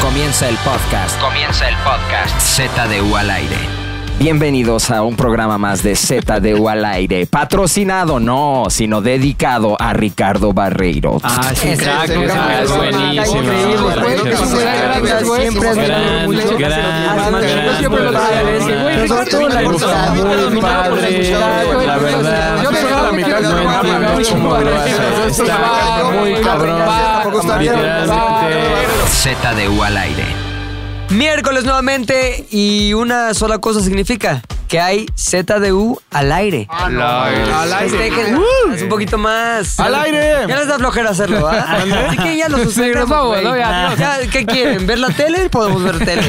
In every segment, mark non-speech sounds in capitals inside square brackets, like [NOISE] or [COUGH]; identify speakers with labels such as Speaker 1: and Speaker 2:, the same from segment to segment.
Speaker 1: Comienza el podcast. Comienza el podcast. ZDU al aire. Bienvenidos a un programa más de ZDU al aire. Patrocinado, no, sino dedicado a Ricardo Barreiros.
Speaker 2: Ah, sí,
Speaker 1: Ese
Speaker 2: crack,
Speaker 1: el
Speaker 2: ese
Speaker 1: programa.
Speaker 2: es buenísimo.
Speaker 1: Increíble,
Speaker 2: Gracias,
Speaker 1: güey.
Speaker 2: gracias.
Speaker 1: Gracias, güey.
Speaker 3: Siempre has
Speaker 2: Gran,
Speaker 3: ganado mucho.
Speaker 2: gran,
Speaker 3: Yo siempre lo
Speaker 2: gran,
Speaker 3: sabía, ese, güey.
Speaker 2: gran.
Speaker 3: Ricardo, la
Speaker 2: Por favor,
Speaker 3: verdad,
Speaker 2: por
Speaker 3: güey,
Speaker 2: favor,
Speaker 3: mi padre,
Speaker 2: padre,
Speaker 3: güey,
Speaker 2: la
Speaker 3: yo
Speaker 2: verdad.
Speaker 3: me
Speaker 2: Yo
Speaker 3: la mitad
Speaker 2: no
Speaker 3: de mi
Speaker 2: entiendo
Speaker 3: madre,
Speaker 2: cómo
Speaker 3: güey.
Speaker 2: lo hace.
Speaker 3: Eso
Speaker 2: Está
Speaker 3: está
Speaker 2: muy
Speaker 3: bien,
Speaker 2: cabrón.
Speaker 3: tampoco está bien.
Speaker 2: Literalmente.
Speaker 1: ZDU al aire.
Speaker 4: Miércoles nuevamente y una sola cosa significa que hay ZDU al aire.
Speaker 3: Al aire.
Speaker 4: Festejen más, un poquito más.
Speaker 3: Al
Speaker 4: Ya-
Speaker 3: aire.
Speaker 4: Ya les da flojera hacerlo, ¿verdad? Así que ya lo sucedemos,
Speaker 2: vamos,
Speaker 4: güey.
Speaker 2: ¿no? Ya, adiós.
Speaker 4: Ya, ¿Qué quieren? ¿Ver la tele? Podemos ver tele.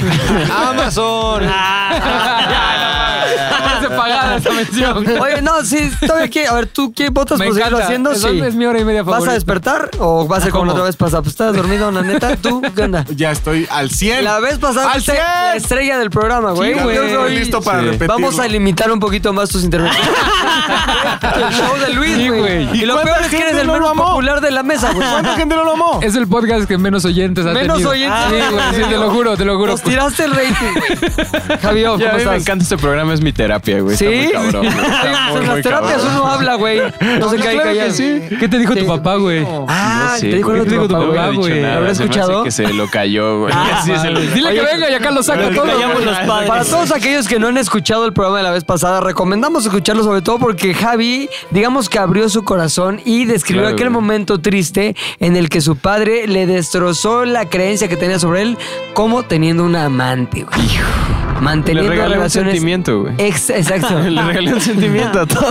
Speaker 4: Ah,
Speaker 3: Amazon.
Speaker 2: Ya se pagaba esa mención.
Speaker 4: Oye, no, sí, todavía aquí. A ver, ¿tú qué votas
Speaker 2: Me
Speaker 4: por seguirlo
Speaker 2: encanta.
Speaker 4: haciendo?
Speaker 2: Es-
Speaker 4: Sí.
Speaker 2: es mi hora y media
Speaker 4: ¿Vas a
Speaker 2: favorita.
Speaker 4: despertar o vas a ser como la
Speaker 2: ¿cómo?
Speaker 4: otra vez pasada? Pues estabas dormido, la neta. ¿Tú qué onda?
Speaker 3: Ya estoy al 100.
Speaker 4: La vez pasada
Speaker 3: ¡Al
Speaker 4: fuiste
Speaker 3: cien!
Speaker 4: la estrella del programa, güey.
Speaker 3: Ya
Speaker 4: Yo
Speaker 3: estoy
Speaker 4: soy-
Speaker 3: listo para
Speaker 2: Sí.
Speaker 3: repetir.
Speaker 4: Vamos a limitar un poquito más tus intervenciones. el show de
Speaker 2: Sí,
Speaker 4: Luis, güey.
Speaker 2: güey.
Speaker 4: y lo
Speaker 3: cuánta
Speaker 4: peor es que
Speaker 3: gente
Speaker 4: eres el
Speaker 3: no lo
Speaker 4: menos
Speaker 3: amó?
Speaker 4: popular de la mesa, güey.
Speaker 3: ¿Cuánta gente no lo amó?
Speaker 5: Eh,
Speaker 2: Es el podcast que menos oyentes ha
Speaker 4: Menos
Speaker 2: tenido.
Speaker 4: oyentes.
Speaker 2: Sí, güey, sí, te lo juro, te lo juro.
Speaker 4: Nos tiraste el rating, güey. Javier, ¿cómo
Speaker 5: Ya, a mí
Speaker 4: estás?
Speaker 5: me encanta este programa, es mi terapia, güey.
Speaker 4: ¿Sí?
Speaker 5: Está muy cabrón, güey. Está
Speaker 4: Sí,
Speaker 5: muy,
Speaker 4: pues en
Speaker 5: muy
Speaker 4: las terapias
Speaker 5: cabrón.
Speaker 4: uno habla, güey. No se cae
Speaker 2: Claro que
Speaker 4: callado.
Speaker 2: sí. ¿Qué te dijo tu papá, güey?
Speaker 4: Ah,
Speaker 5: No sé,
Speaker 4: te dijo
Speaker 5: ah, güey. Ah,
Speaker 4: algo
Speaker 2: dijo
Speaker 4: tu
Speaker 2: tu
Speaker 5: No
Speaker 4: papá.
Speaker 5: me
Speaker 2: papá,
Speaker 5: ha dicho
Speaker 2: güey.
Speaker 5: nada,
Speaker 4: ¿Habrá
Speaker 5: se me hace
Speaker 4: escuchado?
Speaker 5: que se lo cayó, güey. [LAUGHS] Sí, se lo-
Speaker 2: "Pues Dile que venga y acá lo saca todo. güey.
Speaker 4: Para todos aquellos que no han escuchado el programa de la vez pasada, recomendamos escucharlo sobre todo porque Javi, digamos que abrió su corazón y describió
Speaker 5: Claro,
Speaker 4: aquel
Speaker 5: güey.
Speaker 4: momento triste en el que su padre le destrozó la creencia que tenía sobre él como teniendo una amante, güey.
Speaker 5: Le
Speaker 4: Manteniendo
Speaker 5: regalé un
Speaker 4: relaciones.
Speaker 5: sentimiento, güey.
Speaker 4: Ex-
Speaker 5: [LAUGHS]
Speaker 4: exacto.
Speaker 5: Le regalé un sentimiento a
Speaker 4: [LAUGHS]
Speaker 5: todo.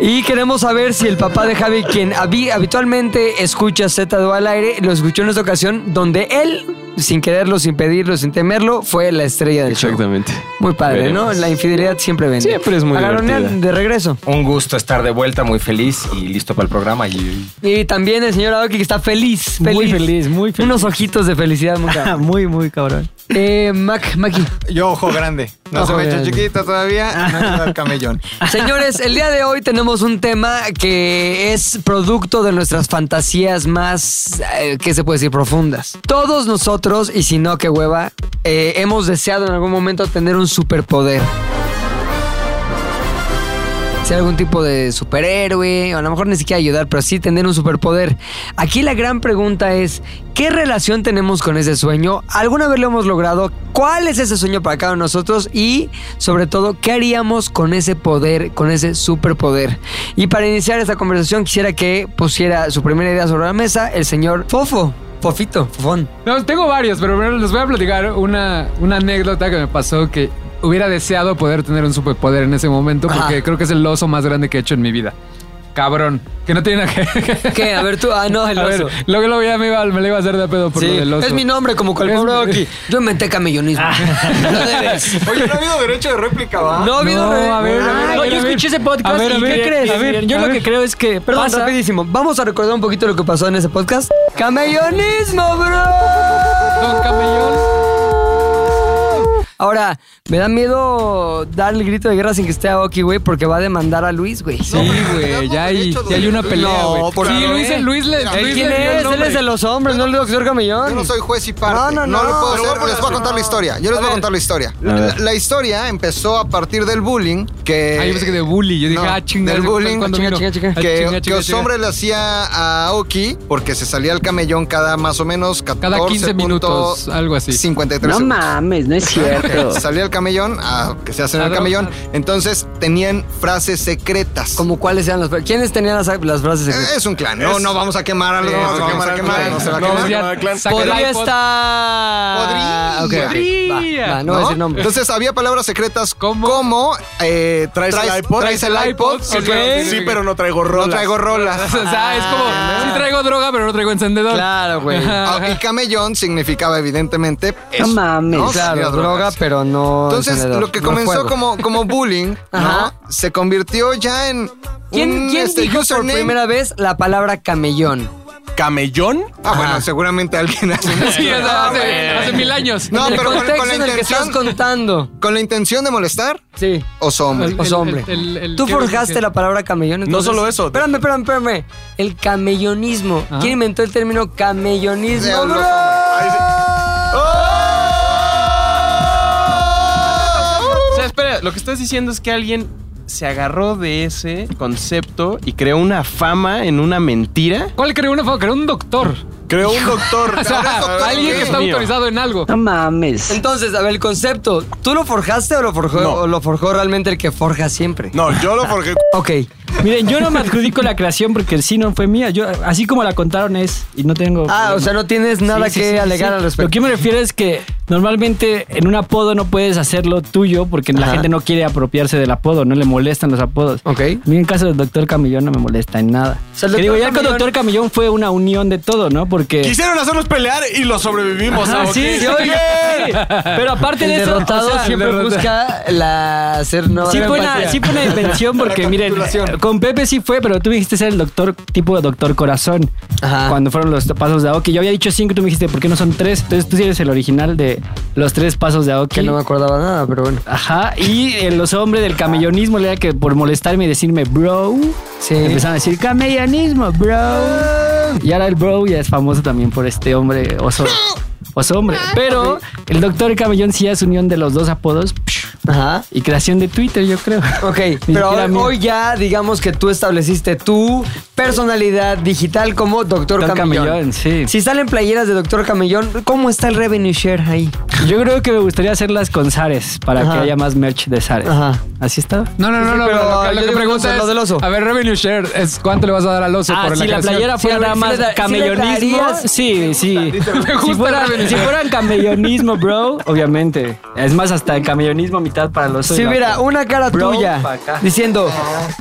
Speaker 4: Y queremos saber si el papá de Javi, quien habi- habitualmente escucha Z2 al aire, lo escuchó en esta ocasión donde él, sin quererlo, sin pedirlo, sin temerlo, fue la estrella del show.
Speaker 5: Exactamente.
Speaker 4: Muy padre,
Speaker 5: Veremos.
Speaker 4: ¿no? La infidelidad siempre vende.
Speaker 5: Siempre es muy
Speaker 4: Agaronean
Speaker 5: divertida.
Speaker 4: de regreso.
Speaker 1: Un gusto estar de vuelta, muy feliz y listo para el programa. Y
Speaker 4: Y también el señor Aoki que está feliz,
Speaker 2: [LAUGHS]
Speaker 4: feliz.
Speaker 2: Muy feliz, muy feliz.
Speaker 4: Unos ojitos de felicidad, [LAUGHS]
Speaker 5: [LAUGHS]
Speaker 4: muy cabrón.
Speaker 2: Muy, muy cabrón.
Speaker 4: Eh, Mac, Maki.
Speaker 3: Yo ojo grande. No se
Speaker 4: Ojo
Speaker 3: me ha hecho
Speaker 4: grande.
Speaker 3: chiquita todavía. No me da el camellón.
Speaker 4: [LAUGHS] Señores, el día de hoy tenemos un tema que es producto de nuestras fantasías más, eh, ¿qué se puede decir? Profundas. Todos nosotros, y si no, qué hueva, eh, hemos deseado en algún momento tener un superpoder. Ser algún tipo de superhéroe, o a lo mejor ni siquiera ayudar, pero sí tener un superpoder. Aquí la gran pregunta es, ¿qué relación tenemos con ese sueño? ¿Alguna vez lo hemos logrado? ¿Cuál es ese sueño para cada uno de nosotros? Y sobre todo, ¿qué haríamos con ese poder, con ese superpoder? Y para iniciar esta conversación quisiera que pusiera su primera idea sobre la mesa el señor Fofo. Fofito, Fofón.
Speaker 2: No, tengo varios, pero primero les voy a platicar una, una anécdota que me pasó que hubiera deseado poder tener un superpoder en ese momento porque
Speaker 4: Ajá.
Speaker 2: creo que es el oso más grande que he hecho en mi vida. Cabrón, que no tiene nada que...
Speaker 4: [LAUGHS] ¿Qué? [LAUGHS] A ver tú. Ah, no, el
Speaker 2: A ver,
Speaker 4: oso.
Speaker 2: lo que lo veía me, iba, me lo iba a hacer de pedo por
Speaker 4: Sí,
Speaker 2: lo del oso.
Speaker 4: es mi nombre, como con el
Speaker 2: Es-
Speaker 4: pobre Oki. Yo inventé camellonismo. [LAUGHS] No debes.
Speaker 3: Ah. Oye, no ha habido derecho de réplica, ¿va?
Speaker 4: No, ha habido
Speaker 2: No,
Speaker 4: re-
Speaker 2: a ver, a ver,
Speaker 4: Ay,
Speaker 2: a
Speaker 6: No,
Speaker 2: ver,
Speaker 6: yo
Speaker 2: a ver.
Speaker 6: escuché ese podcast.
Speaker 2: A ver, a
Speaker 6: y
Speaker 2: ver,
Speaker 6: ¿qué
Speaker 2: a
Speaker 6: crees?
Speaker 2: ver,
Speaker 6: yo
Speaker 2: a
Speaker 6: lo
Speaker 2: ver.
Speaker 6: que creo es que.
Speaker 4: Perdón,
Speaker 6: pasa-
Speaker 4: rapidísimo. Vamos a recordar un poquito lo que pasó en ese podcast. ¡Camellonismo, bro!
Speaker 2: Don Camellón.
Speaker 4: Ahora, me da miedo dar el grito de guerra sin que esté Aoki, güey, porque va a demandar a Luis, güey.
Speaker 2: Sí, güey, ya hay, ya hay una pelea,
Speaker 4: No,
Speaker 2: güey.
Speaker 4: por
Speaker 2: sí,
Speaker 4: favor.
Speaker 2: Luis, Luis le...
Speaker 3: Mira,
Speaker 2: Luis
Speaker 3: ¿quién
Speaker 2: le dio el
Speaker 4: es? Él
Speaker 2: nombre.
Speaker 4: es de los hombres, no el doctor Camellón.
Speaker 7: Yo no soy juez y parte.
Speaker 4: No, no, no.
Speaker 7: lo
Speaker 4: Pero
Speaker 7: puedo hacer,
Speaker 4: bueno,
Speaker 7: les voy a contar la historia. Yo les voy a contar la historia.
Speaker 5: A
Speaker 7: La,
Speaker 5: ver.
Speaker 7: la historia empezó a partir del bullying que...
Speaker 2: Ah, yo pensé que de bully. Yo dije,
Speaker 7: No,
Speaker 2: ah, chinga.
Speaker 7: del
Speaker 2: ¿cu-
Speaker 7: bullying,
Speaker 2: cuándo
Speaker 4: chinga,
Speaker 2: vino?
Speaker 4: chinga, chinga.
Speaker 2: Ah,
Speaker 7: que,
Speaker 2: chinga,
Speaker 7: que
Speaker 2: chinga,
Speaker 7: los
Speaker 2: chinga.
Speaker 7: hombres le hacía a Aoki porque se salía al camellón cada más o menos 14
Speaker 2: Cada 15 minutos, algo así.
Speaker 7: 53
Speaker 8: No
Speaker 7: segundos.
Speaker 8: mames, no es
Speaker 7: Ok,
Speaker 8: cierto.
Speaker 7: Salía al camellón a que se hacen
Speaker 2: A
Speaker 7: el
Speaker 2: ver,
Speaker 7: camellón.
Speaker 2: a ver.
Speaker 7: Entonces tenían frases secretas. Eh,
Speaker 4: Como cuáles eran las... ¿Quiénes tenían las, las frases secretas?
Speaker 7: Es un clan. No, no vamos a quemar a los.
Speaker 3: Sí,
Speaker 7: no vamos
Speaker 3: no
Speaker 7: a
Speaker 3: vamos
Speaker 7: quemar a
Speaker 3: a
Speaker 7: quemar.
Speaker 3: quemar,
Speaker 7: No se va a
Speaker 2: no,
Speaker 7: quemar.
Speaker 2: ya- saca el
Speaker 4: Podría
Speaker 2: iPod.
Speaker 4: estar...
Speaker 7: eh, Podría.
Speaker 4: Ok, ok, va, va, Ah, no voy a
Speaker 7: ¿no?
Speaker 4: decir nombres.
Speaker 7: Entonces había palabras secretas
Speaker 2: ¿Cómo?
Speaker 7: como eh, traes,
Speaker 3: el iPod?
Speaker 7: traes el iPod, sí,
Speaker 2: Ok.
Speaker 7: pero-
Speaker 3: Sí, pero no traigo
Speaker 7: no
Speaker 3: rolas.
Speaker 7: traigo
Speaker 2: [LAUGHS] O
Speaker 7: [LAUGHS] rolas.
Speaker 2: sea, es
Speaker 4: Ah.
Speaker 2: como, sí traigo droga, pero no traigo encendedor.
Speaker 4: Claro,
Speaker 2: [LAUGHS]
Speaker 4: güey.
Speaker 2: Ajá.
Speaker 7: Ah, y camellón significaba evidentemente
Speaker 8: No
Speaker 7: eso.
Speaker 8: mames.
Speaker 7: ¿no?
Speaker 4: Claro,
Speaker 7: Sería
Speaker 4: droga,
Speaker 7: drogas.
Speaker 4: pero no
Speaker 7: Entonces
Speaker 4: encendedor,
Speaker 7: lo que
Speaker 4: no
Speaker 7: comenzó
Speaker 4: fuego.
Speaker 7: como,
Speaker 4: [LAUGHS]
Speaker 7: como bullying
Speaker 4: Ajá.
Speaker 7: ¿no? se convirtió ya en
Speaker 4: ¿Quién,
Speaker 7: un,
Speaker 4: quién
Speaker 7: este,
Speaker 4: dijo por
Speaker 7: username.
Speaker 4: primera vez la palabra camellón?
Speaker 3: ¿Camellón?
Speaker 7: Ah, bueno, seguramente
Speaker 4: [LAUGHS]
Speaker 7: alguien hace una-
Speaker 2: Sí, o sea, hace, hace mil años.
Speaker 7: No,
Speaker 4: en el
Speaker 7: pero con-
Speaker 4: contexto
Speaker 7: con la
Speaker 4: en el que
Speaker 7: intención-
Speaker 4: estás contando.
Speaker 7: con la intención de molestar
Speaker 4: Sí.
Speaker 7: o somos.
Speaker 4: Pues
Speaker 2: El-
Speaker 4: hombre.
Speaker 2: el- el- el-
Speaker 4: Tú
Speaker 2: ¿qué
Speaker 4: forjaste
Speaker 2: dije?
Speaker 4: la palabra camellón. entonces-
Speaker 3: solo eso.
Speaker 4: Espérame, espérame, espérame. El camellonismo.
Speaker 2: Ajá.
Speaker 4: ¿Quién inventó el término camellonismo?
Speaker 7: De los
Speaker 4: bro?
Speaker 7: hombres.
Speaker 5: sea, lo que estás diciendo es que alguien se agarró de ese concepto y creó una fama en una mentira.
Speaker 2: ¿Cuál creó una foto? Creó un doctor.
Speaker 3: Creó un doctor.
Speaker 2: O sea,
Speaker 4: [LAUGHS]
Speaker 3: Doctor,
Speaker 2: alguien que
Speaker 3: ¿qué?
Speaker 2: está
Speaker 5: mío.
Speaker 2: autorizado en algo.
Speaker 6: No mames.
Speaker 4: Entonces, a ver, el concepto, ¿tú lo forjaste o lo forjó,
Speaker 3: No.
Speaker 4: o lo forjó realmente el que forja siempre?
Speaker 3: No, yo lo forjé.
Speaker 4: [LAUGHS] Ok.
Speaker 6: Miren, yo no me adjudico la creación porque sí no fue mía. Yo, así como la contaron es, y no tengo.
Speaker 4: Ah, o sea, no tienes nada
Speaker 6: Sí, sí,
Speaker 4: que
Speaker 6: sí,
Speaker 4: alegar
Speaker 6: sí.
Speaker 4: al
Speaker 6: Lo
Speaker 4: respecto.
Speaker 6: que me refiero es que normalmente en un apodo no puedes hacerlo tuyo porque la
Speaker 4: Ajá.
Speaker 6: gente no quiere apropiarse del apodo, no le molestan los apodos.
Speaker 4: Ok.
Speaker 6: A mí en caso del doctor Camillón no me molesta en nada.
Speaker 4: sea, el
Speaker 6: Que digo,
Speaker 4: Dr.
Speaker 6: ya con
Speaker 4: Camillón-
Speaker 6: doctor Camillón fue una unión de todo, ¿no? Porque...
Speaker 3: Quisieron hacernos pelear y lo sobrevivimos.
Speaker 6: Ajá,
Speaker 3: ¿sabes?
Speaker 6: sí,
Speaker 3: ¿Qué?
Speaker 6: sí,
Speaker 4: oye.
Speaker 6: sí. Pero aparte
Speaker 4: El
Speaker 6: de eso,
Speaker 4: derrotado
Speaker 6: o sea,
Speaker 4: siempre
Speaker 6: el derrotado-
Speaker 4: busca la hacer no.
Speaker 6: Sí
Speaker 4: la
Speaker 6: fue, una,
Speaker 4: empatía.
Speaker 6: sí fue una invención porque miren,
Speaker 4: Recapitulación.
Speaker 6: con Pepe sí fue, pero tú me dijiste ser el doctor tipo de doctor corazón.
Speaker 4: Ajá.
Speaker 6: Cuando fueron los pasos de Aoki. Yo había dicho cinco y tú me dijiste, ¿por qué no son tres? Entonces tú sí eres el original de los tres pasos de Aoki.
Speaker 4: Que no me acordaba nada, pero bueno.
Speaker 6: Ajá, y eh, los hombres del camellonismo le da que por molestarme y decirme bro,
Speaker 4: Sí.
Speaker 6: empezaron a decir camellonismo, bro. Y ahora el bro ya es famoso también por este hombre oso, oso hombre. Pero el doctor camellón sí es unión de los dos apodos
Speaker 4: Ajá.
Speaker 6: y creación de Twitter, yo creo.
Speaker 4: Ok,
Speaker 6: Ni
Speaker 4: pero
Speaker 6: siquiera
Speaker 4: hoy,
Speaker 6: mío.
Speaker 4: hoy ya digamos que tú estableciste tu personalidad digital como Doctor
Speaker 6: Doctor
Speaker 4: Camellón.
Speaker 6: Camellón, sí.
Speaker 4: Si salen playeras de Doctor Camellón, ¿cómo está el revenue share ahí?
Speaker 6: Yo creo que me gustaría hacerlas con Zares para
Speaker 4: Ajá.
Speaker 6: que haya más merch de Zares.
Speaker 4: Ajá.
Speaker 6: Así está.
Speaker 2: No, no, no,
Speaker 4: Sí,
Speaker 2: no, pero
Speaker 4: pero
Speaker 2: lo que-
Speaker 4: yo
Speaker 2: lo que
Speaker 4: digo,
Speaker 2: pregunta
Speaker 4: entonces,
Speaker 2: es.
Speaker 4: lo del oso.
Speaker 2: A ver, revenue share es cuánto le vas a dar al oso
Speaker 6: Ah,
Speaker 2: por
Speaker 6: si la
Speaker 2: creación?
Speaker 6: playera fuera
Speaker 4: Sí,
Speaker 6: nada
Speaker 4: sí
Speaker 6: más
Speaker 4: le da- sí le
Speaker 6: camellonismo,
Speaker 4: darías.
Speaker 6: sí, [LAUGHS] sí.
Speaker 2: Me
Speaker 6: Si
Speaker 2: gusta
Speaker 6: fuera,
Speaker 2: la Avenida.
Speaker 6: si fueran camellonismo, bro, obviamente. Es más, hasta el camellonismo mitad para los...
Speaker 4: Si hubiera una cara
Speaker 6: Bro,
Speaker 4: tuya
Speaker 6: pa' acá.
Speaker 4: diciendo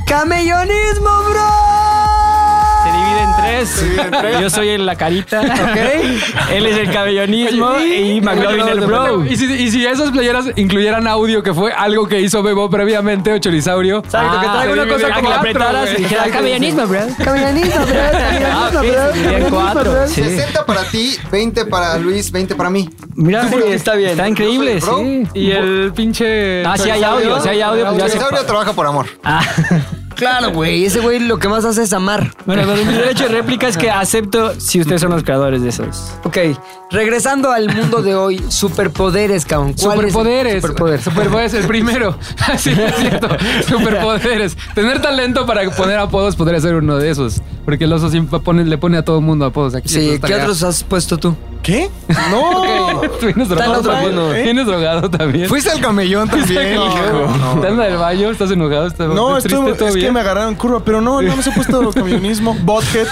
Speaker 4: ¡Camellonismo,
Speaker 6: Se
Speaker 4: bro!
Speaker 6: divide en tres. Yo soy el la carita.
Speaker 4: Ok.
Speaker 6: Él es el camellonismo y McLovin el bro.
Speaker 2: Y si, y si esas playeras incluyeran audio, que fue algo que hizo Bebo previamente, o Chorizaurio. Ah,
Speaker 6: Exacto,
Speaker 4: que traiga una cosa
Speaker 6: Ah, que
Speaker 2: como
Speaker 6: le
Speaker 2: cuatro,
Speaker 6: apretaras y
Speaker 2: güey.
Speaker 6: dijera camellonismo, bro.
Speaker 4: Camellonismo, bro,
Speaker 6: [LAUGHS] Ah,
Speaker 4: camellonismo,
Speaker 6: ok,
Speaker 4: bro.
Speaker 6: se dirían
Speaker 4: camellonismo,
Speaker 6: cuatro.
Speaker 4: bro.
Speaker 6: Sí.
Speaker 7: 60 para ti, 20 para Luis, 20 para mí.
Speaker 6: Mira, está bien. Está increíble,
Speaker 7: Bro.
Speaker 6: sí.
Speaker 2: Y el pinche.
Speaker 6: Ah, sí hay audio, sí hay audio. pues ya se-
Speaker 7: Dinosaurio trabaja por amor.
Speaker 4: Claro, güey, ese güey lo que más hace es amar.
Speaker 6: Bueno, pero mi derecho de réplica es que acepto si ustedes son los creadores de esos.
Speaker 4: Ok, regresando al mundo de [LAUGHS] hoy, superpoderes, cabrón. ¿Cuál es el
Speaker 2: Superpoderes.
Speaker 4: Superpoder.
Speaker 2: Superpoderes, el primero.
Speaker 4: [LAUGHS]
Speaker 2: Así es cierto. Superpoderes. Tener talento para poner apodos podría ser uno de esos. Porque el oso siempre pone- le pone a todo mundo apodos. Aquí
Speaker 4: Sí,
Speaker 2: está
Speaker 4: ¿qué
Speaker 2: ya. [LAUGHS]
Speaker 4: otros has puesto tú?
Speaker 3: ¿Qué?
Speaker 2: Ok, Vienes drogado
Speaker 4: otro
Speaker 2: también.
Speaker 4: mundo. ¿eh?
Speaker 2: Vienes drogado también.
Speaker 3: Fuiste al camellón también.
Speaker 2: ¿Te anda del baño? ¿Estás enojado? ¿Estás
Speaker 3: No,
Speaker 2: triste?
Speaker 3: estoy-
Speaker 2: ¿Todo
Speaker 3: es que
Speaker 2: bien?
Speaker 3: me agarraron curva, pero no, no me he [LAUGHS] puesto camionismo. Bothead.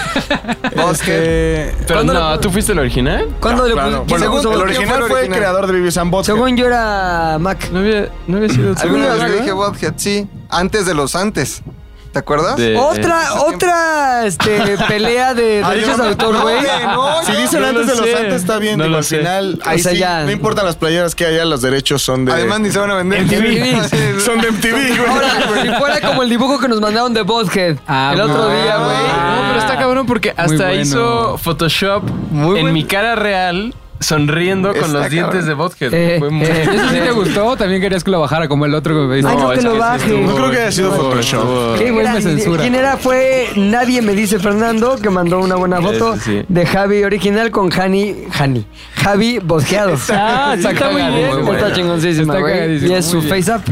Speaker 3: Bothead.
Speaker 5: Pero no, ¿tú fuiste el original?
Speaker 4: ¿Cuándo le
Speaker 3: Claro.
Speaker 4: ¿quién le
Speaker 3: Eh, Bueno,
Speaker 4: puso?
Speaker 3: el
Speaker 4: ¿Quién
Speaker 3: original fue el
Speaker 7: original?
Speaker 3: creador de Vivi San Bothead.
Speaker 4: Según yo era Mac.
Speaker 5: No había, no había sido
Speaker 7: Alguna vez le dije Bothead, sí. Antes de los antes. ¿Te acuerdas?
Speaker 5: De-
Speaker 6: Ah,
Speaker 4: Otra, otra este, pelea
Speaker 2: [LAUGHS]
Speaker 4: de
Speaker 3: Ay,
Speaker 4: derechos
Speaker 3: no,
Speaker 4: de autor,
Speaker 3: no,
Speaker 4: güey.
Speaker 3: no, si dicen
Speaker 5: no
Speaker 3: antes
Speaker 5: lo
Speaker 3: de los
Speaker 5: sé.
Speaker 3: antes está bien,
Speaker 5: No
Speaker 3: digo,
Speaker 5: lo
Speaker 3: al
Speaker 5: sé.
Speaker 3: final ahí
Speaker 4: O sea,
Speaker 3: sí,
Speaker 4: ya-
Speaker 3: no importan las playeras que haya, los derechos son de
Speaker 7: Además ni se van a vender. [LAUGHS]
Speaker 3: son de MTV, güey.
Speaker 4: Ahora, si fuera como el dibujo que nos mandaron de Bothead
Speaker 2: Ah,
Speaker 4: el otro
Speaker 2: güey.
Speaker 4: día,
Speaker 5: No,
Speaker 4: güey.
Speaker 5: pero está cabrón porque hasta
Speaker 2: bueno.
Speaker 5: hizo Photoshop en
Speaker 3: bueno.
Speaker 5: mi cara real sonriendo con
Speaker 7: Está
Speaker 5: los dientes de Bothead.
Speaker 4: Eh,
Speaker 5: Fue muy-
Speaker 4: eh.
Speaker 2: ¿Eso sí te gustó? ¿También querías que lo bajara como el otro que me pediste?
Speaker 4: Ay, no,
Speaker 5: No,
Speaker 4: que
Speaker 5: es
Speaker 4: lo
Speaker 5: que sí
Speaker 4: baje.
Speaker 5: estuvo-
Speaker 3: No creo que haya sido
Speaker 5: estuvo-
Speaker 3: Photoshop.
Speaker 4: Qué
Speaker 2: Igual me
Speaker 4: gran idea.
Speaker 2: censura.
Speaker 4: ¿Quién era? Fue Nadie me dice Fernando, que mandó una buena foto
Speaker 5: Sí, sí, sí.
Speaker 4: de Javi original con Jani, Jani, Javi bosqueado.
Speaker 2: Ah, está
Speaker 4: [LAUGHS] Está muy bien.
Speaker 2: cagadísimo,
Speaker 4: Está
Speaker 2: güey.
Speaker 4: chingoncísima,
Speaker 2: Está
Speaker 4: güey.
Speaker 2: cagadísimo,
Speaker 4: Y es
Speaker 2: muy
Speaker 4: su
Speaker 2: bien.
Speaker 4: face up.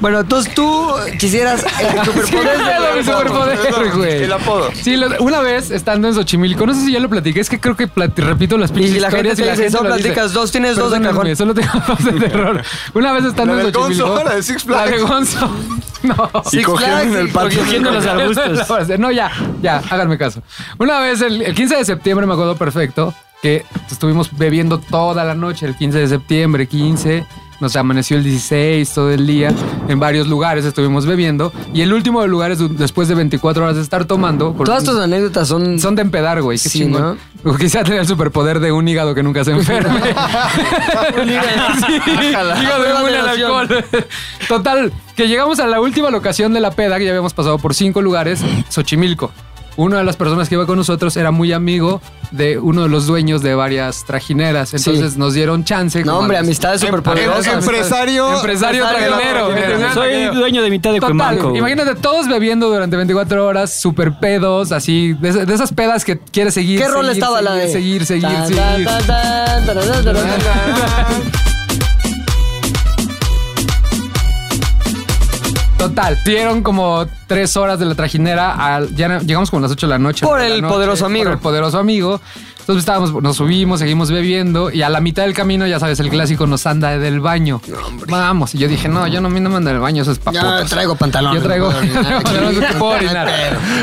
Speaker 4: Bueno, entonces tú
Speaker 2: [LAUGHS]
Speaker 4: quisieras el superpoder de-
Speaker 2: Claro, mi superpoder, güey.
Speaker 7: El apodo.
Speaker 2: Sí, lo- una vez estando en Xochimilco, no sé si ya lo platiqué, es que creo que plati- repito las
Speaker 4: Y
Speaker 2: pinches
Speaker 4: la gente
Speaker 2: historias
Speaker 4: te dice, solo
Speaker 2: lo
Speaker 4: platicas dos, tienes dos de
Speaker 2: Perdónenme,
Speaker 4: cajón.
Speaker 2: Solo [LAUGHS] tengo dos de terror. Una vez estando
Speaker 7: La
Speaker 2: en
Speaker 7: del Gonzo,
Speaker 2: Xochimilco.
Speaker 7: la de Six Flags.
Speaker 2: La de Gonzo. [LAUGHS] No.
Speaker 4: Six
Speaker 3: cogiendo
Speaker 4: Flags
Speaker 3: en el
Speaker 4: y-
Speaker 3: patio.
Speaker 6: Cogiendo
Speaker 2: [LAUGHS]
Speaker 6: los arbustos.
Speaker 2: No, ya, ya, háganme caso. Una vez, el, el 15 de septiembre, me acuerdo perfecto, que estuvimos bebiendo toda la noche, el 15 de septiembre, 15. Nos amaneció el 16 todo el día. En varios lugares estuvimos bebiendo. Y el último de lugares, después de 24 horas de estar tomando. por-
Speaker 4: Todas tus anécdotas son...
Speaker 2: son de empedar, güey. Qué
Speaker 4: Sí,
Speaker 2: chingón. O Quizá tener el superpoder de un hígado que nunca se
Speaker 4: [LAUGHS]
Speaker 2: enferme. [LAUGHS] Sí, hígado inmune al alcohol. Total, que llegamos a la última locación de la peda, que ya habíamos pasado por cinco lugares, Xochimilco. Una de las personas que iba con nosotros era muy amigo de uno de los dueños de varias trajineras. Entonces nos dieron chance.
Speaker 4: No,
Speaker 2: como a
Speaker 4: hombre,
Speaker 2: los-
Speaker 4: amistades superpoderosas.
Speaker 7: Empresario.
Speaker 2: Empresario trajinero. empresario
Speaker 6: Soy
Speaker 2: trajinero.
Speaker 6: dueño de mitad de
Speaker 2: Total,
Speaker 6: Cuemanco. güey.
Speaker 2: imagínate todos bebiendo durante 24 horas, super pedos, así, de, esa- de esas pedas que quieres seguir.
Speaker 4: ¿Qué
Speaker 2: seguir,
Speaker 4: rol estaba
Speaker 2: seguir,
Speaker 4: la de...?
Speaker 2: Seguir, seguir,
Speaker 4: Tan,
Speaker 2: seguir.
Speaker 4: tan, tan, tan, tararán, tararán.
Speaker 2: Total, dieron como tres horas de la trajinera. al- ya no- llegamos como a las 8 de la noche.
Speaker 4: Por
Speaker 2: nueve de
Speaker 4: el
Speaker 2: la noche,
Speaker 4: poderoso amigo.
Speaker 2: Por el poderoso amigo. Entonces pues, estábamos, nos subimos, seguimos bebiendo y a la mitad del camino, ya sabes, el clásico nos anda del baño. Vamos. Y yo dije, no, yo no, a mí no me anda del baño, eso es pa' putos.
Speaker 7: pantalón.
Speaker 2: Yo
Speaker 7: [LAUGHS]
Speaker 2: traigo. [LAUGHS] no puedo orinar.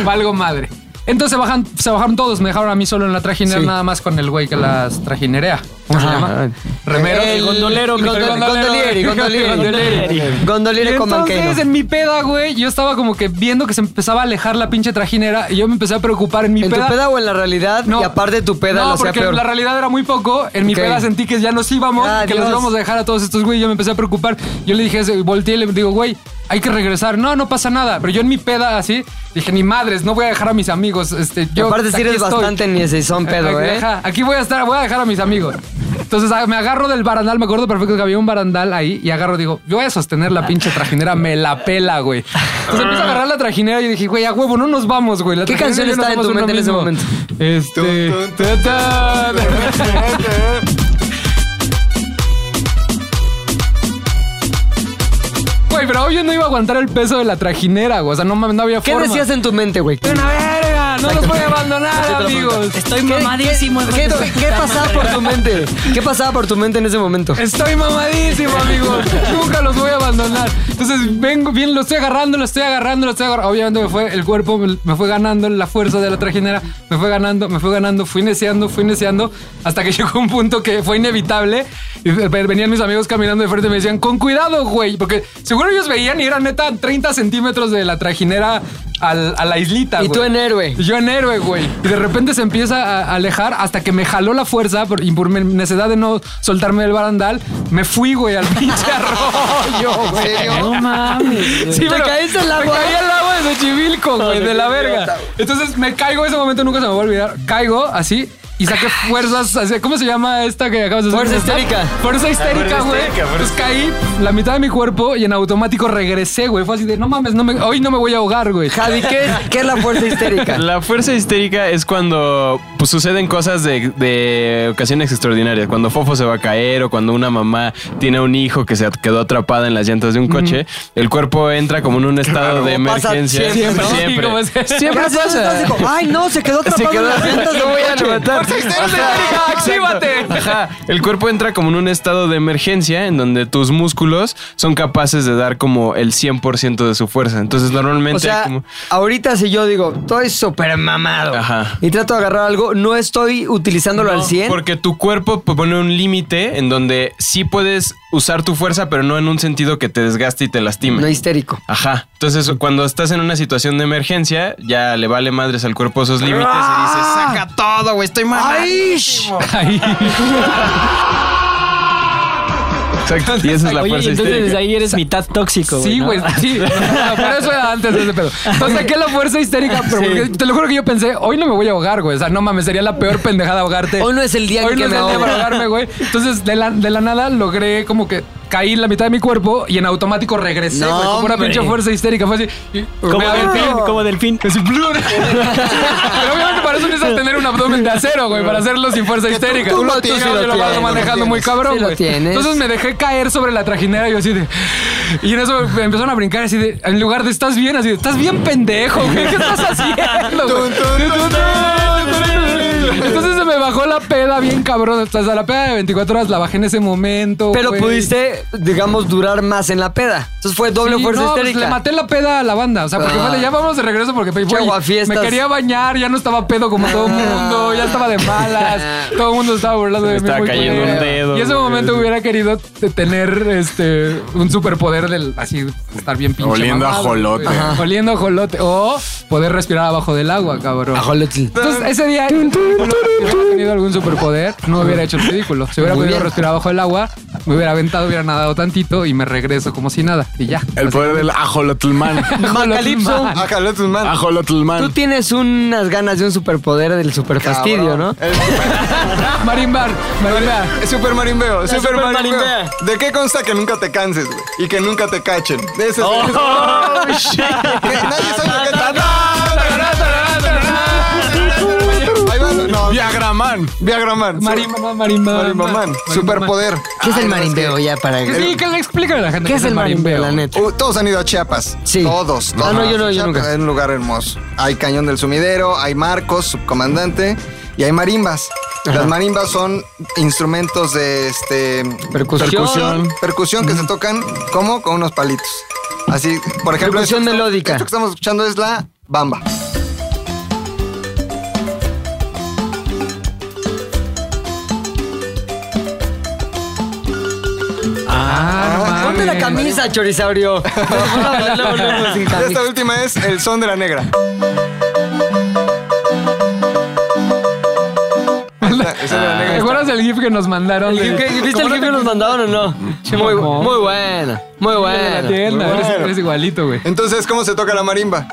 Speaker 2: Valgo madre. Entonces se, bajan, se bajaron todos, me dejaron a mí solo en la trajinera, nada más con el güey que las trajinerea. ¿Cómo se llama? Remero.
Speaker 4: El gondolero,
Speaker 2: El
Speaker 4: gondol- gondolieri, gondolieri.
Speaker 2: Gondolieri.
Speaker 4: Gondoliere
Speaker 2: Y
Speaker 4: con
Speaker 2: entonces
Speaker 4: banquero.
Speaker 2: en mi peda, güey, yo estaba como que viendo que se empezaba a alejar la pinche trajinera y yo me empecé a preocupar en mi
Speaker 4: ¿En tu
Speaker 2: peda.
Speaker 4: peda o en la realidad?
Speaker 2: No.
Speaker 4: Y aparte tu peda
Speaker 2: no,
Speaker 4: lo hacía
Speaker 2: porque
Speaker 4: peor.
Speaker 2: la realidad era muy poco. En mi
Speaker 4: Ok.
Speaker 2: peda sentí que ya nos íbamos,
Speaker 4: Ah,
Speaker 2: que
Speaker 4: Dios.
Speaker 2: los íbamos a dejar a todos estos güey. Yo me empecé a preocupar. Yo le dije, a ese- volteé y le digo, güey, hay que regresar. No, no pasa nada. Pero yo en mi peda así dije, ni madres, no voy a dejar a mis amigos. Este, yo
Speaker 4: aparte sí
Speaker 2: aquí
Speaker 4: eres
Speaker 2: estoy.
Speaker 4: bastante ni
Speaker 2: [LAUGHS]
Speaker 4: ese son pedo, ¿eh?
Speaker 2: Ajá, Aquí voy a estar, voy a dejar a mis amigos. Entonces ah, me agarro del barandal, me acuerdo perfecto que había un barandal ahí y agarro, digo, yo voy a sostener la pinche trajinera, me la pela, güey. Entonces empiezo a agarrar la trajinera y dije, güey, a huevo, no nos vamos, güey. La
Speaker 4: ¿Qué
Speaker 2: trajinera
Speaker 4: canción
Speaker 2: y yo nos
Speaker 4: está en
Speaker 2: vamos
Speaker 4: tu
Speaker 2: uno
Speaker 4: mente en ese
Speaker 2: mismo.
Speaker 4: momento?
Speaker 2: Este. ta-tan. Güey, pero obvio no iba a aguantar el peso de la trajinera, güey. O sea, no mames, no había
Speaker 4: ¿Qué
Speaker 2: forma.
Speaker 4: decías en tu mente, güey?
Speaker 2: ¡Una verga! ¡No nos puede
Speaker 4: [LAUGHS]
Speaker 2: abandonar, amigos!
Speaker 8: Estoy
Speaker 4: ¿Qué-
Speaker 8: mamadísimo.
Speaker 4: ¿Qué, qué- qué pasaba por tu mente? ¿Qué pasaba por tu mente en ese momento?
Speaker 2: Estoy mamadísimo,
Speaker 4: [LAUGHS]
Speaker 2: amigos. Nunca los voy a abandonar. Entonces, vengo, bien, lo estoy agarrando, lo estoy agarrando, lo estoy agarrando. Obviamente me fue el cuerpo, me, me fue ganando la fuerza de la trajinera, me fue ganando, me fue ganando, fui neceando, fui neceando, hasta que [LAUGHS] llegó un punto que fue inevitable. Y ve- venían mis amigos caminando de frente y me decían, con cuidado, güey, porque seguro ellos veían y eran neta 30 centímetros de la trajinera al- a la islita.
Speaker 4: Y tú
Speaker 2: güey.
Speaker 4: en héroe.
Speaker 2: Y Yo en héroe, güey. Y de repente se empieza a alejar hasta que me jaló la fuerza por, y por mi necesidad de no soltarme del barandal. Me fui, güey, al [LAUGHS] pinche arroyo, güey.
Speaker 6: No mames. güey.
Speaker 2: Sí,
Speaker 4: ¿Te caíste al ¿eh?
Speaker 2: Me
Speaker 4: agua?
Speaker 2: caí al agua de Xochimilco, güey, de la verga. Entonces me caigo, ese momento nunca se me va a olvidar. Caigo así y saqué fuerzas, así- ¿cómo se llama esta que acabas de hacer?
Speaker 4: Fuerza histérica.
Speaker 2: Fuerza histérica,
Speaker 5: fuerza
Speaker 2: güey.
Speaker 5: histérica, fuerza
Speaker 2: Entonces caí la mitad de mi cuerpo y en automático regresé, güey. Fue así de, no mames, no me- hoy no me voy a ahogar, güey.
Speaker 4: Javi, ¿qué es, qué es la fuerza histérica?
Speaker 5: La fuerza histérica es cuando pues, suceden cosas de, de ocasiones extraordinarias. Cuando Fofo se va a caer o cuando una mamá tiene un hijo que se at- quedó atrapada en las llantas de un coche, el cuerpo entra como en un estado de
Speaker 4: pasa
Speaker 5: emergencia.
Speaker 4: siempre,
Speaker 2: ¿no? Sí, como
Speaker 5: siempre.
Speaker 2: es-
Speaker 5: Siempre
Speaker 4: Gracias,
Speaker 5: pasa.
Speaker 4: estás de- Ay, no, se quedó atrapado en las
Speaker 5: [LAUGHS] Lo
Speaker 4: llantas del
Speaker 5: voy a
Speaker 4: coche.
Speaker 5: levantar.
Speaker 2: histérica, actívate.
Speaker 5: Ajá. El cuerpo entra como en un estado de emergencia en donde tus músculos son capaces de dar como el 100% de su fuerza. Entonces normalmente...
Speaker 4: O sea,
Speaker 5: como-
Speaker 4: ahorita si yo digo, estoy súper mamado
Speaker 5: Ajá.
Speaker 4: y trato de agarrar algo, no estoy utilizándolo al 100.
Speaker 5: Porque tu cuerpo p- pone un límite en donde sí puedes usar tu fuerza, pero no en un sentido que te desgaste y te lastime.
Speaker 4: No histérico.
Speaker 5: Ajá. Entonces, cuando estás en una situación de emergencia, ya le vale madres al cuerpo esos límites y dices, saca todo, güey, estoy mal.
Speaker 4: ¡Ay! sh-
Speaker 2: Ahí.
Speaker 5: Exacto. Y esa es la
Speaker 6: Oye,
Speaker 5: fuerza
Speaker 6: entonces desde
Speaker 5: histérica.
Speaker 6: ahí eres mitad tóxico, güey.
Speaker 2: Sí,
Speaker 6: ¿no?
Speaker 2: güey, sí. No, no, pero eso era antes de ese pedo. Entonces saqué la fuerza histérica, pero porque- te lo juro que yo pensé, hoy no me voy a ahogar, güey. O sea, no mames, sería la peor pendejada ahogarte.
Speaker 4: Hoy no es el día en
Speaker 2: Hoy
Speaker 4: que
Speaker 2: no
Speaker 4: me
Speaker 2: es el día
Speaker 4: ahogo.
Speaker 2: para ahogarme, güey. Entonces, de la, de la nada logré como que caí en la mitad de mi cuerpo y en automático regresé,
Speaker 4: No,
Speaker 2: güey. Como una
Speaker 4: hombre.
Speaker 2: pinche fuerza histérica. Fue así. y-
Speaker 6: Como
Speaker 2: me aventé.
Speaker 6: delfín, como delfín.
Speaker 2: Así, plur. Pero obviamente para eso necesitas tener un abdomen de acero, güey, para hacerlo sin fuerza histérica.
Speaker 7: tú lo
Speaker 2: Yo
Speaker 7: tienes,
Speaker 2: yo
Speaker 7: lo
Speaker 2: lo
Speaker 7: tienes,
Speaker 2: vas manejando
Speaker 7: lo
Speaker 2: muy
Speaker 7: tienes.
Speaker 2: cabrón,
Speaker 4: Sí lo
Speaker 2: güey.
Speaker 4: tienes.
Speaker 2: Entonces me dejé caer sobre la trajinera y yo así de... Y en eso me empezaron a brincar así de... En lugar de estás bien, así de... Estás bien pendejo, güey. ¿Qué estás haciendo, güey?" Entonces se me bajó la peda bien cabrón. Hasta la peda de 24 horas la bajé en ese momento,
Speaker 4: Pero
Speaker 2: güey.
Speaker 4: pudiste, digamos, durar más en la peda. Entonces fue doble
Speaker 2: Sí,
Speaker 4: fuerza
Speaker 2: no, pues,
Speaker 4: histérica.
Speaker 2: le maté la peda a la banda. O sea, porque
Speaker 4: Ah.
Speaker 2: fue de, ya vamos de regreso porque güey,
Speaker 4: Chaguafiestas.
Speaker 2: me quería bañar, ya no estaba pedo como todo el mundo, ya estaba de
Speaker 4: [LAUGHS]
Speaker 2: malas, todo el mundo estaba burlando de mí.
Speaker 5: estaba
Speaker 2: muy
Speaker 5: cayendo
Speaker 2: culero.
Speaker 5: un dedo,
Speaker 2: Y ese
Speaker 5: güey.
Speaker 2: momento hubiera querido t- tener este un superpoder del así estar bien pinche.
Speaker 9: Oliendo a
Speaker 2: mamado,
Speaker 9: jolote.
Speaker 2: güey.
Speaker 9: Ajá.
Speaker 2: Oliendo a jolote. O poder respirar abajo del agua, cabrón.
Speaker 4: Ajolotl.
Speaker 2: Entonces, ese día, si hubiera tenido algún superpoder, no hubiera hecho el ridículo. Si hubiera
Speaker 4: Muy
Speaker 2: podido
Speaker 4: bien.
Speaker 2: respirar abajo del agua, me hubiera aventado, hubiera nadado tantito y me regreso como si nada. Y ya.
Speaker 9: El poder del ah, ajolotlman.
Speaker 4: Macalipso.
Speaker 7: Ájalo tus manos.
Speaker 4: Tú
Speaker 9: Ajolotlman.
Speaker 4: tienes unas ganas de un superpoder del superfastidio, ¿no?
Speaker 2: Marimbar, marimbar.
Speaker 7: Super Marimbeo, Super,
Speaker 5: Super
Speaker 7: Marimbeo.
Speaker 5: Marimbea.
Speaker 7: ¿De qué consta que nunca te canses, güey? Y que nunca te cachen. Ese es Oh, [LAUGHS] Que nadie sabe lo que te- Ahí va, no, Man. Viagra Man.
Speaker 2: Marimba, no, marimba.
Speaker 7: Marimba Man.
Speaker 2: marimba.
Speaker 7: Superpoder.
Speaker 4: ¿Qué es el
Speaker 7: Ay, no,
Speaker 4: marimbeo
Speaker 7: que-
Speaker 4: ya para
Speaker 2: Que Sí, que le explica a la gente.
Speaker 4: ¿Qué es el marimbeo, la neta?
Speaker 7: Uh, todos han ido a Chiapas.
Speaker 4: Sí.
Speaker 7: Todos.
Speaker 4: Ah,
Speaker 7: todos.
Speaker 4: no, yo no, yo
Speaker 7: Chiapas
Speaker 4: nunca.
Speaker 7: Es un lugar hermoso. Hay Cañón del Sumidero, hay Marcos, subcomandante, y hay marimbas. Las marimbas son instrumentos de este
Speaker 4: Percusión.
Speaker 7: percusión, percusión que se tocan como con unos palitos. Así, por ejemplo,
Speaker 4: Percusión
Speaker 7: esto que estamos-
Speaker 4: melódica.
Speaker 7: Esto que estamos escuchando es la bamba.
Speaker 2: Ah,
Speaker 4: Ponte la
Speaker 7: [LAUGHS]
Speaker 4: camisa, chorizaurio. Luego, luego, sin camisa.
Speaker 7: Esta última es el son de la negra.
Speaker 4: [LAUGHS]
Speaker 7: Esta- esta de la
Speaker 4: Ah.
Speaker 2: ¿Te
Speaker 7: negra.
Speaker 2: acuerdas del GIF que nos mandaron? de-
Speaker 4: ¿El gif que- ¿Viste el gif que nos mandaron o no? Muy,
Speaker 2: mamón.
Speaker 4: muy buena, muy
Speaker 2: de la
Speaker 4: buena.
Speaker 2: tienda?
Speaker 7: Bueno.
Speaker 2: Eres- Eres igualito, güey.
Speaker 7: Entonces, ¿cómo se toca la marimba?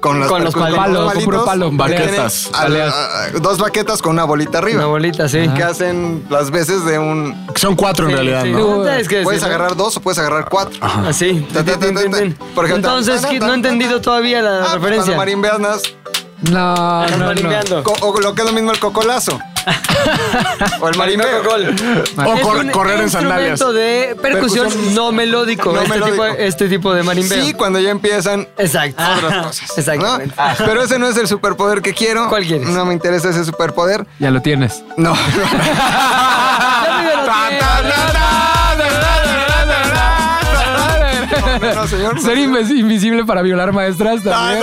Speaker 7: Con, las
Speaker 4: Con los
Speaker 7: percu-
Speaker 4: palos,
Speaker 7: los
Speaker 2: con puro palo,
Speaker 7: que
Speaker 2: baquetas,
Speaker 7: tienen al- a- a- dos baquetas con una bolita
Speaker 4: Una
Speaker 7: arriba.
Speaker 4: bolita, sí.
Speaker 7: Que hacen las veces de un...
Speaker 9: Son cuatro en realidad,
Speaker 4: Sí,
Speaker 9: ¿no?
Speaker 4: ¿no? Es que
Speaker 7: Puedes
Speaker 4: sí, ¿no?
Speaker 7: agarrar dos o puedes agarrar cuatro. Ah,
Speaker 6: Ah,
Speaker 4: Así.
Speaker 7: Ta, ta, ta, ta, ta. Por ejemplo,
Speaker 4: Entonces,
Speaker 7: ta, ta,
Speaker 4: Kid,
Speaker 7: ta,
Speaker 4: no he
Speaker 7: ta,
Speaker 4: entendido
Speaker 7: ta.
Speaker 4: todavía la
Speaker 7: Ah, pues,
Speaker 4: referencia.
Speaker 7: Cuando marimbeas, nas-
Speaker 2: No,
Speaker 4: Están
Speaker 2: no, no.
Speaker 4: marimbeando.
Speaker 7: co- o lo que es lo mismo el
Speaker 4: [LAUGHS]
Speaker 7: cocolazo. o el marimbeo.
Speaker 9: O
Speaker 4: Es
Speaker 9: cor-
Speaker 4: un
Speaker 9: correr en sandalias.
Speaker 4: instrumento de percusión,
Speaker 7: Percusión.
Speaker 4: no melódico.
Speaker 7: No
Speaker 4: este,
Speaker 7: melódico.
Speaker 4: Tipo, este tipo de marimbeo.
Speaker 7: Sí, cuando ya empiezan
Speaker 4: Exacto.
Speaker 7: otras cosas. ¿no?
Speaker 4: Exactamente.
Speaker 7: Pero ese no es el superpoder que quiero.
Speaker 4: ¿Cuál quieres?
Speaker 7: No me interesa ese superpoder.
Speaker 2: Ya lo
Speaker 4: [LAUGHS]
Speaker 2: tienes.
Speaker 7: No. Ah,
Speaker 4: Ya me lo
Speaker 7: No, no, señor.
Speaker 2: Ser invis- invisible para violar maestras también.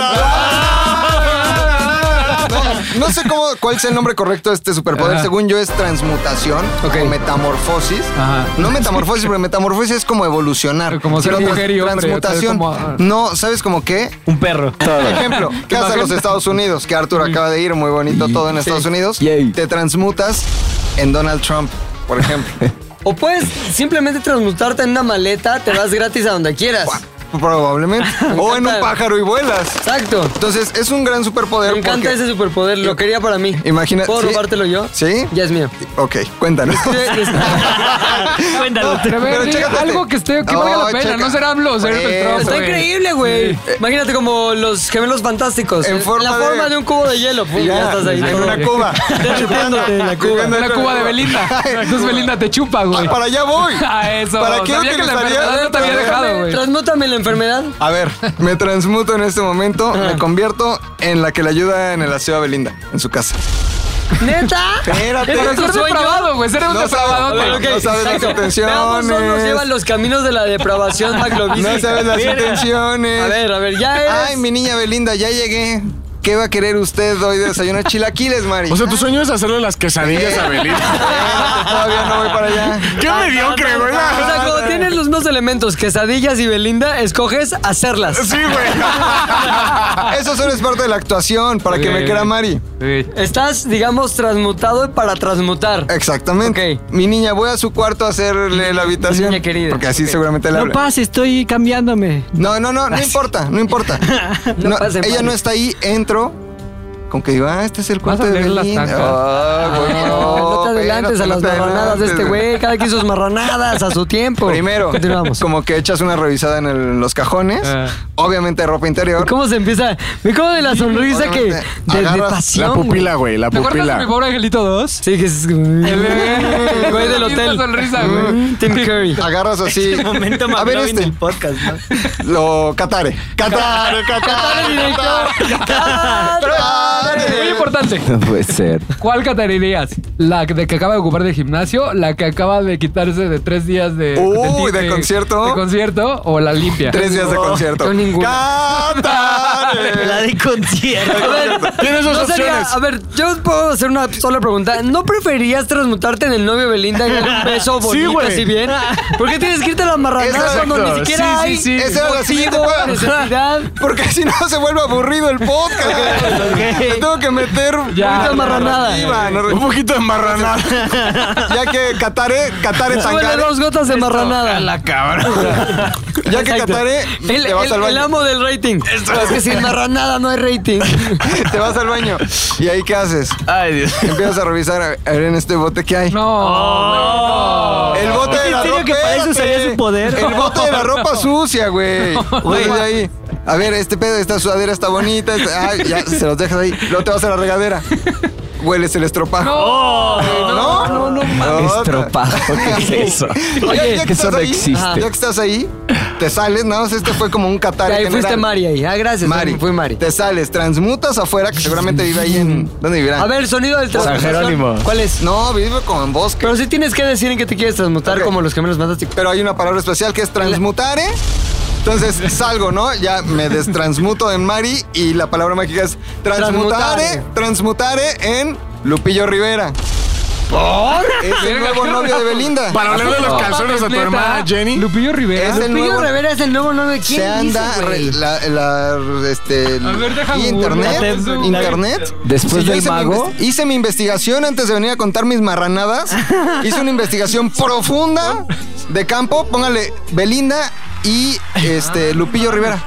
Speaker 7: No, no sé cómo, cuál es el nombre correcto de este superpoder.
Speaker 2: Ajá.
Speaker 7: Según yo es transmutación o metamorfosis.
Speaker 2: Ajá.
Speaker 7: No metamorfosis, pero metamorfosis es como evolucionar.
Speaker 2: Como ser
Speaker 7: Pero trans-
Speaker 2: mujer y hombre,
Speaker 7: Transmutación.
Speaker 2: o sea, como- ah.
Speaker 7: No, ¿sabes como qué?
Speaker 6: Un perro.
Speaker 7: Por ejemplo, que a los Estados Unidos, que Arthur acaba de ir, muy bonito todo en Estados Unidos.
Speaker 1: Yay.
Speaker 7: Te transmutas en Donald Trump, por ejemplo.
Speaker 4: O puedes simplemente transmutarte en una maleta, te vas gratis a donde quieras. [LAUGHS]
Speaker 7: Probablemente. O en un pájaro y vuelas.
Speaker 4: Exacto.
Speaker 7: Entonces, es un gran superpoder.
Speaker 4: Me encanta
Speaker 7: porque-
Speaker 4: ese superpoder, lo quería para mí.
Speaker 7: Imagina-
Speaker 4: ¿Puedo
Speaker 7: sí.
Speaker 4: robártelo yo?
Speaker 7: ¿Sí?
Speaker 4: Ya es mío.
Speaker 7: Ok, cuéntanos. [LAUGHS]
Speaker 6: Cuéntalo.
Speaker 2: Pero a ver, di
Speaker 7: chécate.
Speaker 2: algo que esté, que
Speaker 7: No,
Speaker 2: valga la pena,
Speaker 7: checa.
Speaker 2: no ser AMLO, ser
Speaker 7: Pues,
Speaker 2: Trump,
Speaker 4: Está
Speaker 2: güey.
Speaker 4: increíble, güey. Imagínate como los gemelos fantásticos.
Speaker 7: En forma
Speaker 4: la
Speaker 7: de-
Speaker 4: forma de... un cubo de hielo. Pum, ya, estás ahí.
Speaker 7: En
Speaker 4: todo. [LAUGHS]
Speaker 7: una cuba.
Speaker 4: Derritiéndote en la cuba.
Speaker 7: Viviendo
Speaker 2: Una
Speaker 7: dentro
Speaker 2: cuba de
Speaker 7: [LAUGHS]
Speaker 2: Belinda. Entonces Belinda te chupa, güey.
Speaker 7: Ah, Para allá voy.
Speaker 2: [LAUGHS] A eso.
Speaker 7: ¿Para qué
Speaker 2: Sabía que la
Speaker 7: utilizaría?
Speaker 2: enfermedad no te había dejado, güey.
Speaker 4: Transmútame la enfermedad.
Speaker 7: A ver, me transmuto en este momento, me convierto en la que le ayuda en el aseo a Belinda, en su casa.
Speaker 4: ¿Neta?
Speaker 7: Espérate.
Speaker 4: ¿Es
Speaker 2: Pero
Speaker 4: tu
Speaker 2: ser
Speaker 4: sueño?
Speaker 2: depravado, güey. Ser un
Speaker 7: No
Speaker 2: depravado.
Speaker 7: sabe-
Speaker 4: Ok,
Speaker 7: No sabes las
Speaker 4: exacto.
Speaker 7: intenciones.
Speaker 4: Veamos, solo nos lleva a los caminos de la depravación
Speaker 7: [LAUGHS]
Speaker 4: maglovística.
Speaker 7: No sabes las
Speaker 4: Mira.
Speaker 7: intenciones.
Speaker 4: A ver, a ver, ya eh, es.
Speaker 7: Ay, mi niña Belinda, ya llegué. ¿Qué va a querer usted hoy de desayuno? Chilaquiles, Mari.
Speaker 9: O sea, tu sueño es hacerle las quesadillas a Belinda.
Speaker 7: Espérate, [LAUGHS] Todavía no voy para allá.
Speaker 9: Qué mediocre, güey.
Speaker 4: O sea,
Speaker 7: Eh.
Speaker 4: cuando
Speaker 9: [LAUGHS]
Speaker 4: tienes los mismos elementos, quesadillas y Belinda, escoges hacerlas.
Speaker 9: Sí, güey.
Speaker 7: Eso solo es parte de la actuación, para que me
Speaker 2: Ok.
Speaker 7: quiera Mari.
Speaker 2: Sí.
Speaker 4: Estás, digamos, transmutado para transmutar.
Speaker 7: Eh, Exactamente.
Speaker 4: Ok.
Speaker 7: Mi niña, voy a su cuarto a hacerle la habitación.
Speaker 4: Niña querida.
Speaker 7: Porque así seguramente la
Speaker 6: No pase, estoy cambiándome.
Speaker 7: No, no, no, no importa, no importa.
Speaker 4: [LAUGHS] No
Speaker 7: No,
Speaker 4: pasa,
Speaker 7: ella
Speaker 4: Mari.
Speaker 7: no está ahí, entro. Con que digo, ah, este es el
Speaker 2: Vas a
Speaker 7: cuarto de
Speaker 2: leer las
Speaker 7: Belinda.
Speaker 2: tacas.
Speaker 7: Ah,
Speaker 4: No,
Speaker 7: bueno,
Speaker 4: no te adelantes
Speaker 7: espérate,
Speaker 4: a
Speaker 7: no
Speaker 4: las
Speaker 7: te
Speaker 4: marranadas de este
Speaker 7: adelantes.
Speaker 4: güey. Cada quien sus marranadas a su tiempo.
Speaker 7: Primero,
Speaker 4: Continuamos.
Speaker 7: como que echas una revisada en el- los cajones.
Speaker 2: Ah.
Speaker 7: Obviamente ropa interior.
Speaker 4: ¿Cómo se empieza? Me como de la sonrisa que.
Speaker 7: Obviamente,
Speaker 4: De, de
Speaker 7: agarras
Speaker 4: pasión.
Speaker 9: La pupila, güey, la
Speaker 2: ¿Te acuerdas de mi
Speaker 9: pupila.
Speaker 2: pobre angelito 2?
Speaker 4: Sí, que es. El güey del
Speaker 2: Esta
Speaker 4: hotel.
Speaker 2: sonrisa, güey.
Speaker 4: Tim
Speaker 7: [LAUGHS]
Speaker 4: Curry.
Speaker 7: Agarras
Speaker 4: [LAUGHS]
Speaker 7: así. a ver este,
Speaker 6: podcast, ¿no?
Speaker 7: lo Catare. Catare,
Speaker 4: Catare
Speaker 7: Catare.
Speaker 4: directo.
Speaker 7: Catare.
Speaker 2: Muy importante.
Speaker 1: No puede ser.
Speaker 2: ¿Cuál catarirías? ¿La de que acaba de ocupar de gimnasio? ¿La que acaba de quitarse de tres días de...
Speaker 7: Uy,
Speaker 2: ti-
Speaker 7: ¿de concierto?
Speaker 2: ¿De concierto? ¿O la limpia?
Speaker 7: Tres días de concierto.
Speaker 4: yo ninguna.
Speaker 7: Catare.
Speaker 6: de concierto.
Speaker 4: A ver,
Speaker 9: Tienes dos
Speaker 4: no sería-
Speaker 9: opciones.
Speaker 4: a ver, yo puedo hacer una sola pregunta. ¿No preferías transmutarte en el novio Belinda y darle un beso bonito
Speaker 9: güey.
Speaker 4: así bien? ¿Por qué tienes que irte a la marranada
Speaker 7: Exacto.
Speaker 4: cuando ni siquiera
Speaker 9: Sí, sí,
Speaker 4: hay
Speaker 9: sí.
Speaker 7: Esa era la siguiente
Speaker 4: motivo,
Speaker 7: pregunta.
Speaker 4: [LAUGHS] necesidad?
Speaker 7: Porque si no se vuelve aburrido el podcast. Me tengo que meter
Speaker 2: Ya.
Speaker 7: mucha narrativa,
Speaker 9: Un
Speaker 7: narra-
Speaker 9: poquito de marranada.
Speaker 7: Ya que Catare, Catare
Speaker 4: Súbele
Speaker 7: Tangare,
Speaker 4: dos gotas de marranada.
Speaker 7: ya que
Speaker 4: Exacto.
Speaker 7: Catare
Speaker 4: El,
Speaker 7: te vas
Speaker 4: el-
Speaker 7: al
Speaker 4: el
Speaker 7: baño.
Speaker 4: amo del rating. Es que sin marranada no hay rating.
Speaker 7: [LAUGHS] Te vas al baño. ¿Y ahí qué haces?
Speaker 5: Ay, Dios.
Speaker 7: Empiezas a revisar a ver en este bote qué hay.
Speaker 2: No.
Speaker 7: El bote de la
Speaker 6: serio
Speaker 7: ropa.
Speaker 6: que para
Speaker 7: espérate.
Speaker 6: eso usaría su poder?
Speaker 7: El bote de la ropa sucia, güey. Güey, de ahí. A ver, este pedo, esta sudadera está bonita. esta- ah, ya se los dejas ahí. Luego te vas a la regadera. hueles el estropajo.
Speaker 2: ¡No!
Speaker 7: No, no, no, mames.
Speaker 1: Estropajo, ¿qué es eso?
Speaker 7: Oye, ya que
Speaker 1: eso
Speaker 7: estás
Speaker 1: no
Speaker 7: ahí,
Speaker 1: existe.
Speaker 7: Ya que estás ahí, te sales, nada más este fue como un catar.
Speaker 4: Ahí
Speaker 7: general.
Speaker 4: fuiste Mari ahí. Ah, gracias.
Speaker 7: Mari,
Speaker 4: Fui Mari.
Speaker 7: Te sales, transmutas afuera, que seguramente vive ahí en. ¿Dónde vivirá?
Speaker 4: A ver, sonido del
Speaker 7: San
Speaker 4: transmutación.
Speaker 5: Jerónimo.
Speaker 4: ¿Cuál es?
Speaker 7: No, vive como en bosque.
Speaker 4: Pero si tienes que decir en qué te quieres transmutar
Speaker 7: Ok.
Speaker 4: como los gemelos mandaste.
Speaker 7: Pero hay una palabra especial que es transmutar, ¿eh? Entonces salgo, ¿no? Ya me destransmuto en Mari y la palabra mágica es transmutare, transmutare ¿eh? en Lupillo Rivera. Es el nuevo novio de Belinda.
Speaker 9: Para hablar de los calzones a tu
Speaker 2: ¿Neta?
Speaker 9: hermana Jenny.
Speaker 2: Lupillo Rivera.
Speaker 7: Es el
Speaker 4: Lupillo
Speaker 7: nuevo-
Speaker 4: Rivera es el nuevo nombre de quién
Speaker 7: Se anda
Speaker 4: dices, güey?
Speaker 7: re- la, la- este
Speaker 2: A ver, deja
Speaker 7: internet,
Speaker 2: googlear.
Speaker 7: internet.
Speaker 1: Después
Speaker 7: yo
Speaker 1: del
Speaker 7: hice mi
Speaker 1: mago.
Speaker 7: investi- hice mi investigación antes de venir a contar
Speaker 1: [LAUGHS]
Speaker 7: mis marranadas. hice una investigación profunda de campo. Póngale Belinda y
Speaker 2: Ah.
Speaker 7: este Lupillo Rivera.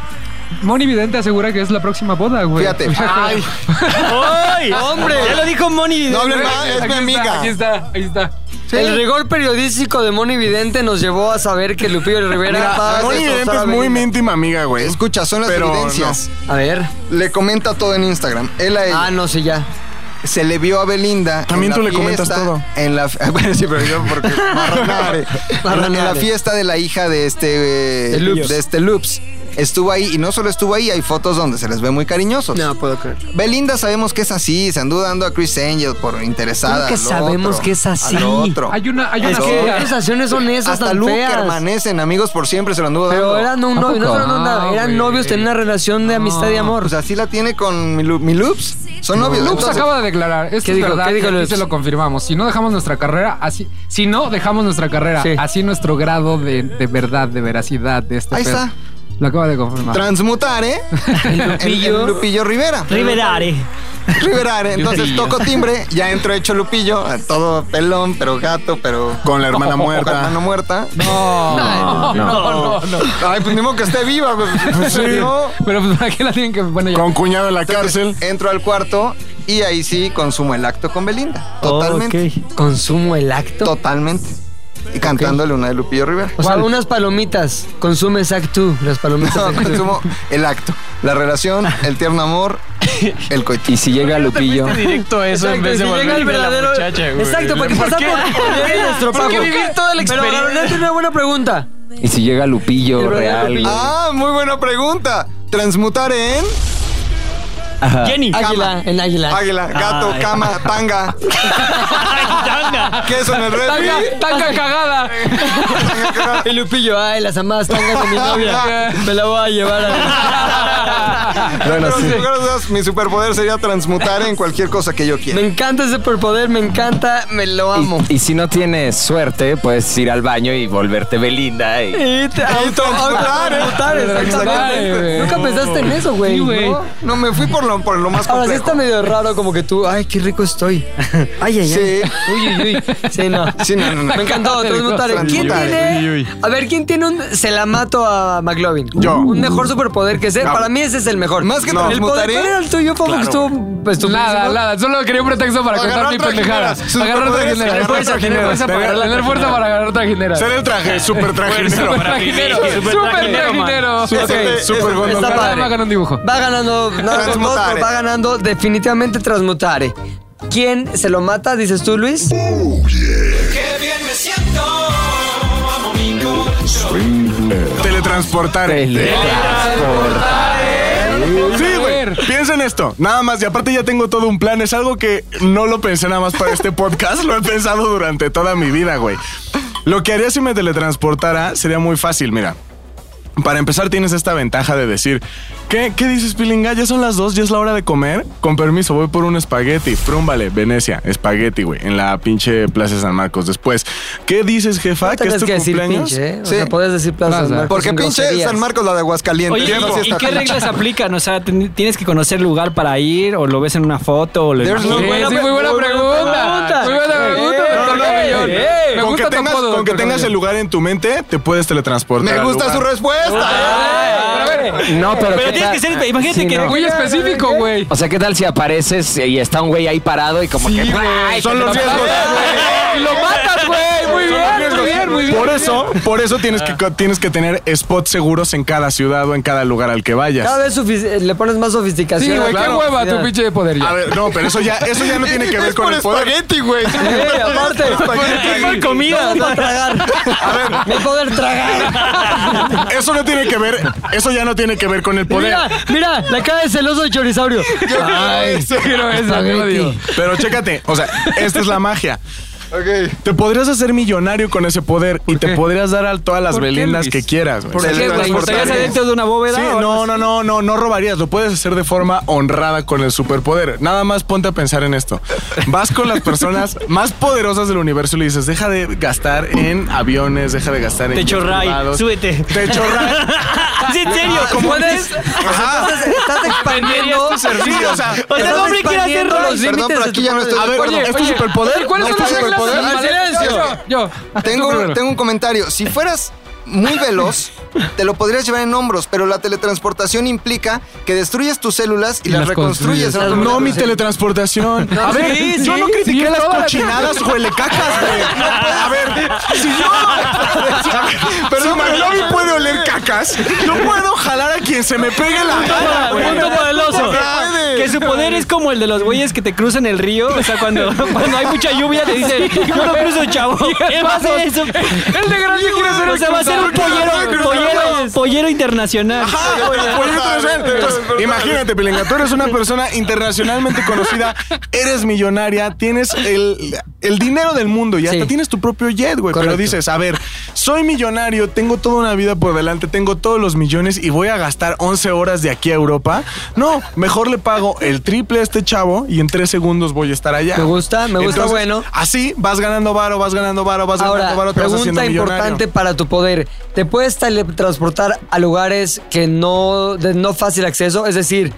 Speaker 2: Moni Vidente asegura que es la próxima boda, güey. [LAUGHS]
Speaker 7: Fíjate.
Speaker 2: O sea,
Speaker 5: ¡Ay!
Speaker 4: Ah,
Speaker 5: ¡Hombre! Ya lo dijo Moni.
Speaker 7: No hablen más, es
Speaker 2: aquí
Speaker 7: mi
Speaker 2: está,
Speaker 7: amiga.
Speaker 2: Aquí está, ahí está.
Speaker 4: El rigor periodístico de Moni Vidente nos llevó a saber que Lupillo Rivera va a
Speaker 7: Moni
Speaker 4: destrozar
Speaker 7: Vidente
Speaker 4: a
Speaker 2: pues,
Speaker 7: es
Speaker 9: Es muy
Speaker 4: Belinda.
Speaker 9: mi íntima amiga, güey.
Speaker 7: Escucha, son las
Speaker 9: Pero
Speaker 7: evidencias.
Speaker 4: A ver.
Speaker 7: Le comenta todo en Instagram. Él a ella.
Speaker 4: Ah, no, sí, ya.
Speaker 7: Se le vio a Belinda.
Speaker 9: También
Speaker 7: en
Speaker 9: tú
Speaker 7: la
Speaker 9: le comentas
Speaker 7: fiesta,
Speaker 9: todo.
Speaker 7: En la, [LAUGHS] bueno, sí, pero yo
Speaker 9: [LAUGHS]
Speaker 7: porque marranare. en la
Speaker 4: Marranare.
Speaker 7: fiesta de la hija de este eh,
Speaker 4: De Loops.
Speaker 7: de este Loops. Estuvo ahí y no solo estuvo ahí, hay fotos donde se les ve muy cariñosos.
Speaker 4: No puedo creer.
Speaker 7: Belinda sabemos que es así, se anduvo dando a Chris Angel por
Speaker 4: ¿Cómo
Speaker 7: interesada.
Speaker 4: que
Speaker 7: al
Speaker 4: sabemos
Speaker 7: otro,
Speaker 4: que es así?
Speaker 7: al otro.
Speaker 2: Hay una, hay una
Speaker 4: Es que
Speaker 2: boda.
Speaker 4: acusaciones son esas
Speaker 7: Hasta
Speaker 4: tan
Speaker 7: Luke
Speaker 4: feas?
Speaker 7: permanecen amigos por siempre, se lo anduvo dando.
Speaker 4: Pero eran un
Speaker 1: ¿A
Speaker 4: novio, no
Speaker 1: poco?
Speaker 4: eran nada,
Speaker 2: Ah,
Speaker 4: eran
Speaker 2: güey.
Speaker 4: novios, tenían una relación de amistad y amor.
Speaker 7: O sea, así la tiene con mi, Lu- mi Loops. Son novios.
Speaker 2: Lux
Speaker 7: entonces-
Speaker 2: acaba de declarar. Esto
Speaker 4: ¿Qué
Speaker 2: es
Speaker 4: dijo?
Speaker 2: verdad.
Speaker 4: ¿Qué dijo
Speaker 2: y aquí
Speaker 4: Lux?
Speaker 2: se lo confirmamos. Si no dejamos nuestra carrera, así. Si no dejamos nuestra carrera,
Speaker 4: Sí.
Speaker 2: así nuestro grado de, de verdad, de veracidad de este
Speaker 7: Ahí
Speaker 2: pedo.
Speaker 7: está.
Speaker 2: Lo acaba de confirmar.
Speaker 4: [LAUGHS]
Speaker 7: Transmutar, ¿eh? El Lupillo. Lupillo Rivera.
Speaker 8: Riverare.
Speaker 4: [LAUGHS]
Speaker 7: Rivera, ¿eh? entonces toco timbre, ya entro hecho Lupillo, todo pelón, pero gato, pero.
Speaker 9: Con
Speaker 7: [LAUGHS]
Speaker 9: la hermana
Speaker 7: Con la
Speaker 9: muerta.
Speaker 7: mano muerta.
Speaker 2: no, no, no, no.
Speaker 7: Ay, pues ni modo que esté viva.
Speaker 9: [LAUGHS]
Speaker 7: pues, ¿no?
Speaker 2: Pero pues para qué la tienen que. Bueno, ya.
Speaker 9: Con cuñado en la cárcel.
Speaker 7: Entro al cuarto y ahí sí consumo el acto con Belinda. Totalmente.
Speaker 4: Consumo el acto.
Speaker 7: Totalmente. Y cantándole una de Lupillo Rivera.
Speaker 4: o sea, unas palomitas. Consume Actu, las
Speaker 5: [LAUGHS]
Speaker 4: palomitas.
Speaker 7: [LAUGHS] No,
Speaker 4: Actu.
Speaker 7: consumo el acto, la relación, el tierno amor,
Speaker 4: [LAUGHS]
Speaker 7: el coito.
Speaker 1: Y si llega Lupillo.
Speaker 5: Directo a eso en
Speaker 4: Exacto,
Speaker 5: vez de
Speaker 4: y si
Speaker 5: volver
Speaker 4: llega el verdadero-
Speaker 5: la muchacha, güey.
Speaker 4: Exacto, para que
Speaker 5: ¿Por
Speaker 4: pasar
Speaker 5: qué?
Speaker 4: por por el estropajo.
Speaker 5: ¿Por qué vivir toda la
Speaker 4: Pero
Speaker 5: experiencia?
Speaker 4: Gabriel tiene una buena pregunta.
Speaker 1: Y si llega Lupillo real. güey.
Speaker 7: Ah, muy buena pregunta. Transmutar en
Speaker 1: Ajá.
Speaker 8: Jenny.
Speaker 4: Águila, en águila.
Speaker 7: águila, gato,
Speaker 8: Ay.
Speaker 7: cama,
Speaker 4: [LAUGHS]
Speaker 7: tanga. Queso en el refri.
Speaker 2: Tanga, tanga cagada.
Speaker 4: Y Lupillo, ay, las amadas tangas de mi novia. Me la voy a llevar a
Speaker 7: Pero si fueras dos, mi superpoder sería transmutar en cualquier cosa que yo
Speaker 4: Me
Speaker 7: quiera.
Speaker 4: encanta ese superpoder, me encanta, me lo amo.
Speaker 1: Y, y si no tienes suerte, puedes ir al baño y volverte Belinda. y-
Speaker 4: Y te- auto,
Speaker 7: transmutar, ¿eh?
Speaker 4: autotransmutar,
Speaker 7: Transmutar,
Speaker 4: exactamente.
Speaker 2: güey.
Speaker 4: Nunca pensaste en eso, güey.
Speaker 2: Sí, güey.
Speaker 4: ¿no?
Speaker 7: No, me fui por lo, por lo más
Speaker 4: Ahora sí
Speaker 7: complejo.
Speaker 4: está medio raro, como que tú, ay, qué rico estoy. [LAUGHS] Ay, ay, ay.
Speaker 7: Sí,
Speaker 4: Uy, uy, uy. Sí, no.
Speaker 7: sí, no, no, no.
Speaker 4: Me encantó, transmutar. ¿Quién
Speaker 7: Transmutar.
Speaker 4: tiene? A ver, ¿quién tiene un se la mato a McLovin?
Speaker 9: Yo.
Speaker 4: Un mejor superpoder que ese. Para mí ese es el mejor.
Speaker 7: Más que
Speaker 4: El
Speaker 7: transmutar,
Speaker 4: poder ¿cuál
Speaker 7: ¿eh?
Speaker 4: era el tuyo, Fofo, que estuvo estupendísimo?
Speaker 2: Nada, nada. Solo quería un pretexto para contar mi pendejada.
Speaker 9: trajineras. Sus
Speaker 2: Agarrar
Speaker 9: poderes,
Speaker 2: trajineras.
Speaker 9: agarrar
Speaker 2: Fuerza, Tener
Speaker 9: trajineras.
Speaker 2: fuerza para tener fuerza para agarrar trajineras.
Speaker 9: Ser el traje, [LAUGHS] súper trajinero.
Speaker 3: [LAUGHS]
Speaker 2: Super trajinero. Super trajinero.
Speaker 9: Super- super
Speaker 7: Está
Speaker 2: Ojalá
Speaker 4: padre.
Speaker 2: me hagan un dibujo.
Speaker 4: Va ganando, no,
Speaker 7: Transmutare.
Speaker 4: va ganando definitivamente Transmutare. ¿Quién se lo mata, dices tú, Luis?
Speaker 9: Teletransportar. Sí, güey. Piensa en esto. Nada más. Y aparte ya tengo todo un plan. Es algo que no lo pensé nada más para
Speaker 4: [LAUGHS]
Speaker 9: este podcast. Lo he pensado durante toda mi vida, güey. Lo que haría si me teletransportara sería muy fácil, mira. Para empezar tienes esta ventaja de decir, ¿qué, qué dices, Pilinga? Ya son las dos, ya es la hora de comer. Con permiso, voy por un espagueti. Prúmbale, Venecia, espagueti, güey, en la pinche Plaza de San Marcos. Después, ¿qué dices, jefa?
Speaker 4: No
Speaker 9: ¿Que es
Speaker 4: tengas
Speaker 9: tu
Speaker 4: que decir
Speaker 9: cumpleaños?
Speaker 4: pinche, ¿eh? O
Speaker 7: Sí.
Speaker 4: sea, puedes decir Plaza
Speaker 2: Plaza.
Speaker 4: San Marcos
Speaker 7: Porque
Speaker 4: sin
Speaker 7: pinche
Speaker 4: groserías.
Speaker 7: San Marcos la de Aguascalientes.
Speaker 8: Oye,
Speaker 7: Eso sí
Speaker 8: ¿y, y
Speaker 7: está
Speaker 8: qué
Speaker 7: culero.
Speaker 8: reglas aplican? O sea, ten- ¿tienes que conocer el lugar para ir o lo ves en una foto o lo
Speaker 7: There's no
Speaker 2: Sí,
Speaker 7: buena
Speaker 2: sí, muy buena
Speaker 7: pre- Ah,
Speaker 2: pregunta. Muy buena pregunta, doctor Camellón. Me
Speaker 9: Con que
Speaker 2: gusta tu
Speaker 9: tengas,
Speaker 2: apodo,
Speaker 9: con que
Speaker 2: doctor
Speaker 9: tengas el
Speaker 2: Camellón.
Speaker 9: lugar en tu mente, te puedes teletransportar.
Speaker 7: Me
Speaker 9: al
Speaker 7: gusta
Speaker 9: lugar.
Speaker 7: su respuesta.
Speaker 2: Pero a ver,
Speaker 1: Ah, No, pero.
Speaker 8: Pero
Speaker 1: ¿qué
Speaker 8: tienes
Speaker 1: tal?
Speaker 8: que ser, imagínate
Speaker 1: Sí,
Speaker 8: que
Speaker 1: no.
Speaker 2: muy específico, güey.
Speaker 1: O sea, ¿qué tal si apareces y está un güey ahí parado y como que. ¡Ay,
Speaker 9: Son los
Speaker 1: que no-
Speaker 9: riesgos.
Speaker 2: Lo matas, güey. Muy bien, muy bien, muy bien.
Speaker 9: Por eso, por eso tienes que, tienes que tener spots seguros en cada ciudad o en cada lugar al que vayas.
Speaker 4: Cada vez sofici- le pones más sofisticación.
Speaker 2: Sí, güey,
Speaker 9: claro.
Speaker 2: qué hueva tu pinche de poder
Speaker 9: A
Speaker 2: ya.
Speaker 9: ver, no, pero eso ya, eso ya no tiene que ver con el poder.
Speaker 7: espagueti, güey.
Speaker 6: [LAUGHS]
Speaker 4: Eh, aparte,
Speaker 8: comida.
Speaker 4: para tragar. A
Speaker 6: [LAUGHS]
Speaker 4: ver, mi poder tragar.
Speaker 9: Eso no tiene que ver, eso ya no tiene que ver con el poder.
Speaker 6: Mira, mira, la cara de celoso de chorizaurio.
Speaker 2: Ay, quiero eso, te lo digo.
Speaker 9: Pero chécate, o sea, esta es la magia.
Speaker 7: Ok.
Speaker 9: Te podrías hacer millonario con ese poder y te podrías dar a todas las
Speaker 2: ¿Por qué,
Speaker 9: belindas
Speaker 2: Luis?
Speaker 9: que quieras. güey.
Speaker 7: Se le transportaría.
Speaker 8: ¿Estarías adentro de una bóveda?
Speaker 9: Sí,
Speaker 8: o-
Speaker 9: no, no, no, no, no robarías. Lo puedes hacer de forma honrada con el superpoder. Nada más ponte a pensar en esto. Vas con las personas más poderosas del universo y le dices, deja de gastar en aviones, deja de gastar en...
Speaker 8: Techo
Speaker 9: jets
Speaker 8: Ray,
Speaker 9: privados".
Speaker 8: súbete.
Speaker 9: Techo Ray.
Speaker 8: ¿Sí, en serio? ¿Cómo eres?
Speaker 4: Estás, estás expandiendo.
Speaker 9: Sí, o sea,
Speaker 8: O sea, el hombre quiere hacer
Speaker 4: expandiendo
Speaker 8: Ray.
Speaker 4: los
Speaker 7: Perdón,
Speaker 4: límites
Speaker 7: pero
Speaker 4: de
Speaker 7: aquí
Speaker 4: tu
Speaker 7: ya no estoy
Speaker 9: a
Speaker 7: de
Speaker 9: ver,
Speaker 7: acuerdo.
Speaker 9: ¿es tu superpoder?
Speaker 2: ¿Cuáles
Speaker 7: No,
Speaker 2: son las reglas?
Speaker 7: este superpoder.
Speaker 2: Ah, Silencio. Yo.
Speaker 9: Ah,
Speaker 7: Tengo, tengo un comentario. Si fueras muy
Speaker 9: [LAUGHS]
Speaker 7: veloz, te lo podrías llevar en hombros, pero la teletransportación implica que destruyes tus células y, las,
Speaker 2: las
Speaker 7: reconstruyes.
Speaker 2: construyes.
Speaker 9: No, mi teletransportación. A ver,
Speaker 2: sí,
Speaker 9: yo no
Speaker 2: sí,
Speaker 9: critiqué
Speaker 2: sí,
Speaker 9: las
Speaker 2: toda la-
Speaker 9: cochinadas o el cacas, güey. A ver, si
Speaker 2: [LAUGHS]
Speaker 9: yo. Pero si McLovin puede oler cacas, yo puedo jalar a quien se me pegue la gana, güey.
Speaker 8: Punto para el oso.
Speaker 9: puede.
Speaker 8: Que su poder es como el de los güeyes que te cruzan el río. O sea, cuando, [LAUGHS] cuando hay mucha lluvia te dicen, yo no cruzo, chavo. Él va a hacer eso.
Speaker 2: El de grande quiere ser
Speaker 8: O sea, va a ser un pollero, pollero, pollero internacional.
Speaker 9: Ah, güey, pues, entonces, entonces, Imagínate, Pilinga, tú eres una persona internacionalmente conocida, eres millonaria, tienes el, el dinero del mundo y hasta
Speaker 4: Sí.
Speaker 9: tienes tu propio jet, güey. Pero
Speaker 4: Correcto.
Speaker 9: dices, a ver, soy millonario, tengo toda una vida por delante, tengo todos los millones y voy a gastar 11 horas de aquí a Europa. No, mejor le pago el triple a este chavo y en tres segundos voy a estar allá.
Speaker 4: Me gusta, me gusta,
Speaker 9: Entonces,
Speaker 4: bueno.
Speaker 9: Así vas ganando varo, vas ganando varo, vas
Speaker 4: Ahora,
Speaker 9: ganando varo, te vas haciendo
Speaker 4: pregunta
Speaker 9: millonario.
Speaker 4: importante para tu poder. ¿Te puedes teletransportar a lugares que no, de no fácil acceso? Es decir,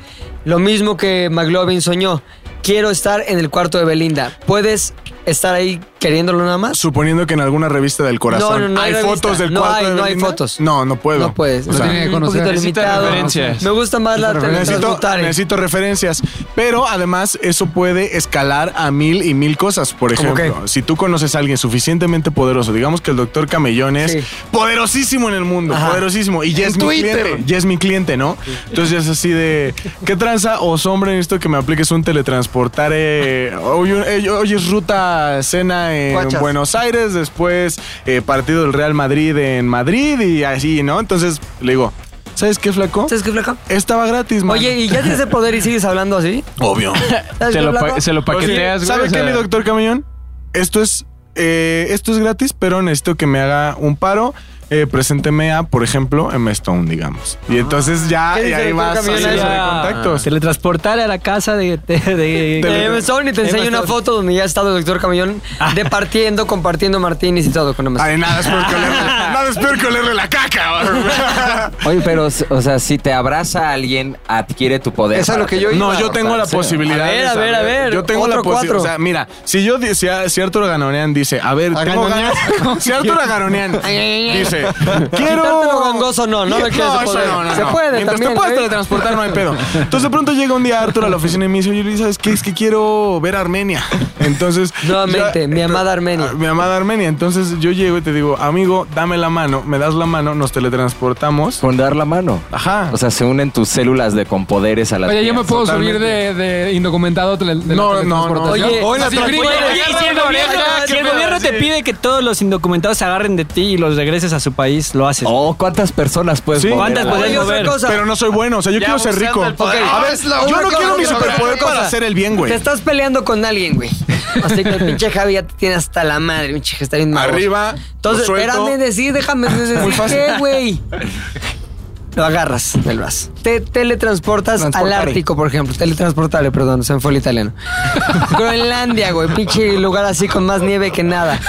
Speaker 4: lo mismo que McLovin soñó. Quiero estar en el cuarto de Belinda. ¿Puedes estar ahí queriéndolo nada más?
Speaker 9: Suponiendo que en alguna revista del corazón
Speaker 4: No, no, no hay
Speaker 9: hay,
Speaker 4: revista.
Speaker 9: fotos del
Speaker 4: No
Speaker 9: cuarto
Speaker 4: hay,
Speaker 9: de
Speaker 4: no hay
Speaker 9: Belinda.
Speaker 4: fotos.
Speaker 9: No, no puedo.
Speaker 4: No puedes.
Speaker 9: O sea,
Speaker 2: tiene que
Speaker 4: un poquito
Speaker 2: conocer.
Speaker 5: [LAUGHS] Necesita
Speaker 4: limitado.
Speaker 5: referencias.
Speaker 4: Me gusta más la
Speaker 9: necesito,
Speaker 4: teletransportar. eh.
Speaker 9: necesito referencias. Pero además, eso puede escalar a mil y mil cosas. Por ejemplo, si tú conoces a alguien suficientemente poderoso, digamos que el doctor Camellón es
Speaker 4: Sí.
Speaker 9: poderosísimo en el mundo, poderosísimo. Y ya es mi cliente. Ya es mi cliente, ¿no? Entonces ya es así de. ¿Qué tranza o hombre necesito que me apliques un teletransportar? eh, hoy, eh, hoy es ruta cena en
Speaker 7: Guachas.
Speaker 9: Buenos Aires, después eh, partido del Real Madrid en Madrid y así, ¿no? Entonces le digo. ¿Sabes qué, flaco?
Speaker 4: ¿Sabes qué, flaca?
Speaker 9: Estaba gratis, man.
Speaker 4: Oye, ¿y ya tienes ese poder y sigues hablando así? [LAUGHS]
Speaker 9: Obvio.
Speaker 4: ¿Sabes
Speaker 5: Te
Speaker 4: qué,
Speaker 5: lo
Speaker 4: flaco?
Speaker 5: pa- se lo paqueteas, güey.
Speaker 9: ¿Sabe
Speaker 5: o
Speaker 9: qué,
Speaker 5: sea,
Speaker 9: mi doctor Camión? Esto es, eh, esto es gratis, pero necesito que me haga un paro. Eh, presénteme a, por ejemplo, M. Stone, digamos. Y entonces ya
Speaker 4: Ah. ¿Qué
Speaker 9: y
Speaker 4: dice
Speaker 9: ahí
Speaker 4: el
Speaker 9: vas
Speaker 4: doctor
Speaker 9: haciendo
Speaker 4: Camión?
Speaker 9: de contactos.
Speaker 8: Teletransportar a la casa de... de- de-
Speaker 4: Eh, me Stone y te enseño una foto donde ya ha estado el doctor Camellón
Speaker 5: Ah.
Speaker 4: departiendo, compartiendo martinis y todo con Amazon.
Speaker 9: Ay, nada es peor
Speaker 4: [LAUGHS]
Speaker 9: que olerle, nada es peor que olerle la caca. [LAUGHS]
Speaker 1: Oye, pero, o sea, si te abraza alguien, adquiere tu poder.
Speaker 7: Eso es lo que yo iba.
Speaker 9: No, yo tengo la posibilidad.
Speaker 4: A ver,
Speaker 9: de
Speaker 4: a ver,
Speaker 9: saber.
Speaker 4: a ver,
Speaker 9: Yo tengo la
Speaker 4: otro
Speaker 9: posibilidad.
Speaker 4: cuatro.
Speaker 9: O sea, mira, si yo di- si, a- si Arturo Ganonean dice, a ver, tengo ganas. [LAUGHS] Si Arturo Ganonean
Speaker 4: [LAUGHS]
Speaker 9: dice,
Speaker 4: Quitártelo
Speaker 9: quiero.
Speaker 4: gangoso no, no le quieres
Speaker 9: eso
Speaker 4: poder.
Speaker 9: no, no,
Speaker 4: Se
Speaker 9: no.
Speaker 4: puede
Speaker 9: Mientras
Speaker 4: también,
Speaker 9: te puedas
Speaker 4: ¿eh?
Speaker 9: teletransportar, no hay pedo. Entonces de pronto llega un día Arturo a la oficina y me dice, oye Luis, ¿sabes qué? Es que quiero ver Armenia. Entonces.
Speaker 4: Nuevamente, mi
Speaker 9: entonces-
Speaker 4: amada Armenia.
Speaker 9: Ah, Mi amada Armenia. Entonces yo llego y te digo, amigo, dame la mano, me das la mano, nos teletransportamos.
Speaker 1: Con dar la mano.
Speaker 9: Ajá.
Speaker 1: O sea, se unen tus células de con poderes a la
Speaker 2: Oye, yo me puedo subir de,
Speaker 9: Totalmente.
Speaker 2: de indocumentado de la- de la
Speaker 9: No, no, no.
Speaker 2: teletransportación?
Speaker 4: Oye,
Speaker 2: Así,
Speaker 4: hola,
Speaker 2: gringo,
Speaker 4: tranquilo.
Speaker 2: oye,
Speaker 8: Oye, y
Speaker 2: [LAUGHS]
Speaker 8: si el
Speaker 2: oye,
Speaker 8: gobierno,
Speaker 2: oye,
Speaker 8: si el
Speaker 2: oye,
Speaker 8: gobierno te pide que todos los indocumentados se agarren de ti y los regreses a su país, lo haces.
Speaker 1: Oh, ¿cuántas personas puedes
Speaker 9: Sí.
Speaker 1: mover?
Speaker 8: ¿Cuántas
Speaker 1: Ah,
Speaker 8: puedes
Speaker 4: Oye, otra
Speaker 8: mover?
Speaker 4: cosa.
Speaker 9: Pero no soy bueno, o sea, yo quiero ser rico. A ver, yo no quiero mi superpoder para hacer el bien,
Speaker 4: Te
Speaker 9: güey.
Speaker 4: estás peleando con alguien, güey. Así que el pinche Javi ya te tiene hasta la madre, pinche Javi está bien magoso.
Speaker 9: Arriba,
Speaker 4: Entonces,
Speaker 9: lo suelto.
Speaker 4: espérame decir, déjame
Speaker 9: [LAUGHS]
Speaker 4: decir qué, güey. Lo agarras del brazo. Te teletransportas al
Speaker 7: Transportare.
Speaker 4: Ártico, por ejemplo. Teletransportable, perdón, se me fue el
Speaker 9: [LAUGHS]
Speaker 4: italiano. Groenlandia, güey. Pinche lugar así con más nieve que nada.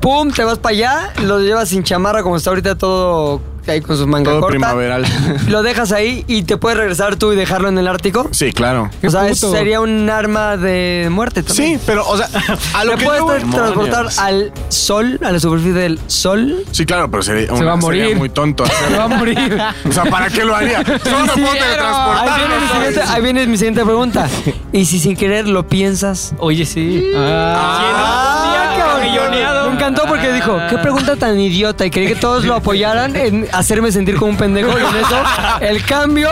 Speaker 4: Pum, te vas para allá, lo llevas sin chamarra como está ahorita todo ahí con sus mangas
Speaker 9: Todo primaveral.
Speaker 4: [LAUGHS] Lo dejas ahí y te puedes regresar tú y dejarlo en el Ártico.
Speaker 9: Sí, claro.
Speaker 4: O sea, eso
Speaker 2: puto.
Speaker 4: sería un arma de muerte
Speaker 9: Sí,
Speaker 4: también.
Speaker 9: pero, o sea, a lo
Speaker 4: Te
Speaker 9: que
Speaker 4: puedes
Speaker 9: yo voy-
Speaker 4: transportar al sol, a la superficie del sol.
Speaker 9: Sí, claro, pero sería,
Speaker 2: Se va a
Speaker 9: una-
Speaker 2: morir.
Speaker 9: sería muy tonto
Speaker 2: Se va a
Speaker 9: hacerlo.
Speaker 2: morir.
Speaker 9: [LAUGHS] O sea, ¿para qué
Speaker 2: [LAUGHS]
Speaker 9: lo haría? Solo me puedo
Speaker 4: Ahí
Speaker 9: teletransportar.
Speaker 4: viene, mi
Speaker 9: ¿no sabes?
Speaker 4: siguiente, ahí viene mi siguiente pregunta. ¿Y si sin querer lo piensas?
Speaker 8: Oye, sí.
Speaker 2: Ah,
Speaker 8: Ah,
Speaker 4: qué encantó porque dijo, qué pregunta tan idiota. Y quería que todos lo apoyaran en hacerme sentir como un pendejo. Y en eso, el cambio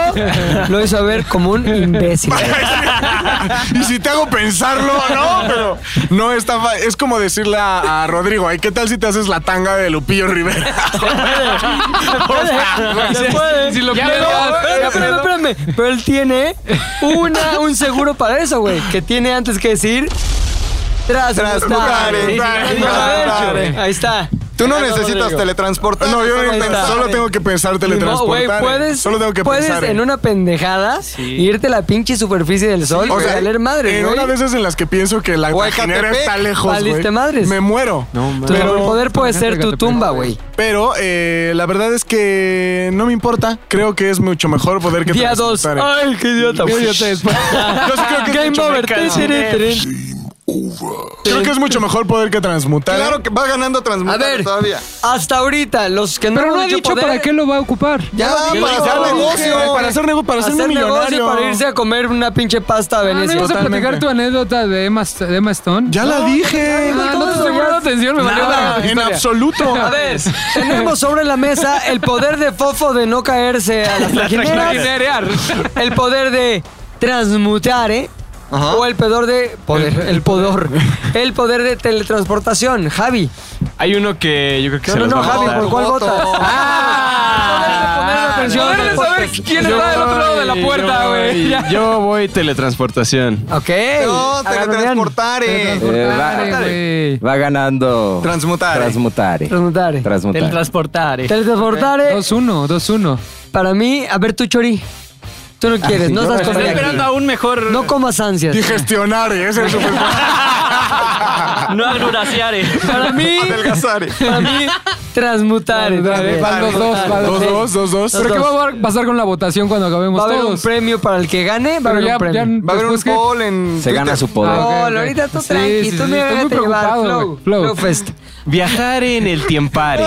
Speaker 4: lo hizo a ver como un imbécil.
Speaker 9: [LAUGHS] y si te hago pensarlo, no, pero no está fa- Es como decirle a, a Rodrigo, "Ay, ¿qué tal si te haces la tanga de Lupillo Rivera?
Speaker 2: Si- Si lo
Speaker 4: Ya,
Speaker 2: piensas,
Speaker 4: pero,
Speaker 2: ya,
Speaker 4: pero,
Speaker 2: pero-
Speaker 4: espérame, pero él tiene una, un seguro para eso, güey. Que tiene antes que decir. Tras,
Speaker 7: Tras-
Speaker 4: mutar".
Speaker 7: mutare,
Speaker 4: Sí, sí,
Speaker 9: tras-
Speaker 4: sí, lo ha
Speaker 7: mutare.
Speaker 4: hecho. Ahí está.
Speaker 7: Tú no
Speaker 4: Ya,
Speaker 7: necesitas
Speaker 4: Rodrigo.
Speaker 7: teletransportar.
Speaker 9: No, yo no
Speaker 7: solo
Speaker 9: intento,
Speaker 7: pensar.
Speaker 9: solo tengo que pensar
Speaker 4: No, güey,
Speaker 9: teletransportar.
Speaker 4: puedes,
Speaker 9: solo tengo que
Speaker 4: puedes
Speaker 9: pensar.
Speaker 4: en una pendejada irte a la pinche superficie del sol
Speaker 9: O
Speaker 4: y
Speaker 9: sea,
Speaker 4: valer madre,
Speaker 9: en
Speaker 4: güey.
Speaker 9: una de esas en las que pienso que la imaginera
Speaker 7: Huecatepec,
Speaker 9: está lejos,
Speaker 4: valiste
Speaker 9: güey,
Speaker 4: madres.
Speaker 9: Me muero.
Speaker 4: Tu
Speaker 9: pero,
Speaker 4: superpoder puede ser tu
Speaker 2: Fíjate,
Speaker 4: tumba, güey.
Speaker 9: pero eh, la verdad es que no me importa. Creo que es mucho mejor poder que
Speaker 4: Día 2.
Speaker 9: transportar.
Speaker 4: Ay, qué idiota, güey.
Speaker 9: Yo sí creo que es
Speaker 4: Game
Speaker 9: mucho
Speaker 4: over.
Speaker 9: mejor- Creo que es mucho mejor poder que transmutar.
Speaker 7: Claro que va ganando transmutar
Speaker 4: A ver.
Speaker 7: todavía.
Speaker 4: Hasta ahorita, los que no
Speaker 2: Pero no
Speaker 4: hemos
Speaker 2: ha
Speaker 4: hecho
Speaker 2: dicho
Speaker 4: poder,
Speaker 2: para qué lo va a ocupar.
Speaker 7: Ya, para hacer negocio.
Speaker 9: Para hacer negocio, para ser
Speaker 4: hacer
Speaker 9: un
Speaker 4: negocio
Speaker 9: millonario.
Speaker 4: para irse a comer una pinche pasta a
Speaker 2: Ah, ¿No
Speaker 4: Venecia.
Speaker 2: ibas a platicar tu anécdota de Emma, de Emma Stone?
Speaker 9: Ya la dije.
Speaker 2: Ah, no te
Speaker 4: todo,
Speaker 2: estoy poniendo atención, me valió la
Speaker 9: Nada, en
Speaker 2: historia.
Speaker 9: absoluto.
Speaker 4: A ver, tenemos sobre la mesa el poder de Fofo de no caerse a las trajineras,
Speaker 2: Trajinerear.
Speaker 4: el poder de transmutar, ¿eh? O el poder de poder, el poder, el poder de teletransportación, Javi.
Speaker 5: Hay uno que yo creo que
Speaker 4: No,
Speaker 5: se
Speaker 4: no,
Speaker 5: los
Speaker 4: no,
Speaker 5: va a
Speaker 4: Javi,
Speaker 5: quitar.
Speaker 4: ¿por cuál votas? Ah, poner la
Speaker 2: Poderle
Speaker 4: versión
Speaker 2: saber
Speaker 4: del podcast.
Speaker 2: quién está del otro lado de la puerta,
Speaker 5: Yo
Speaker 2: güey.
Speaker 4: [LAUGHS]
Speaker 5: voy-
Speaker 2: Ya.
Speaker 5: Yo voy teletransportación.
Speaker 4: [LAUGHS] Ok.
Speaker 7: No, teletransportar.
Speaker 1: Eh, va,
Speaker 4: Eh.
Speaker 2: Güey.
Speaker 1: va ganando.
Speaker 7: Transmutar.
Speaker 1: Transmutare.
Speaker 4: Transmutar.
Speaker 1: Transmutar.
Speaker 8: Teletransportar. eh.
Speaker 4: Teletransportar eh,
Speaker 2: 2-1, 2-1.
Speaker 4: para mí, a ver tú Chori. Tú no quieres, no estás con
Speaker 8: Estoy esperando a un mejor.
Speaker 4: No comas ansias.
Speaker 9: Digestionar, ¿eh? ese es su
Speaker 8: [LAUGHS] No agruraciar. eh.
Speaker 4: Para
Speaker 8: [LAUGHS]
Speaker 4: mí,
Speaker 7: Adelgazar.
Speaker 4: para mí transmutar. eh, también.
Speaker 2: Van 2-2, va 2-2.
Speaker 9: 2-2, 2-2.
Speaker 2: ¿Pero qué va a pasar con la votación cuando acabemos
Speaker 4: Va a haber un
Speaker 2: todos?
Speaker 4: premio para el que gane, va
Speaker 2: Pero
Speaker 4: a haber
Speaker 2: ya,
Speaker 4: un premio.
Speaker 2: ya
Speaker 7: Va a haber un
Speaker 2: después que-
Speaker 7: poll en
Speaker 1: Se gana su poder.
Speaker 2: Ah, ok,
Speaker 4: No,
Speaker 2: ok.
Speaker 4: ahorita Oh, tú
Speaker 2: Sí,
Speaker 4: tranqui,
Speaker 2: sí,
Speaker 4: tú
Speaker 2: sí, estoy muy
Speaker 4: me vas a llevar
Speaker 2: preocupado,
Speaker 4: flow,
Speaker 2: güey. Flow.
Speaker 4: flow fest.
Speaker 5: Viajar en el
Speaker 4: [LAUGHS]
Speaker 5: tiempare.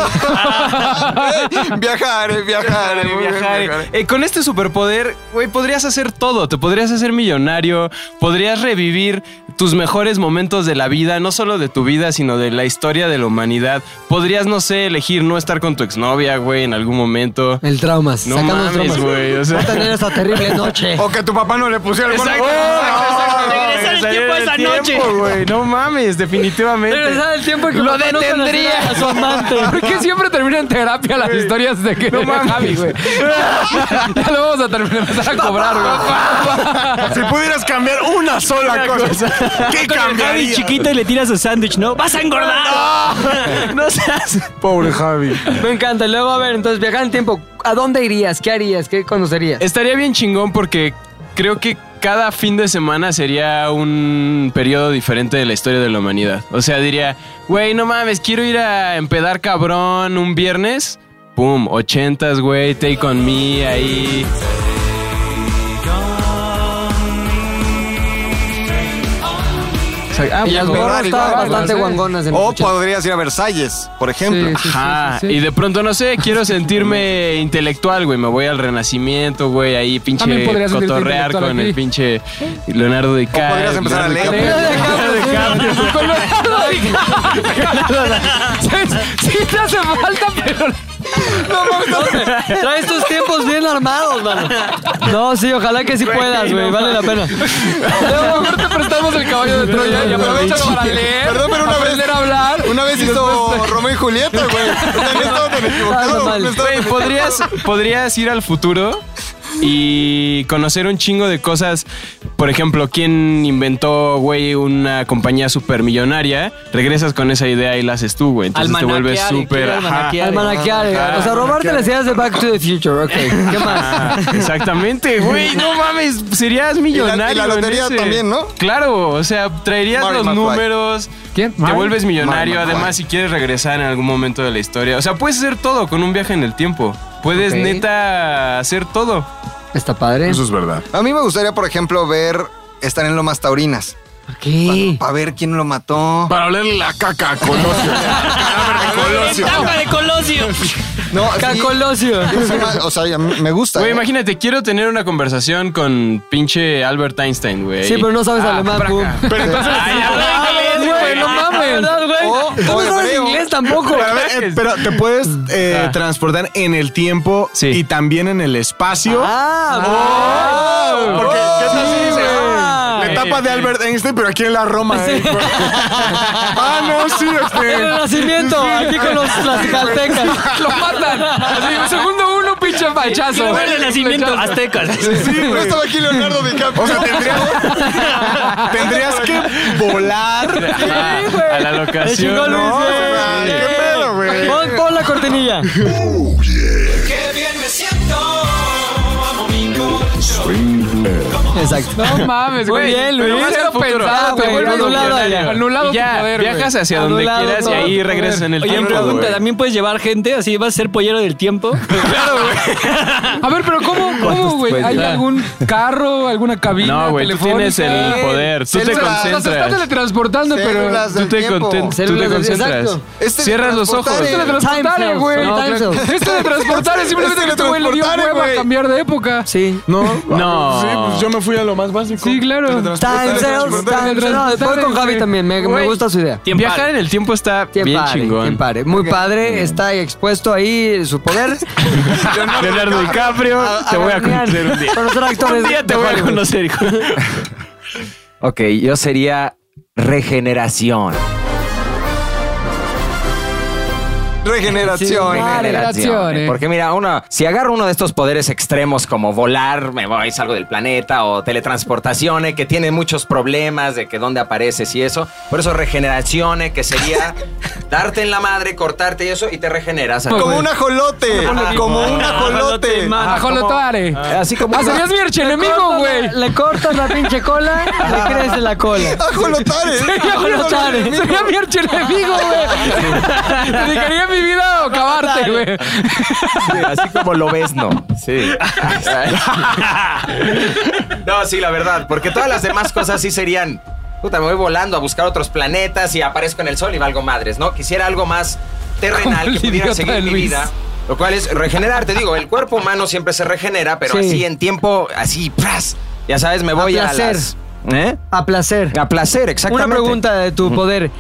Speaker 7: viajar, eh, viajar, eh, muy bien,
Speaker 5: Viajar,
Speaker 7: viajar. eh.
Speaker 5: eh, con este superpoder, güey, podrías hacer todo. Te podrías hacer millonario, podrías revivir tus mejores momentos de la vida, no solo de tu vida, sino de la historia de la humanidad. Podrías, no sé, elegir no estar con tu exnovia, güey, en algún momento.
Speaker 4: El traumas,
Speaker 5: No
Speaker 4: sacamos
Speaker 5: mames,
Speaker 4: traumas.
Speaker 5: güey. O
Speaker 4: Va a
Speaker 5: sea, [LAUGHS]
Speaker 4: tener esta terrible noche.
Speaker 7: O que tu papá no le pusiera el
Speaker 5: Exacto,
Speaker 7: cuerno.
Speaker 5: exacto, exacto.
Speaker 7: no,
Speaker 8: Regresar el
Speaker 5: Regresar
Speaker 8: tiempo
Speaker 5: en
Speaker 8: esa
Speaker 5: el tiempo, güey. No mames, definitivamente.
Speaker 4: Regresar el tiempo que lo detendría a su amante.
Speaker 2: [LAUGHS] ¿Por qué siempre terminan en terapia las historias de que no Javi,
Speaker 4: [LAUGHS]
Speaker 2: güey? [LAUGHS] ya lo vamos a terminar empezar a cobrar, güey.
Speaker 9: Si pudieras cambiar una sola cosa, ¿qué
Speaker 8: Con el Javi
Speaker 9: cambiaría?
Speaker 8: chiquito y le tira su sándwich, ¿no? ¡Vas a engordar! [LAUGHS] No seas.
Speaker 9: Pobre Javi.
Speaker 4: Me encanta. Y Luego, a ver, entonces viajar en tiempo. ¿A dónde irías? ¿Qué harías? ¿Qué conocerías?
Speaker 5: Estaría bien chingón porque creo que cada fin de semana sería un periodo diferente de la historia de la humanidad. O sea, diría, güey, no mames, quiero ir a empedar cabrón un viernes. Pum, ochentas, güey, take on me ahí. O sea, ah,
Speaker 4: Y las
Speaker 5: pues,
Speaker 4: morras estaban
Speaker 7: igual,
Speaker 4: bastante
Speaker 2: ¿eh?
Speaker 4: guangonas en
Speaker 7: O
Speaker 4: los ochenta.
Speaker 7: podrías ir a Versalles, por ejemplo.
Speaker 2: Sí, sí, sí,
Speaker 5: Ajá,
Speaker 2: sí, sí.
Speaker 5: y de pronto, no sé, quiero sentirme intelectual, güey. Me voy al Renacimiento, güey, ahí pinche
Speaker 2: También podrías sentirte
Speaker 5: cotorrear
Speaker 2: intelectual
Speaker 5: con
Speaker 2: aquí.
Speaker 5: el pinche Leonardo DiCaprio.
Speaker 7: podrías empezar a
Speaker 5: Leonardo
Speaker 7: leer. [LAUGHS]
Speaker 2: Con Leonardo DiCaprio. Sí, te hace falta, pero...
Speaker 4: Traes tus tiempos bien armados,
Speaker 8: [LAUGHS]
Speaker 4: mano. No, sí, ojalá que sí puedas, güey. Vale la pena.
Speaker 2: Luego, mejor te prestamos el caballo de Troya y aprovechalo para leer,
Speaker 7: Perdón, pero una vez-
Speaker 2: aprender a hablar.
Speaker 7: Una vez hizo Romeo y Julieta,
Speaker 5: [LAUGHS]
Speaker 7: güey. No estaba tan
Speaker 4: Ando
Speaker 7: equivocado.
Speaker 4: mal.
Speaker 7: no estaba
Speaker 5: Güey,
Speaker 7: tan-
Speaker 5: ¿podrías, podrías ir al futuro y conocer un chingo de cosas. Por ejemplo, quién inventó, güey, una compañía supermillonaria. Regresas con esa idea y la haces tú, güey. Entonces te vuelves
Speaker 8: Almanaquear,
Speaker 5: súper.
Speaker 8: quiero
Speaker 5: ajá.
Speaker 8: almanaquear.
Speaker 4: Al
Speaker 6: eh.
Speaker 4: manaquear. O sea, robarte las ideas de Back to the Future. Ok,
Speaker 5: [LAUGHS]
Speaker 4: ¿qué más?
Speaker 5: Ah, exactamente,
Speaker 7: [LAUGHS]
Speaker 5: güey. No mames, serías millonario.
Speaker 7: Y la- y la
Speaker 5: en
Speaker 7: lotería
Speaker 5: ese.
Speaker 7: también, ¿no?
Speaker 5: Claro, o sea, traerías
Speaker 7: Marty
Speaker 5: los
Speaker 7: McFly.
Speaker 5: números.
Speaker 2: ¿Quién?
Speaker 5: Te vuelves millonario,
Speaker 7: Marty McFly.
Speaker 5: además, si quieres regresar en algún momento de la historia. O sea, puedes hacer todo con un viaje en el tiempo. Puedes
Speaker 4: Ok.
Speaker 5: neta hacer todo.
Speaker 4: Está padre.
Speaker 6: Pues,
Speaker 9: Eso es verdad.
Speaker 7: A mí me gustaría, por ejemplo, ver estar en Lomas Taurinas.
Speaker 4: ¿Qué?
Speaker 7: Para ver quién lo mató.
Speaker 9: Para oler la caca a Colosio. Cadáver de Colosio.
Speaker 8: ¡Etapa de Colosio!
Speaker 7: No, sí,
Speaker 4: Cacolosio.
Speaker 7: es una- O sea, a mí me gusta.
Speaker 5: Güey,
Speaker 7: ¿eh?
Speaker 5: imagínate, quiero tener una conversación con pinche Albert Einstein, güey.
Speaker 4: Sí, pero no sabes
Speaker 5: Ah,
Speaker 4: alemán,
Speaker 5: braca.
Speaker 4: boom.
Speaker 5: Ay, ya, güey,
Speaker 2: Güey, no mames.
Speaker 4: Ah, ¿Verdad, güey?
Speaker 7: O
Speaker 6: Tú no sabes inglés
Speaker 9: [LAUGHS]
Speaker 6: tampoco.
Speaker 9: Pero, a ver, eh, pero te puedes eh, transportar en el tiempo
Speaker 5: Sí.
Speaker 9: y también en el espacio.
Speaker 6: Ah, wow.
Speaker 9: Porque
Speaker 5: Oh.
Speaker 9: ¿qué tal si dices, "Ah"?
Speaker 5: güey.
Speaker 9: la etapa de Albert Einstein, pero aquí en la Roma. eh? ah, [LAUGHS] no, sí,
Speaker 10: El
Speaker 9: este.
Speaker 10: renacimiento, aquí con los
Speaker 2: [LAUGHS]
Speaker 10: tlaxcaltecas.
Speaker 2: Lo matan. Así, segundo uno, pinche fachazo.
Speaker 10: El renacimiento aztecas.
Speaker 9: Sí,
Speaker 7: No
Speaker 9: güey.
Speaker 7: estaba
Speaker 5: [LAUGHS]
Speaker 7: aquí Leonardo DiCaprio.
Speaker 9: O sea, tendrías, tendrías que volar.
Speaker 5: Ah, a la locación.
Speaker 10: chingó Luis,
Speaker 5: ¿no?
Speaker 10: güey.
Speaker 9: Ay, qué pedo, güey.
Speaker 10: Pon, pon la cortinilla. Exacto.
Speaker 2: No mames, güey.
Speaker 10: Muy bien,
Speaker 2: Pero
Speaker 10: Luis.
Speaker 2: más
Speaker 10: Es
Speaker 2: lo
Speaker 10: el futuro.
Speaker 2: pensado,
Speaker 10: Ah,
Speaker 2: te
Speaker 10: güey,
Speaker 2: vuelves
Speaker 10: anulado
Speaker 2: millonario.
Speaker 10: ya.
Speaker 2: Anulado
Speaker 5: Y ya,
Speaker 2: tu poder, güey.
Speaker 5: viajas hacia donde
Speaker 10: Anulado
Speaker 5: quieras y
Speaker 10: todo
Speaker 5: ahí
Speaker 10: tu
Speaker 5: regresas
Speaker 10: poder.
Speaker 5: en el
Speaker 10: Oye,
Speaker 5: tiempo.
Speaker 10: pregunta,
Speaker 5: güey.
Speaker 10: ¿también puedes llevar gente? ¿Así vas a ser pollero del tiempo? claro, güey.
Speaker 2: A ver, pero ¿cómo, cómo güey? ¿Hay
Speaker 5: cuesta?
Speaker 2: algún carro, alguna cabina
Speaker 5: No, güey, tú
Speaker 2: telefónica?
Speaker 5: tienes el poder. Tú te
Speaker 7: Células.
Speaker 2: O sea, se está
Speaker 5: concentras.
Speaker 2: teletransportando, pero...
Speaker 7: Células del
Speaker 5: Tú te,
Speaker 7: tiempo.
Speaker 5: conten- tú te
Speaker 6: Células,
Speaker 5: concentras.
Speaker 6: exacto.
Speaker 7: Este
Speaker 5: Cierras los ojos.
Speaker 7: transportar, eh.
Speaker 6: Time
Speaker 2: Teletransportar,
Speaker 6: cells,
Speaker 2: güey.
Speaker 6: no, time Este cells. [LAUGHS]
Speaker 2: Es teletransportar, es simplemente
Speaker 7: Es
Speaker 2: que este güey le dio
Speaker 7: teletransportar,
Speaker 2: hueva a
Speaker 7: güey.
Speaker 2: cambiar de época.
Speaker 6: Sí.
Speaker 9: No,
Speaker 5: No.
Speaker 9: Sí, pues yo me fui a lo más básico.
Speaker 2: Sí, claro.
Speaker 6: Time cells, time cells. No, voy con Javi también. Me, me
Speaker 5: Güey.
Speaker 6: gusta su idea.
Speaker 5: Viajar en el tiempo está
Speaker 6: Qué
Speaker 5: bien
Speaker 6: padre,
Speaker 5: chingón.
Speaker 6: qué padre. Muy padre, está expuesto ahí su poder.
Speaker 5: Leonardo DiCaprio, te voy a
Speaker 6: garnear,
Speaker 5: conocer un día.
Speaker 6: Conocer actores.
Speaker 5: Un día te voy a conocer, hijo.
Speaker 1: Ok, yo sería regeneración.
Speaker 7: Oh, Regeneración.
Speaker 2: Regeneraciones.
Speaker 1: Porque mira, uno, si agarro uno de estos poderes extremos como volar, me voy, salgo del planeta, o teletransportaciones, que tiene muchos problemas de que dónde apareces y eso. Por eso regeneraciones, que
Speaker 7: [LAUGHS]
Speaker 1: sería darte en la madre, cortarte y eso, y te regeneras.
Speaker 7: Como un ajolote. Como un ajolote.
Speaker 10: man.
Speaker 2: Ajolotoare.
Speaker 1: Así como...
Speaker 2: Ah, serías mi archienemigo, güey.
Speaker 6: Le cortas la pinche cola,
Speaker 1: [LAUGHS]
Speaker 6: le crece la cola.
Speaker 7: Ajolotares.
Speaker 2: Ajolotoare. Sería mi archienemigo, güey. Dedicaría mi vida a acabarte, güey.
Speaker 1: Así como lo ves, no. Sí. [LAUGHS] No, sí, la verdad. Porque todas las demás cosas sí serían. Puta, me voy volando a buscar otros planetas y aparezco en el sol y valgo madres, ¿no? Quisiera algo más
Speaker 2: Como
Speaker 1: terrenal
Speaker 2: el
Speaker 1: que pudiera
Speaker 2: idiota de
Speaker 1: seguir mi
Speaker 2: Luis.
Speaker 1: vida. Lo cual es regenerar, te digo, el cuerpo humano siempre se regenera, pero
Speaker 6: Sí.
Speaker 1: así en tiempo, así, ¡pras! Ya sabes, me voy a,
Speaker 6: placer.
Speaker 1: las- ¿Eh?
Speaker 6: A placer.
Speaker 1: A placer,
Speaker 6: Una
Speaker 1: exactamente.
Speaker 6: pregunta de tu poder.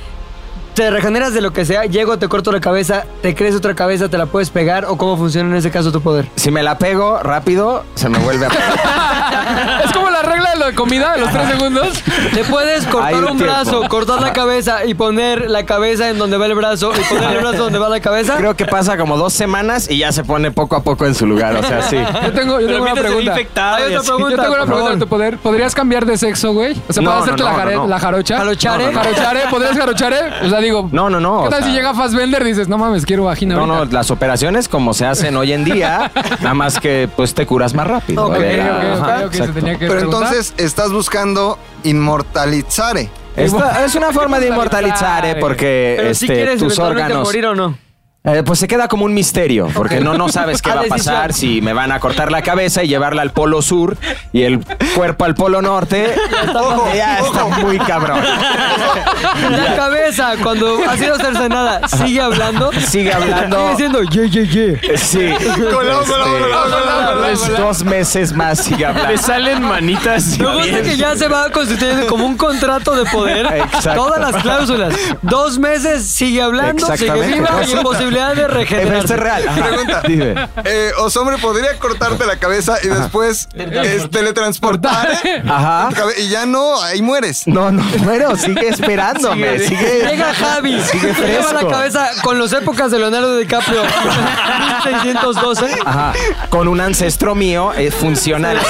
Speaker 6: ¿Te regeneras de lo que sea? Llego, te corto la cabeza, te crece otra cabeza, te la puedes pegar o cómo funciona en ese caso tu poder.
Speaker 1: Si me la pego rápido, se me vuelve a pegar.
Speaker 2: Es como la regla de la comida de los tres segundos.
Speaker 6: Te puedes cortar
Speaker 1: Hay un
Speaker 6: un,
Speaker 1: tiempo.
Speaker 6: brazo, cortar
Speaker 1: Ah.
Speaker 6: la cabeza y poner la cabeza en donde va el brazo y poner el brazo donde va la cabeza.
Speaker 1: Creo que pasa como dos semanas y ya se pone poco a poco en su lugar, o sea, sí.
Speaker 2: Yo tengo, yo tengo una pregunta.
Speaker 10: infectado.
Speaker 6: Hay
Speaker 10: y
Speaker 6: otra
Speaker 10: así.
Speaker 1: [LAUGHS]
Speaker 6: pregunta.
Speaker 2: Yo tengo una
Speaker 6: por
Speaker 2: pregunta de tu poder. ¿Podrías cambiar de sexo, güey? O sea,
Speaker 1: No,
Speaker 2: ¿puedes hacerte
Speaker 1: no,
Speaker 2: la,
Speaker 1: no,
Speaker 2: jare-
Speaker 1: no.
Speaker 2: la jarocha?
Speaker 6: ¿Jarochare?
Speaker 2: No, no, no. ¿Jarochare? ¿Podrías jarochare? O sea, digo...
Speaker 1: No, no, no.
Speaker 2: ¿Qué
Speaker 1: o
Speaker 2: tal si
Speaker 1: sea,
Speaker 2: llega Fassbender y dices, no mames, quiero vagina
Speaker 1: No, no,
Speaker 2: ahorita"?
Speaker 1: las operaciones como se hacen hoy en día, nada más que pues te curas más rápido.
Speaker 6: Ok,
Speaker 2: Ok,
Speaker 1: ¿verdad?
Speaker 2: ok, ok,
Speaker 1: Ajá,
Speaker 2: ok, se
Speaker 1: exacto.
Speaker 2: tenía que
Speaker 7: Pero
Speaker 2: preguntar.
Speaker 7: entonces estás buscando
Speaker 1: [LAUGHS]
Speaker 7: inmortalizare.
Speaker 1: Esta es una forma de
Speaker 2: Inmortalizar,
Speaker 1: inmortalizar, ¿eh? porque
Speaker 6: Pero si
Speaker 1: este,
Speaker 6: quieres
Speaker 1: tus
Speaker 6: eventualmente
Speaker 1: órganos...
Speaker 6: morir o no.
Speaker 1: eh, pues se queda como un misterio, porque no, no sabes qué
Speaker 6: A
Speaker 1: va a
Speaker 6: decisión.
Speaker 1: pasar, si me van a cortar la cabeza y llevarla al polo sur y el cuerpo al polo norte. Ojo, ya está muy cabrón.
Speaker 6: La cabeza, cuando ha sido cercenada, sigue hablando.
Speaker 1: Sigue hablando.
Speaker 6: Sigue diciendo, yeah, yeah, yeah.
Speaker 1: Sí. Este, pues, Dos meses más sigue hablando.
Speaker 5: Le salen manitas. y
Speaker 6: Me gusta que
Speaker 5: pies.
Speaker 6: ya se va constituyendo como un contrato de poder.
Speaker 1: Exacto.
Speaker 6: Todas las cláusulas. Dos meses sigue hablando, sigue
Speaker 1: Exactamente. este
Speaker 6: viva y imposibilidad de
Speaker 1: Esto es
Speaker 6: regenerar.
Speaker 1: real. Ajá.
Speaker 7: Pregunta.
Speaker 1: Dime.
Speaker 7: Eh, Osombre, ¿podría cortarte la cabeza y después es, teletransportar? eh,
Speaker 1: [LAUGHS] Ajá.
Speaker 7: Y ya no, ahí mueres.
Speaker 1: No, no, bueno, sigue esperándome. Sigue.
Speaker 6: Llega Javi,
Speaker 1: Sigue
Speaker 6: se lleva la
Speaker 1: fresco.
Speaker 6: cabeza con las épocas de Leonardo DiCaprio, 1612.
Speaker 1: Ajá. Con un ancestro mío eh, es funcional. [LAUGHS]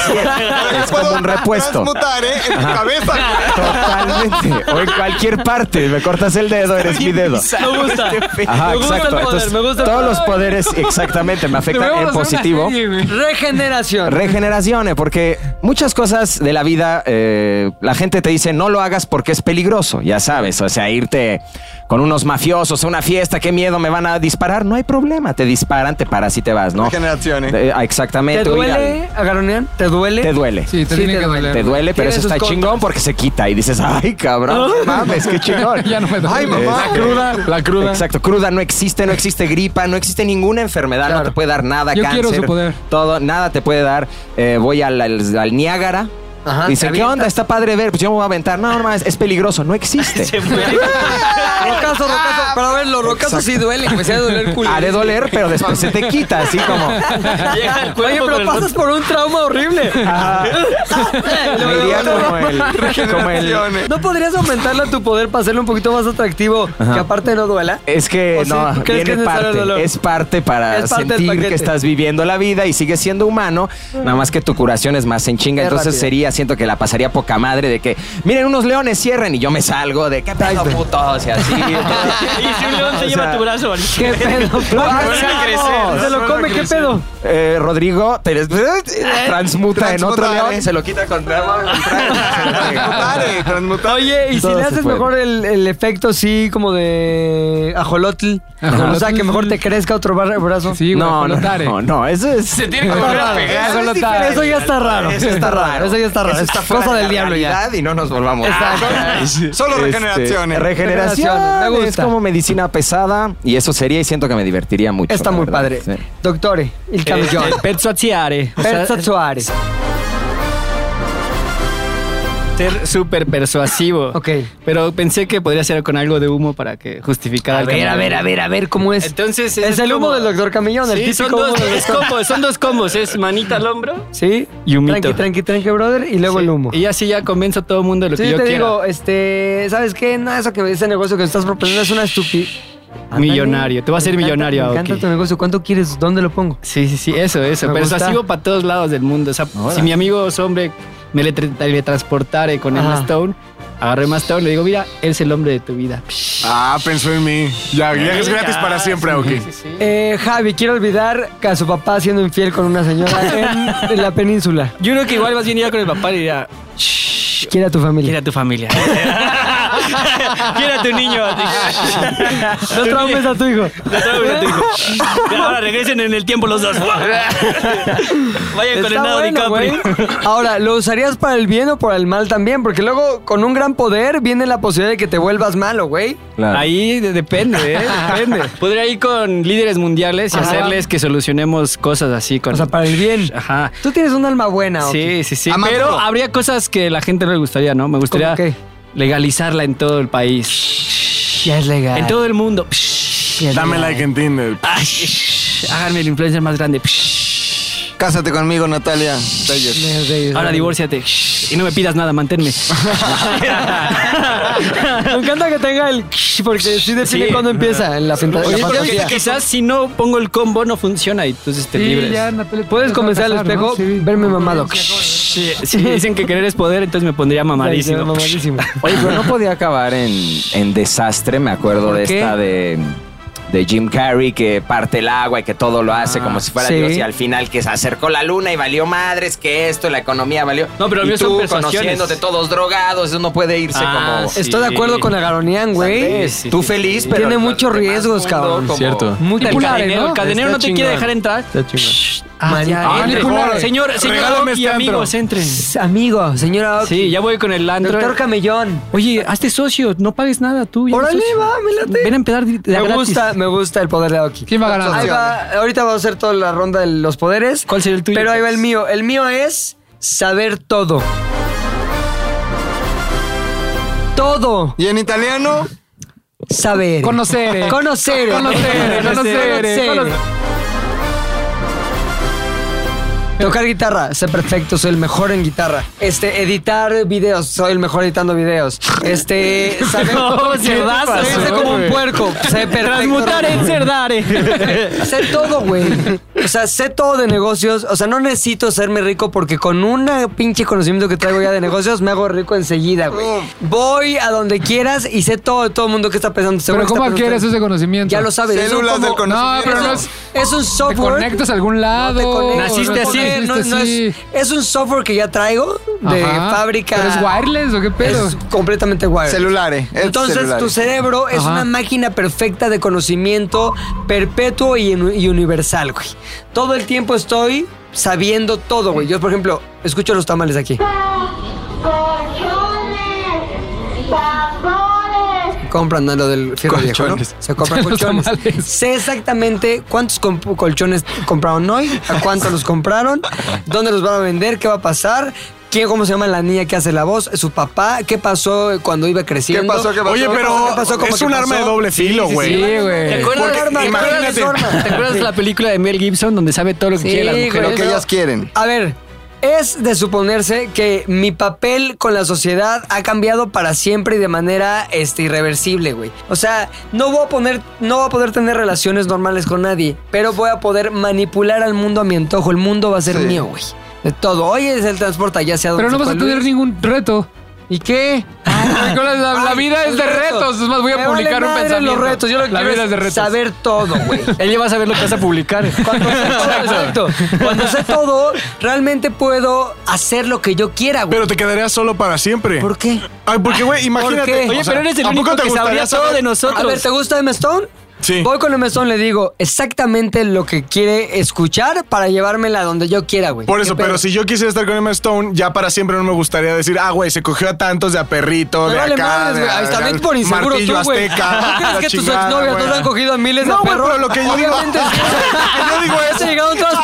Speaker 1: Es como un repuesto.
Speaker 7: Transmutare eh, en tu cabeza.
Speaker 1: [LAUGHS] Totalmente. O en cualquier parte. Me cortas el dedo, eres mi dedo.
Speaker 6: Me gusta.
Speaker 1: Ajá,
Speaker 6: Me gusta el
Speaker 1: exacto.
Speaker 6: poder,
Speaker 1: Entonces,
Speaker 6: me gusta el
Speaker 1: todos
Speaker 6: poder.
Speaker 1: los poderes exactamente me afectan
Speaker 2: Deberíamos
Speaker 1: en
Speaker 2: hacer
Speaker 1: eh,
Speaker 2: una
Speaker 1: positivo.
Speaker 2: serie, güey.
Speaker 6: Regeneración.
Speaker 1: Regeneraciones, porque muchas cosas de la vida, eh, la gente te dice no lo hagas porque es peligroso, ya sabes, o sea, irte con unos mafiosos a una fiesta, qué miedo, me van a disparar, no hay problema, te disparan, te paras y te vas, ¿no?
Speaker 7: Regeneraciones.
Speaker 1: Eh, ah, exactamente.
Speaker 6: ¿Te
Speaker 1: huir al-
Speaker 6: duele, Agaronean? ¿Te duele?
Speaker 1: Te duele.
Speaker 2: Sí, te
Speaker 6: Sí,
Speaker 2: tiene
Speaker 6: te
Speaker 2: que
Speaker 6: duele.
Speaker 2: doler.
Speaker 1: Te duele, pero
Speaker 6: Tiene
Speaker 1: eso
Speaker 6: sus
Speaker 1: está
Speaker 6: contras.
Speaker 1: chingón porque se quita y dices, ay, cabrón,
Speaker 6: [LAUGHS]
Speaker 1: no mames, qué chingón.
Speaker 2: [LAUGHS] Ya no me duele.
Speaker 7: Ay, mamá.
Speaker 2: La cruda, la cruda.
Speaker 1: Exacto, cruda no existe, no existe gripa, no existe ninguna enfermedad, no te puede dar nada,
Speaker 2: Yo
Speaker 1: cáncer.
Speaker 2: quiero su poder.
Speaker 1: Todo, nada te puede dar. Eh, voy al, al- al Niágara.
Speaker 6: Ajá,
Speaker 1: Dice,
Speaker 6: te
Speaker 1: ¿qué
Speaker 6: avientas.
Speaker 1: onda? Está padre ver. Pues yo me voy a aventar. No, no, mames, es peligroso. No existe.
Speaker 6: Rocaso, rocaso.
Speaker 4: Pero a ver, los rocazos sí duelen, me a Ah, doler culo.
Speaker 1: Haré
Speaker 4: [LAUGHS]
Speaker 1: doler, pero después se te quita, así como.
Speaker 8: Llega el cuerpo
Speaker 4: Oye,
Speaker 8: con
Speaker 4: pero
Speaker 8: el
Speaker 4: pasas por un trauma horrible.
Speaker 1: Me iría como el. Como el
Speaker 4: ¿No podrías aumentarle a tu poder para hacerlo un poquito más atractivo? Que aparte no duela.
Speaker 1: es que
Speaker 4: ¿O sí?
Speaker 1: no,
Speaker 4: ¿Tú crees que
Speaker 1: viene
Speaker 4: es necesario el dolor?
Speaker 1: parte. Es parte para
Speaker 4: Es parte del
Speaker 1: sentir
Speaker 4: paquete.
Speaker 1: que estás viviendo la vida y sigues siendo humano, nada más que tu curación es más en chinga.
Speaker 4: Es
Speaker 1: Entonces
Speaker 4: rápida.
Speaker 1: sería, siento que la pasaría poca madre de que, miren, unos leones cierren y yo me salgo de qué pedo, puto, o sea,
Speaker 4: [LAUGHS]
Speaker 1: así.
Speaker 8: Y si un león
Speaker 1: [LAUGHS]
Speaker 8: se
Speaker 1: O
Speaker 8: lleva
Speaker 1: sea,
Speaker 8: tu brazo, ¿vale?
Speaker 6: [LAUGHS]
Speaker 4: ¿Qué pedo?
Speaker 1: a crecer,
Speaker 4: Se lo come, ¿qué pedo?
Speaker 1: Eh, Rodrigo te-
Speaker 4: Eh,
Speaker 1: transmuta en otro
Speaker 7: Transmutar,
Speaker 1: león
Speaker 7: eh.
Speaker 1: y se lo quita con
Speaker 4: [LAUGHS]
Speaker 7: Transmutare, transmutare.
Speaker 4: Oye, y si
Speaker 1: Todo
Speaker 4: le
Speaker 1: se
Speaker 4: haces
Speaker 1: puede.
Speaker 4: mejor el, el efecto sí como de ajolotl,
Speaker 2: Ajolotl.
Speaker 4: o sea, que mejor te crezca otro bar- brazo.
Speaker 2: Sí, güey,
Speaker 1: No, no,
Speaker 2: colotare.
Speaker 1: no, no, eso es. Se tiene
Speaker 2: que volver a pegar.
Speaker 1: Eso, es
Speaker 2: Colotare.
Speaker 1: diferente.
Speaker 4: Eso ya está raro.
Speaker 1: Eso está raro.
Speaker 4: Eso ya está raro.
Speaker 1: Eso
Speaker 4: Es
Speaker 1: fuera
Speaker 4: cosa
Speaker 1: de
Speaker 4: del
Speaker 1: la
Speaker 4: diablo ya.
Speaker 1: realidad Y no nos volvamos. [LAUGHS]
Speaker 7: Solo
Speaker 1: Este,
Speaker 7: regeneraciones.
Speaker 1: Regeneración.
Speaker 4: Regeneraciones, me
Speaker 1: Es
Speaker 4: gusta.
Speaker 1: como medicina pesada y eso sería y siento que me divertiría mucho.
Speaker 4: Está
Speaker 1: la
Speaker 4: muy
Speaker 1: verdad.
Speaker 4: padre.
Speaker 1: Sí.
Speaker 4: Doctore, il
Speaker 6: Eh,
Speaker 4: camellón.
Speaker 6: Petsuatsiare. O sea,
Speaker 4: Persa Suárez.
Speaker 6: ser súper persuasivo.
Speaker 4: Ok.
Speaker 6: Pero pensé que podría ser con algo de humo para que justificara
Speaker 4: A
Speaker 6: el
Speaker 4: ver,
Speaker 6: camino.
Speaker 4: a ver, a ver, a ver cómo es.
Speaker 6: Entonces
Speaker 4: es el humo
Speaker 6: como-
Speaker 4: del doctor Camellón, el
Speaker 6: Sí, son
Speaker 4: típico humo
Speaker 6: dos,
Speaker 4: del
Speaker 6: es combo, son dos combos, es manita al hombro.
Speaker 4: Sí.
Speaker 6: Y humito.
Speaker 4: Tranqui, tranqui, tranqui, brother, y luego
Speaker 6: Sí,
Speaker 4: el humo.
Speaker 6: Y así ya convenzo a todo el mundo de lo
Speaker 4: Sí,
Speaker 6: que yo
Speaker 4: te
Speaker 6: quiera.
Speaker 4: digo, este, ¿sabes qué? No, eso que ese negocio que estás proponiendo es una estupidez.
Speaker 6: Millonario, te vas a hacer millonario,
Speaker 4: Me encanta
Speaker 6: Aoki.
Speaker 4: tu negocio, ¿cuánto quieres? ¿Dónde lo pongo?
Speaker 6: Sí, sí, sí, eso, eso.
Speaker 4: Me
Speaker 6: Persuasivo
Speaker 4: gusta.
Speaker 6: para todos lados del mundo. O sea, si mi amigo es hombre me le tra- teletransportare con Emma
Speaker 4: Ajá.
Speaker 6: Stone, agarré Emma Stone, le digo, mira, él es el hombre de tu vida. [LAUGHS] Psh,
Speaker 9: Ah, pensó en mí. Ya, ya es gratis
Speaker 6: ya,
Speaker 9: para siempre, ok.
Speaker 6: sí, sí.
Speaker 4: Eh, Javi, quiero olvidar que a su papá siendo infiel con
Speaker 8: [LAUGHS]
Speaker 4: una señora en, en la península.
Speaker 8: Yo creo que igual más bien iría con el papá y diría,
Speaker 4: Quiere a tu
Speaker 8: quiere
Speaker 4: familia.
Speaker 8: a tu familia. quiere a tu niño. a ti.
Speaker 6: [LAUGHS]
Speaker 4: No traumes a tu hijo.
Speaker 8: No traumes a tu hijo. Pero ahora regresen en el tiempo los
Speaker 6: [LAUGHS]
Speaker 8: dos. Vayan con el
Speaker 4: Está
Speaker 8: nado
Speaker 4: bueno, güey.
Speaker 8: DiCaprio. [LAUGHS]
Speaker 4: Ahora, ¿lo usarías para el bien o para el mal también? Porque luego, con un gran poder, viene la posibilidad de que te vuelvas malo, güey.
Speaker 1: Claro.
Speaker 6: Ahí de- depende, ¿eh? depende. Podría ir con líderes mundiales y
Speaker 4: Ajá.
Speaker 6: hacerles que solucionemos cosas así con...
Speaker 4: O sea, para el bien.
Speaker 6: Ajá.
Speaker 4: Tú tienes un alma buena, ¿ok?
Speaker 6: Sí, sí, sí.
Speaker 7: Amaduro.
Speaker 6: Pero habría cosas que la gente no le gustaría, ¿no? Me gustaría
Speaker 4: qué?
Speaker 6: legalizarla en todo el país.
Speaker 4: Ya es legal.
Speaker 6: En todo el mundo.
Speaker 4: Ya es
Speaker 9: Dame
Speaker 4: legal.
Speaker 9: like en Tinder.
Speaker 6: Ay, háganme el influencer más grande.
Speaker 7: Cásate conmigo, Natalia. Telles.
Speaker 4: Ya es legal.
Speaker 6: Ahora divórciate. Y no me pidas nada, manténme.
Speaker 4: [LAUGHS] Me encanta que tenga el porque sí define
Speaker 6: Sí.
Speaker 4: cuando empieza en la pinta-
Speaker 6: Oye,
Speaker 4: la
Speaker 6: pero
Speaker 4: fantasía.
Speaker 6: quizás si no pongo el combo no funciona y entonces te libres.
Speaker 4: Puedes comenzar al espejo, verme mamado.
Speaker 6: Sí, sí, dicen que querer es poder, entonces
Speaker 4: [LAUGHS]
Speaker 6: me pondría mamadísimo.
Speaker 4: Mamadísimo.
Speaker 1: Oye, pero no podía acabar en, en desastre, me acuerdo
Speaker 4: ¿Por
Speaker 1: de
Speaker 4: qué?
Speaker 1: esta de, de Jim Carrey que parte el agua y que todo lo hace
Speaker 6: Ah,
Speaker 1: como si fuera
Speaker 4: sí.
Speaker 1: Dios y al final que se acercó la luna y valió madres, que esto, la economía valió.
Speaker 6: No, pero
Speaker 1: y
Speaker 6: mío son
Speaker 1: tú
Speaker 6: persuasiones.
Speaker 1: conociéndote todos drogados, uno puede irse
Speaker 6: Ah,
Speaker 1: como...
Speaker 6: sí.
Speaker 4: Estoy de acuerdo con Agaronian, güey.
Speaker 6: Sí, sí,
Speaker 1: Tú
Speaker 6: sí,
Speaker 1: feliz,
Speaker 6: sí.
Speaker 1: pero...
Speaker 4: Tiene
Speaker 1: los
Speaker 4: muchos
Speaker 1: demás
Speaker 4: riesgos,
Speaker 1: mundo
Speaker 4: cabrón.
Speaker 1: como- [LAUGHS]
Speaker 5: Cierto.
Speaker 4: Muy
Speaker 6: El cadenero,
Speaker 4: ¿no?
Speaker 6: el cadenero no te quiere dejar entrar. Ah, ya, entre.
Speaker 9: Manipulable.
Speaker 6: Señor, señor
Speaker 9: Regálame
Speaker 6: Aoki,
Speaker 9: este antro.
Speaker 6: amigos, entren.
Speaker 4: Amigo, señora Oki.
Speaker 6: Sí, ya voy con el antro.
Speaker 4: Doctor Camellón.
Speaker 6: Oye, hazte socio, no pagues nada tú. ya eres
Speaker 4: Órale,
Speaker 6: socio.
Speaker 4: va, me late.
Speaker 6: Ven a empezar de de a
Speaker 4: Me
Speaker 6: gratis.
Speaker 4: gusta, me gusta el poder de Aoki.
Speaker 2: ¿Quién va ganando?
Speaker 4: Ahí va, ahorita vamos a hacer toda la ronda de los poderes.
Speaker 6: ¿Cuál sería el tuyo?
Speaker 4: Pero ahí va el mío. El mío es saber todo. Todo
Speaker 7: Y en italiano,
Speaker 4: saber.
Speaker 2: Conocer.
Speaker 4: Conocer.
Speaker 2: Conocer, conocer,
Speaker 4: Conocer. Tocar guitarra, sé perfecto, soy el mejor en guitarra. Este, editar videos, soy el mejor editando videos.
Speaker 6: [LAUGHS]
Speaker 4: Este, saber
Speaker 6: cerdazo,
Speaker 4: Sé como un
Speaker 6: güey.
Speaker 4: puerco, sé perfecto.
Speaker 6: Transmutar en cerdare.
Speaker 4: Sé todo, güey. O sea, sé todo de negocios. O sea, no necesito serme rico porque con una pinche conocimiento que traigo ya de negocios me hago rico enseguida, güey. Voy a donde quieras y sé todo de todo el mundo que está pensando. Seguro
Speaker 2: Pero
Speaker 4: que
Speaker 2: ¿cómo
Speaker 4: está pensando
Speaker 2: adquieres
Speaker 4: usted.
Speaker 2: ese conocimiento?
Speaker 4: Ya lo sabes. es un
Speaker 7: células del
Speaker 4: como-
Speaker 2: No,
Speaker 7: conocimiento.
Speaker 2: pero no es...
Speaker 4: Es un
Speaker 2: Te
Speaker 4: software.
Speaker 2: conectas a algún
Speaker 4: No
Speaker 2: lado.
Speaker 4: te conectas,
Speaker 6: Naciste
Speaker 4: no
Speaker 6: así.
Speaker 4: te- no-
Speaker 2: Naciste
Speaker 4: no es,
Speaker 2: así.
Speaker 4: es un software que ya traigo de
Speaker 2: Ajá.
Speaker 4: fábrica.
Speaker 2: ¿Pero es wireless o qué pedo?
Speaker 4: Es completamente
Speaker 1: Eh.
Speaker 4: wireless.
Speaker 7: celulares. es
Speaker 4: Entonces,
Speaker 7: celulares.
Speaker 4: tu cerebro es
Speaker 2: Ajá.
Speaker 4: una máquina perfecta de conocimiento perpetuo y, uni- y universal, güey. Todo el tiempo estoy sabiendo todo, güey. Yo, por ejemplo, escucho los tamales aquí.
Speaker 11: colchones, tambores.
Speaker 4: Compran ¿no? lo del fierro viejo, ¿no?
Speaker 7: Colchones.
Speaker 4: Se
Speaker 2: [LAUGHS]
Speaker 4: compran
Speaker 2: Los
Speaker 4: colchones.
Speaker 2: tamales.
Speaker 4: Sé exactamente cuántos comp- colchones compraron hoy, a cuánto los compraron, dónde los van a vender, qué va a pasar, ¿Quién, ¿Cómo se llama la niña que hace la voz? ¿Su papá? ¿Qué pasó cuando iba creciendo?
Speaker 7: ¿Qué pasó? ¿Qué pasó?
Speaker 9: Oye, pero
Speaker 4: ¿Qué pasó? ¿Cómo
Speaker 9: es
Speaker 4: que
Speaker 9: un arma de
Speaker 4: pasó?
Speaker 9: doble filo, güey.
Speaker 2: Sí, güey.
Speaker 4: acuerdas
Speaker 9: Porque
Speaker 4: del arma? ¿Te acuerdas del
Speaker 9: imagínate.
Speaker 4: arma?
Speaker 6: ¿Te acuerdas de la película de Mel Gibson donde sabe todo lo que
Speaker 4: Sí,
Speaker 6: quiere la mujer?
Speaker 4: güey.
Speaker 7: Lo que ellas quieren.
Speaker 4: A ver, es de suponerse que mi papel con la sociedad ha cambiado para siempre y de manera este, irreversible, güey. O sea, no voy, a poner, no voy a poder tener relaciones normales con nadie, pero voy a poder manipular al mundo a mi antojo. El mundo va a ser
Speaker 7: Sí.
Speaker 4: mío, güey. De todo. Hoy es el transporte, ya sea
Speaker 2: Pero
Speaker 4: donde
Speaker 2: no vas a
Speaker 4: cual
Speaker 2: tener
Speaker 4: es.
Speaker 2: ningún reto. ¿Y qué? la, la- la
Speaker 4: Ay,
Speaker 2: vida es
Speaker 4: el
Speaker 2: de
Speaker 4: reto.
Speaker 2: retos. Es más, voy a
Speaker 4: Me
Speaker 2: publicar
Speaker 4: vale
Speaker 2: un
Speaker 4: madre
Speaker 2: pensamiento.
Speaker 4: los retos. Yo lo que
Speaker 2: la
Speaker 4: quiero
Speaker 2: vida
Speaker 4: es
Speaker 2: es de retos.
Speaker 4: saber todo, güey.
Speaker 2: [LAUGHS]
Speaker 8: Ella va a saber lo que vas a publicar.
Speaker 4: Cuando
Speaker 9: [LAUGHS]
Speaker 4: sé todo, exacto. Cuando sé todo, realmente puedo hacer lo que yo quiera, güey.
Speaker 9: Pero te quedarías solo para siempre.
Speaker 4: ¿Por qué?
Speaker 9: Ay, porque, güey, imagínate.
Speaker 4: qué? Oye,
Speaker 9: o sea,
Speaker 8: pero eres el
Speaker 9: ¿a poco
Speaker 8: único
Speaker 9: te
Speaker 8: que
Speaker 9: gustaría
Speaker 8: sabría todo
Speaker 9: saber?
Speaker 8: de
Speaker 4: A ver,
Speaker 8: nosotros.
Speaker 4: ¿te gusta M. Stone?
Speaker 9: Sí.
Speaker 4: Voy con M. Stone, le digo exactamente lo que quiere escuchar para llevármela donde yo quiera, güey.
Speaker 9: Por
Speaker 4: ¿Qué
Speaker 9: eso,
Speaker 4: pedo?
Speaker 9: pero si yo quisiera estar con Emma Stone, ya para siempre no me gustaría decir, ah, güey, se cogió a tantos de a perrito,
Speaker 4: Me
Speaker 9: de
Speaker 4: vale
Speaker 9: acá,
Speaker 4: madres,
Speaker 9: de
Speaker 4: güey.
Speaker 9: a-
Speaker 4: Ahí está,
Speaker 9: de
Speaker 4: ven
Speaker 9: al
Speaker 4: por inseguro
Speaker 9: martillo
Speaker 4: tú, güey.
Speaker 9: azteca,
Speaker 4: [LAUGHS] ¿Tú
Speaker 9: [LAUGHS] la
Speaker 4: crees que tus
Speaker 9: chingada,
Speaker 4: exnovias no
Speaker 9: güey.
Speaker 4: te han cogido a miles
Speaker 9: No,
Speaker 4: de
Speaker 9: güey,
Speaker 4: perros?
Speaker 9: pero lo que yo digo-
Speaker 4: Obviamente, sí.
Speaker 9: [LAUGHS]
Speaker 4: [LAUGHS]
Speaker 9: Yo digo
Speaker 4: Ya
Speaker 9: eso.
Speaker 4: se llegaron
Speaker 9: [LAUGHS]
Speaker 4: todas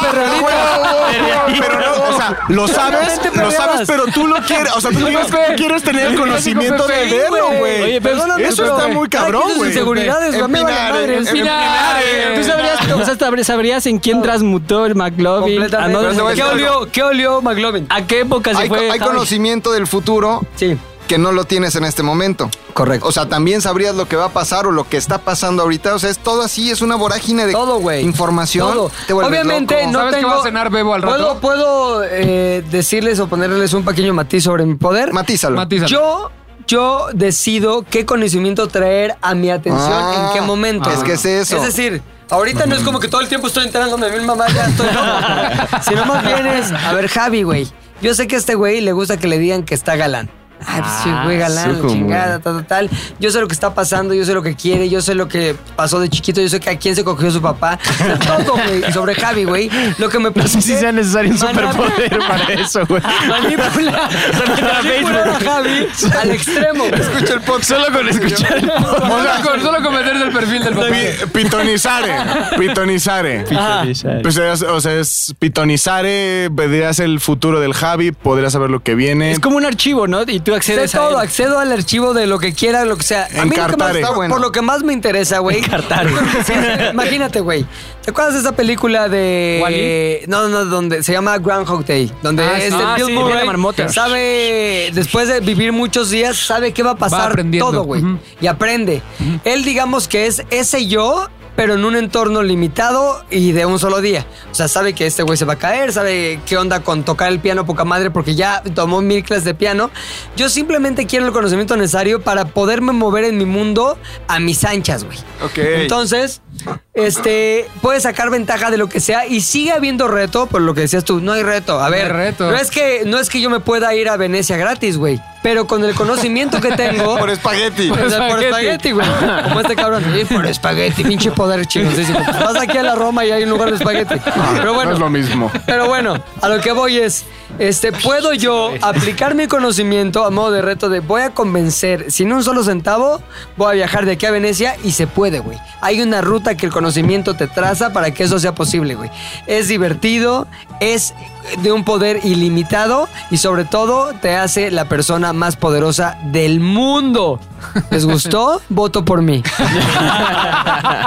Speaker 4: perreritas.
Speaker 9: Pero no, o sea, lo sabes,
Speaker 4: Obviamente
Speaker 9: lo
Speaker 4: peleabas.
Speaker 9: sabes, pero tú lo quieres, o sea, tú quieres, tú quieres tener el conocimiento de
Speaker 2: Pepe,
Speaker 9: verlo,
Speaker 4: güey.
Speaker 9: güey.
Speaker 8: Oye, pero
Speaker 9: Eso está muy cabrón,
Speaker 4: Sus
Speaker 9: güey. Eh,
Speaker 4: inseguridades, güey. Me vale madre.
Speaker 2: en Pinares.
Speaker 8: Tú sabrías, o sea, sabr- sabrías en quién transmutó el McLovin. ¿A,
Speaker 4: Completamente.
Speaker 8: dónde
Speaker 7: Pero te voy a
Speaker 8: se-
Speaker 4: ¿Qué
Speaker 7: decir
Speaker 4: olió? ¿Qué olió McLovin?
Speaker 8: a qué época se
Speaker 7: Hay, co-
Speaker 8: fue?
Speaker 7: hay conocimiento del futuro
Speaker 4: Sí,
Speaker 7: que no lo tienes en este momento.
Speaker 4: correcto.
Speaker 7: O sea, también sabrías lo que va a pasar o lo que está pasando ahorita. O sea, es todo así, es una vorágine de
Speaker 4: Todo, güey.
Speaker 7: información.
Speaker 4: Todo.
Speaker 7: Te vuelves
Speaker 4: Obviamente
Speaker 7: loco.
Speaker 4: no
Speaker 2: ¿Sabes que
Speaker 4: tengo...
Speaker 2: va a cenar Bebo al rato?
Speaker 4: ¿Puedo, puedo eh, decirles o ponerles un pequeño matiz sobre mi poder?
Speaker 7: Matízalo.
Speaker 2: Matízalo.
Speaker 4: Yo, yo decido qué conocimiento traer a mi atención
Speaker 7: Ah,
Speaker 4: en qué momento.
Speaker 7: es que es eso.
Speaker 4: Es decir, ahorita no es como que todo el tiempo estoy entrando de mi mamá, ya estoy loco. Sino más bien es, a ver, Javi, güey. Yo sé que a este güey le gusta que le digan que está galán. Ay, pues sí, güey, galán, la chingada, tal, tal, tal. Yo sé lo que está pasando, yo sé lo que quiere, yo sé lo que pasó de chiquito, yo sé que a quién se cogió su papá. Todo, güey. Y sobre Javi, güey, lo que me
Speaker 5: No sé si
Speaker 4: pusiste-
Speaker 5: sea necesario un
Speaker 4: Manab-
Speaker 5: superpoder para eso, güey.
Speaker 4: Manipula. Manipular a Javi al extremo. güey.
Speaker 7: Escucha el podcast.
Speaker 5: Solo con escuchar el podcast.
Speaker 2: Solo con, solo con meterse el perfil del papá.
Speaker 9: Pi- Pitonizare, pitonizare. Pues es- o sea, es pitonizare, verías el futuro del Javi, podrías saber lo que viene.
Speaker 8: Es como un archivo, ¿no? Y tú
Speaker 4: Sé
Speaker 8: accedes
Speaker 4: todo,
Speaker 8: a él.
Speaker 4: accedo al archivo de lo que quiera, lo que sea. A mí lo que más-
Speaker 9: Encartare.
Speaker 7: Está bueno.
Speaker 4: por lo que más me interesa, güey. [LAUGHS] Encartar. Imagínate, güey. ¿Te acuerdas de esa película de No, no, donde se llama Groundhog Day, donde
Speaker 2: Ah,
Speaker 4: este
Speaker 2: sí. Ah,
Speaker 4: Bill
Speaker 2: sí,
Speaker 4: Murray
Speaker 2: de la marmota.
Speaker 4: sabe después de vivir muchos días sabe qué va a
Speaker 2: Va
Speaker 4: pasar
Speaker 2: aprendiendo.
Speaker 4: todo, güey,
Speaker 2: Ujú.
Speaker 4: y aprende. Él digamos que es ese yo pero en un entorno limitado y de un solo día. O sea, sabe que este güey se va a caer, sabe qué onda con tocar el piano poca madre porque ya tomó mil clases de piano. Yo simplemente quiero el conocimiento necesario para poderme mover en mi mundo a mis anchas, güey.
Speaker 7: Ok.
Speaker 4: Entonces, este, puedes sacar ventaja de lo que sea y sigue habiendo reto, por lo que decías tú, no hay reto. A ver,
Speaker 2: hay reto.
Speaker 4: no es que no es que yo me pueda ir a Venecia gratis, güey, pero con el conocimiento que tengo
Speaker 7: [LAUGHS] Por espagueti.
Speaker 4: o sea, por
Speaker 2: espagueti.
Speaker 4: espagueti, güey. Como este cabrón. Sí, por espagueti, pinche poder chingoncísimo. Vas aquí a la Roma y hay un lugar de espagueti. Pero bueno.
Speaker 9: Ah, No es lo mismo.
Speaker 4: Pero bueno, a lo que voy es, este, puedo yo aplicar mi conocimiento a modo de reto de voy a convencer, sin un solo centavo, voy a viajar de aquí a Venecia y se puede, güey. Hay una ruta que el conocimiento te traza para que eso sea posible, güey. Es divertido, es de un poder ilimitado y sobre todo te hace la persona más poderosa del mundo. ¿Les gustó? Voto por mí.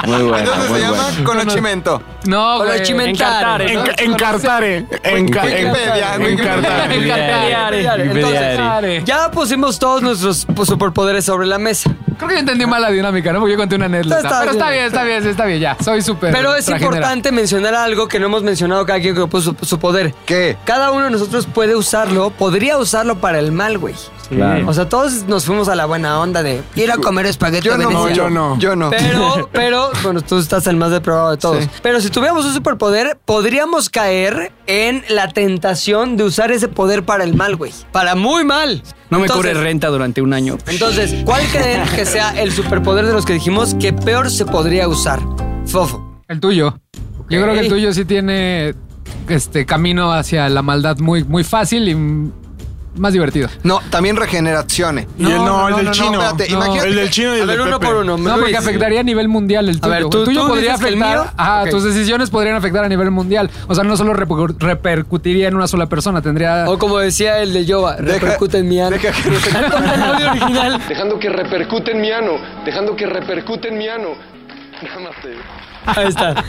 Speaker 5: Muy bueno,
Speaker 7: Entonces se llama conocimiento.
Speaker 2: No,
Speaker 4: Con
Speaker 2: güey.
Speaker 4: el chimentar.
Speaker 8: Encartare,
Speaker 9: En- encartare. enca- en-
Speaker 7: Wikipedia,
Speaker 9: encartare.
Speaker 2: Entonces,
Speaker 4: Ya pusimos todos nuestros pues, superpoderes sobre la mesa.
Speaker 2: Creo que yo entendí mal la dinámica, ¿no? Porque yo conté una anécdota.
Speaker 4: Está
Speaker 2: pero
Speaker 4: bien.
Speaker 2: está bien, está bien, está bien, ya. Soy súper.
Speaker 4: Pero es
Speaker 2: trajinera.
Speaker 4: importante mencionar algo que no hemos mencionado cada quien que puso su, su poder.
Speaker 7: ¿Qué?
Speaker 4: Cada uno de nosotros puede usarlo, podría usarlo para el mal, güey. O sea, todos nos fuimos a la buena onda de ir a comer espagueti a
Speaker 7: Yo no,
Speaker 4: Venecia.
Speaker 7: yo no. Yo no. [LAUGHS]
Speaker 4: Pero, pero, bueno, tú estás el más depravado de todos. Pero si tuviéramos un superpoder, podríamos caer en la tentación de usar ese poder para el mal, güey. Para muy mal.
Speaker 6: No me
Speaker 4: Entonces,
Speaker 6: cobre renta durante un año.
Speaker 4: Entonces, ¿cuál creen que sea el superpoder de los que dijimos que peor se podría usar? Fofo.
Speaker 2: El tuyo. Yo creo que el
Speaker 4: Ok.
Speaker 2: tuyo sí tiene este camino hacia la maldad muy, muy fácil y mm, más divertido.
Speaker 7: No, también regeneracione.
Speaker 9: Y el- no, el del chino.
Speaker 7: espérate,
Speaker 2: No.
Speaker 7: imagínate
Speaker 9: El del
Speaker 7: que-
Speaker 9: chino y
Speaker 4: A
Speaker 9: el
Speaker 4: ver,
Speaker 9: del
Speaker 4: uno
Speaker 9: Pepe.
Speaker 4: por uno.
Speaker 2: No, porque
Speaker 4: Luis.
Speaker 2: afectaría a nivel mundial el tuyo.
Speaker 4: ver,
Speaker 2: güey.
Speaker 4: ¿tú-
Speaker 2: el tuyo
Speaker 4: tú
Speaker 2: podría
Speaker 4: dices que el
Speaker 2: afectar.
Speaker 4: mío?
Speaker 2: Ajá,
Speaker 4: Ok.
Speaker 2: tus decisiones podrían afectar a nivel mundial. O sea, no solo repercu- repercutiría en una sola persona, tendría.
Speaker 4: O como decía el de Yoba, repercute en mi ano. Deja que [LAUGHS] el audio original.
Speaker 12: Dejando que repercute en mi ano, dejando que repercute en mi ano. Nada más te digo.
Speaker 4: Ahí
Speaker 2: [LAUGHS]
Speaker 4: está.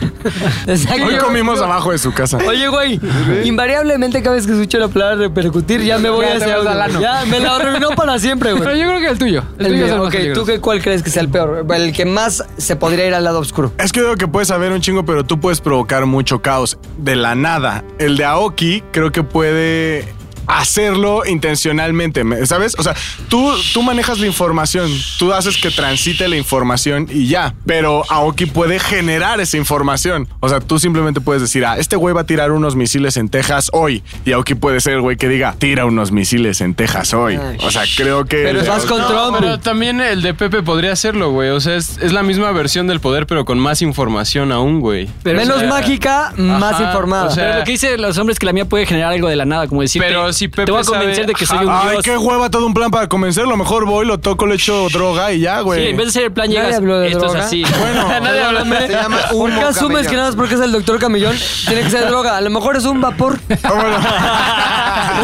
Speaker 13: Exacto.
Speaker 9: Hoy comimos abajo de su casa.
Speaker 4: Oye, güey, invariablemente cada vez que escucho la palabra repercutir, ya me voy
Speaker 2: Ya
Speaker 4: a
Speaker 2: te
Speaker 4: hacer
Speaker 2: vas al ano.
Speaker 4: Ya, me la arruinó para siempre,
Speaker 2: [LAUGHS] Pero
Speaker 4: güey.
Speaker 2: yo creo que el tuyo. El,
Speaker 4: El
Speaker 2: tuyo
Speaker 4: mío,
Speaker 2: es el más
Speaker 4: ok,
Speaker 2: peligroso. [LAUGHS]
Speaker 4: ¿tú qué, cuál crees que sea el peor? El que más se podría ir al lado oscuro.
Speaker 9: Es que creo que puedes saber un chingo, pero tú puedes provocar mucho caos de la nada. El de Aoki creo que puede hacerlo intencionalmente, me- ¿sabes? O sea, tú, tú manejas la información, tú haces que transite la información y ya, pero Aoki puede generar esa información. O sea, tú simplemente puedes decir, ah, este güey va a tirar unos misiles en Texas hoy. Y Aoki puede ser el güey que diga, tira unos misiles en Texas hoy. O sea, creo que...
Speaker 4: Pero
Speaker 9: el de
Speaker 4: vas
Speaker 9: Aoki-
Speaker 4: con Trump.
Speaker 5: Pero también el de Pepe podría hacerlo, güey. O sea, es, es la misma versión del poder, pero con más información aún, güey.
Speaker 4: Menos
Speaker 5: o sea,
Speaker 4: mágica, más
Speaker 5: ajá,
Speaker 4: informada.
Speaker 5: o sea,
Speaker 6: Pero lo que dice los hombres que la mía puede generar algo de la nada, como decir.
Speaker 5: Pero si Pepe
Speaker 6: Te voy a
Speaker 5: sabe-
Speaker 6: convencer de que soy un
Speaker 9: Ay,
Speaker 6: dios.
Speaker 9: qué hueva todo un plan para convencerlo. Mejor voy, lo toco, le echo droga y ya, güey.
Speaker 6: Sí, en vez de ser el plan,
Speaker 4: Nadie
Speaker 6: llegas.
Speaker 4: habló de
Speaker 6: esto
Speaker 4: droga.
Speaker 6: es así. [LAUGHS]
Speaker 5: [LAUGHS] nadie habla de-
Speaker 4: [LAUGHS]
Speaker 7: Se llama
Speaker 4: ¿Por
Speaker 7: humo
Speaker 4: qué asumes
Speaker 7: camellón.
Speaker 4: que nada más porque es el doctor Camillón tiene que ser
Speaker 7: [LAUGHS]
Speaker 4: droga? A lo mejor es un vapor.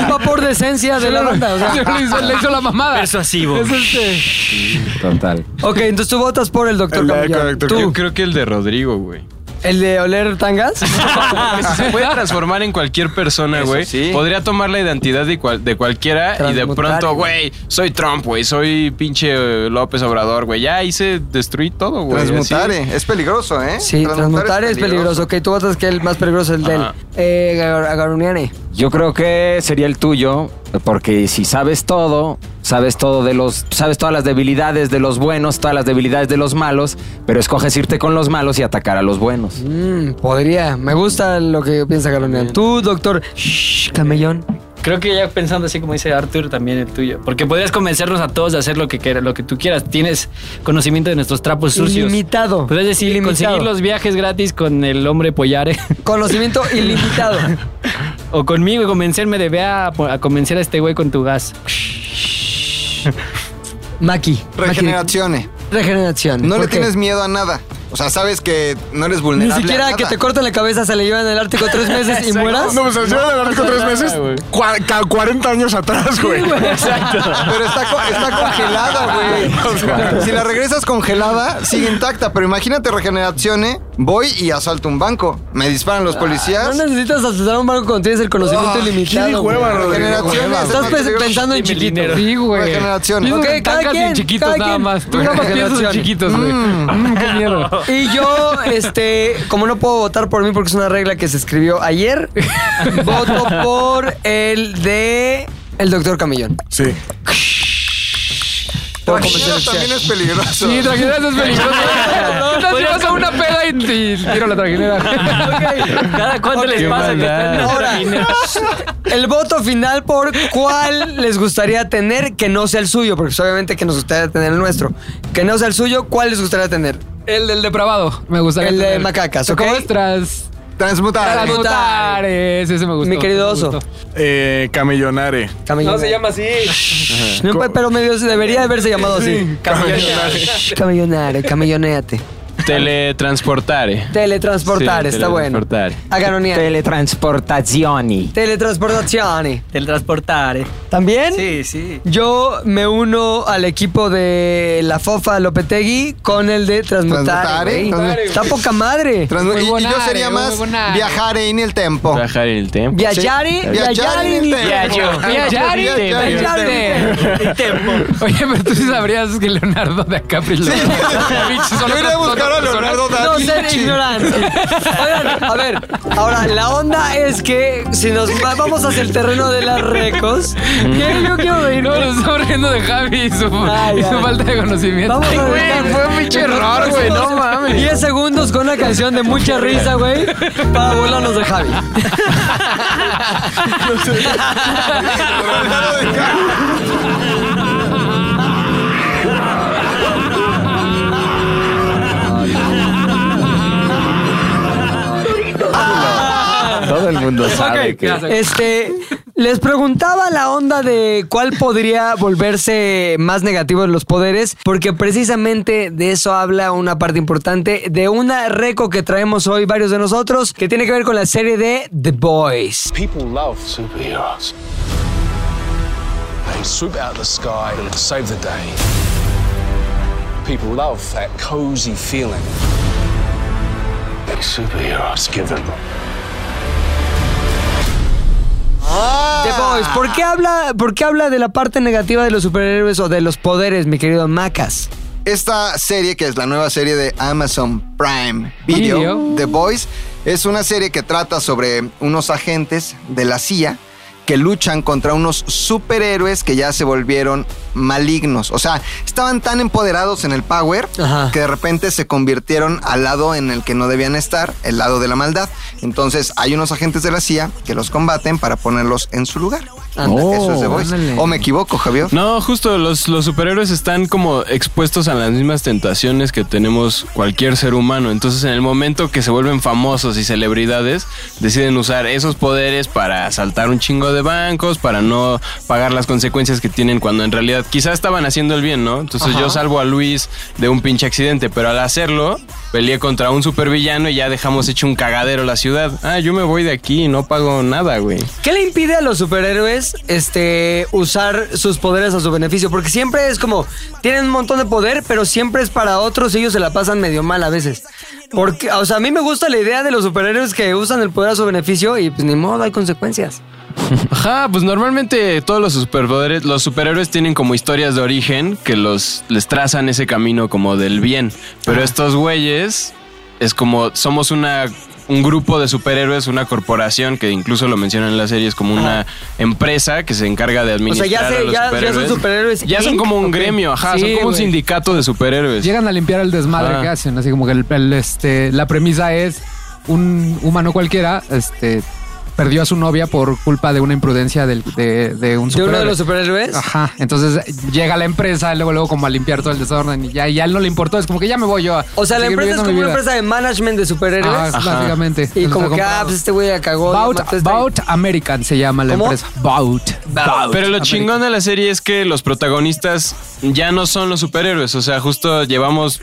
Speaker 4: un vapor de esencia de la banda. O sea.
Speaker 2: le, hizo, le hizo la mamada.
Speaker 6: Persuasivo.
Speaker 2: Es este.
Speaker 1: Total.
Speaker 4: Ok, entonces tú votas por el doctor
Speaker 9: El de-
Speaker 4: Camillón.
Speaker 9: doctor
Speaker 5: Yo
Speaker 4: ¿Tú?
Speaker 5: creo que el de Rodrigo, güey.
Speaker 4: ¿El de oler
Speaker 7: [LAUGHS]
Speaker 4: tangas?
Speaker 5: Si se puede transformar en cualquier persona,
Speaker 12: Eso
Speaker 5: güey.
Speaker 12: sí.
Speaker 5: Podría tomar la identidad de, cual- de cualquiera y de
Speaker 4: Transmutar,
Speaker 5: pronto,
Speaker 4: güey.
Speaker 5: güey, soy Trump, güey, soy pinche eh, López Obrador, güey. Ya hice destruir todo, güey. así.
Speaker 7: Transmutare, es peligroso, ¿eh?
Speaker 4: Sí, transmutar es peligroso. Ok, tú votas que el más peligroso es el de él.
Speaker 5: Ajá.
Speaker 4: Eh, Gar- Agaruniane.
Speaker 1: Yo creo que sería el tuyo, porque si sabes todo, sabes todo de los, sabes todas las debilidades de los buenos, todas las debilidades de los malos, pero escoges irte con los malos y atacar a los buenos.
Speaker 4: Mm, podría. Me gusta lo que piensa Agaruniane. Tú, doctor Shh, Camellón.
Speaker 6: Creo que ya pensando así como dice Arthur, también el tuyo. Porque podrías convencernos a todos de hacer lo que, quieras, lo que tú quieras. Tienes conocimiento de nuestros trapos sucios.
Speaker 4: Ilimitado.
Speaker 6: Podrías decir,
Speaker 4: Ilimitado.
Speaker 6: conseguir los viajes gratis con el hombre Pollare.
Speaker 7: [LAUGHS]
Speaker 4: Conocimiento ilimitado.
Speaker 6: [LAUGHS] o conmigo y convencerme de, ve a, a convencer a este güey con tu gas.
Speaker 4: Maki. Maki.
Speaker 7: Regeneraciones.
Speaker 4: Regeneración.
Speaker 7: No
Speaker 4: ¿Por
Speaker 7: le
Speaker 4: qué?
Speaker 7: tienes miedo a nada. O sea, sabes que no eres
Speaker 4: Ni
Speaker 7: vulnerable. a
Speaker 4: siquiera
Speaker 7: nada.
Speaker 4: que te corten la cabeza se le llevan en el Ártico tres
Speaker 7: [LAUGHS]
Speaker 4: meses y mueras.
Speaker 9: No, pues se llevan al Ártico tres meses, cua- ca- 40 años atrás, güey.
Speaker 7: Pero está, co- está congelada, güey. Si la regresas congelada, sigue intacta. Pero imagínate regeneraciones. Voy y asalto un banco. Me disparan los policías.
Speaker 4: Ah, No necesitas asustar a un banco cuando tienes el conocimiento
Speaker 9: Ah,
Speaker 4: ilimitado.
Speaker 9: qué hueva,
Speaker 4: güey.
Speaker 9: Rodrigo,
Speaker 4: Estás
Speaker 7: Regeneraciones. es
Speaker 4: pe-
Speaker 7: más peligroso.
Speaker 4: pensando en chiquito.
Speaker 2: Sí, güey.
Speaker 7: Regeneraciones.
Speaker 2: Piensas
Speaker 4: Ok,
Speaker 2: en
Speaker 4: cada
Speaker 2: tangas y en
Speaker 4: quien,
Speaker 2: chiquitos
Speaker 4: cada
Speaker 2: nada
Speaker 4: quien.
Speaker 2: más. Tú nada más piensas en
Speaker 4: Regeneraciones.
Speaker 2: chiquitos, güey. Mm, qué miedo.
Speaker 4: Y yo, este, como no puedo votar por mí porque es una regla que se escribió [LAUGHS] ayer, voto por el de el doctor Camillón.
Speaker 9: Sí.
Speaker 4: Por
Speaker 7: Tranquilo,
Speaker 4: convencer
Speaker 7: también es peligroso.
Speaker 2: Sí, tranquilidad es
Speaker 4: [LAUGHS]
Speaker 2: peligroso. ¿Qué tal si vas a una peda y, y tiro la
Speaker 4: [LAUGHS]
Speaker 2: tranquilidad?
Speaker 6: ¿Cada cuánto
Speaker 4: Ok.
Speaker 6: les pasa? que están en la
Speaker 4: Ahora,
Speaker 6: cabina?
Speaker 4: el voto final por cuál les gustaría tener que no sea el suyo, porque pues, obviamente que nos gustaría tener el nuestro. Que no sea el suyo, ¿cuál les gustaría tener?
Speaker 2: El del depravado. Me gustaría
Speaker 4: El de
Speaker 2: tener.
Speaker 4: macacas,
Speaker 2: ¿Cómo
Speaker 4: ¿ok?
Speaker 2: es? Tras...
Speaker 7: Transmutar.
Speaker 4: Transmutar.
Speaker 2: Transmutares. Ese me gustó.
Speaker 4: Mi querido
Speaker 2: ese me
Speaker 4: oso.
Speaker 2: gustó.
Speaker 9: Eh, camellonare.
Speaker 4: Camellón.
Speaker 12: así.
Speaker 4: No, pues, pero medio se debería haberse llamado así.
Speaker 9: Camellonare.
Speaker 4: Camellonare, camelloneate.
Speaker 5: Teletransportar. eh.
Speaker 4: Teletransportar,
Speaker 5: Sí,
Speaker 4: está bueno.
Speaker 5: teletransportar.
Speaker 4: Agaronía.
Speaker 1: Teletransportazioni.
Speaker 4: Teletransportazione.
Speaker 6: El transportar.
Speaker 4: ¿También?
Speaker 6: Sí, sí.
Speaker 4: Yo me uno al equipo de la Fofa Lopetegui con el de Transmutar.
Speaker 7: Transmutar,
Speaker 4: güey.
Speaker 7: ¿eh?
Speaker 4: Está poca madre.
Speaker 7: Transmu- y- y, yo
Speaker 2: Huevonare,
Speaker 7: sería más
Speaker 2: huevonare.
Speaker 7: viajar en el tiempo.
Speaker 5: Viajar en el tiempo.
Speaker 4: Viajare,
Speaker 7: Viajar
Speaker 4: viajare.
Speaker 7: en el
Speaker 5: Viajo.
Speaker 4: Ah,
Speaker 7: tiempo.
Speaker 2: Viajar y
Speaker 7: Viajar en el
Speaker 2: viajar. Oye, pero tú sí sabrías que Leonardo de DiCaprio... [LAUGHS] Sí.
Speaker 7: Yo iré a buscar a Leonardo da
Speaker 4: No
Speaker 7: Vinci.
Speaker 4: ser ignorante. Oigan, a ver, ahora la onda es que si nos va- vamos hacia el terreno de las recos, que yo quiero reír.
Speaker 2: No, nos estamos riendo de Javi y su,
Speaker 4: Ay,
Speaker 2: y su
Speaker 4: ay.
Speaker 2: falta de conocimiento.
Speaker 4: Ah, Vamos a
Speaker 2: Ay,
Speaker 4: ver.
Speaker 2: fue un pinche error, güey. No mames.
Speaker 4: 10 segundos con una canción de mucha risa, güey, para volarnos de Javi.
Speaker 1: Todo el mundo sabe
Speaker 4: Este, Les preguntaba la onda de cuál podría volverse más negativo de los poderes, porque precisamente de eso habla una parte importante de una reco que traemos hoy varios de nosotros, que tiene que ver con la serie de The Boys.
Speaker 14: People love superheroes. They swoop out of the sky and save the day. People love that cozy feeling. That superheroes give them.
Speaker 4: The Boys. ¿Por qué, habla, ¿Por qué habla de la parte negativa de los superhéroes o de los poderes, mi querido Macas?
Speaker 7: Esta serie, que es la nueva serie de Amazon Prime Video,
Speaker 2: Video.
Speaker 7: The Boys, es una serie que trata sobre unos agentes de la CIA que luchan contra unos superhéroes que ya se volvieron malignos. O sea, estaban tan empoderados en el power que de repente se convirtieron al lado en el que no debían estar, el lado de la maldad. Entonces hay unos agentes de la CIA que los combaten para ponerlos en su lugar.
Speaker 5: Ándale. Oh,
Speaker 7: Eso es The Boys.
Speaker 5: Ándale.
Speaker 7: ¿O me equivoco, Javier?
Speaker 5: No, justo los, los superhéroes están como expuestos a las mismas tentaciones que tenemos cualquier ser humano. Entonces, en el momento que se vuelven famosos y celebridades, deciden usar esos poderes para saltar un chingo de bancos, para no pagar las consecuencias que tienen cuando en realidad quizás estaban haciendo el bien, ¿no? Entonces,
Speaker 6: Ajá.
Speaker 5: yo salvo a Luis de un pinche accidente, pero al hacerlo, peleé contra un supervillano y ya dejamos hecho un cagadero la ciudad. Ah, yo me voy de aquí y no pago nada, güey.
Speaker 4: ¿Qué le impide a los superhéroes este, usar sus poderes a su beneficio? Porque siempre es como, tienen un montón de poder, pero siempre es para otros y ellos se la pasan medio mal a veces. Porque, o sea, a mí me gusta la idea de los superhéroes que usan el poder a su beneficio y pues ni modo, hay consecuencias.
Speaker 5: Ajá, pues normalmente todos los superpoderes, los superhéroes tienen como historias de origen que los les trazan ese camino como del bien. Pero estos güeyes es como somos una un grupo de superhéroes, una corporación que incluso lo mencionan en la serie es como una empresa que se encarga de
Speaker 4: O sea,
Speaker 5: administrar
Speaker 4: ya,
Speaker 5: a
Speaker 4: se-
Speaker 5: los
Speaker 4: ya- ya
Speaker 5: superhéroes.
Speaker 4: son superhéroes.
Speaker 5: Ya son
Speaker 4: Inc.
Speaker 5: como un
Speaker 4: Ok.
Speaker 5: gremio, ajá, son
Speaker 2: Sí,
Speaker 5: como un
Speaker 2: güey.
Speaker 5: sindicato de superhéroes.
Speaker 2: Llegan a limpiar el desmadre
Speaker 4: Ah.
Speaker 5: Ajá.
Speaker 2: que hacen, así como que el- el, este, la premisa es un humano cualquiera, este, perdió a su novia por culpa de una imprudencia del- de, de un
Speaker 4: ¿De
Speaker 2: superhéroe.
Speaker 4: uno de los superhéroes?
Speaker 2: Ajá, entonces llega la empresa, luego luego como a limpiar todo el desorden y ya, ya no le importó, es como que ya me voy yo a
Speaker 4: O sea, la
Speaker 2: seguir viviendo
Speaker 4: empresa es
Speaker 2: mi
Speaker 4: como una
Speaker 2: vida.
Speaker 4: empresa de management de superhéroes.
Speaker 2: Ah, Ajá. básicamente.
Speaker 4: Y
Speaker 2: Los
Speaker 4: como
Speaker 2: ha
Speaker 4: que, ah,
Speaker 2: comprado.
Speaker 4: pues este güey la cagó. ya
Speaker 2: Bout,
Speaker 4: mató a este-
Speaker 2: Bout American se llama la
Speaker 4: ¿Cómo?
Speaker 2: empresa. Bout. Bout.
Speaker 5: Pero lo
Speaker 2: American.
Speaker 5: chingón de la serie es que los protagonistas ya no son los superhéroes. O sea, justo llevamos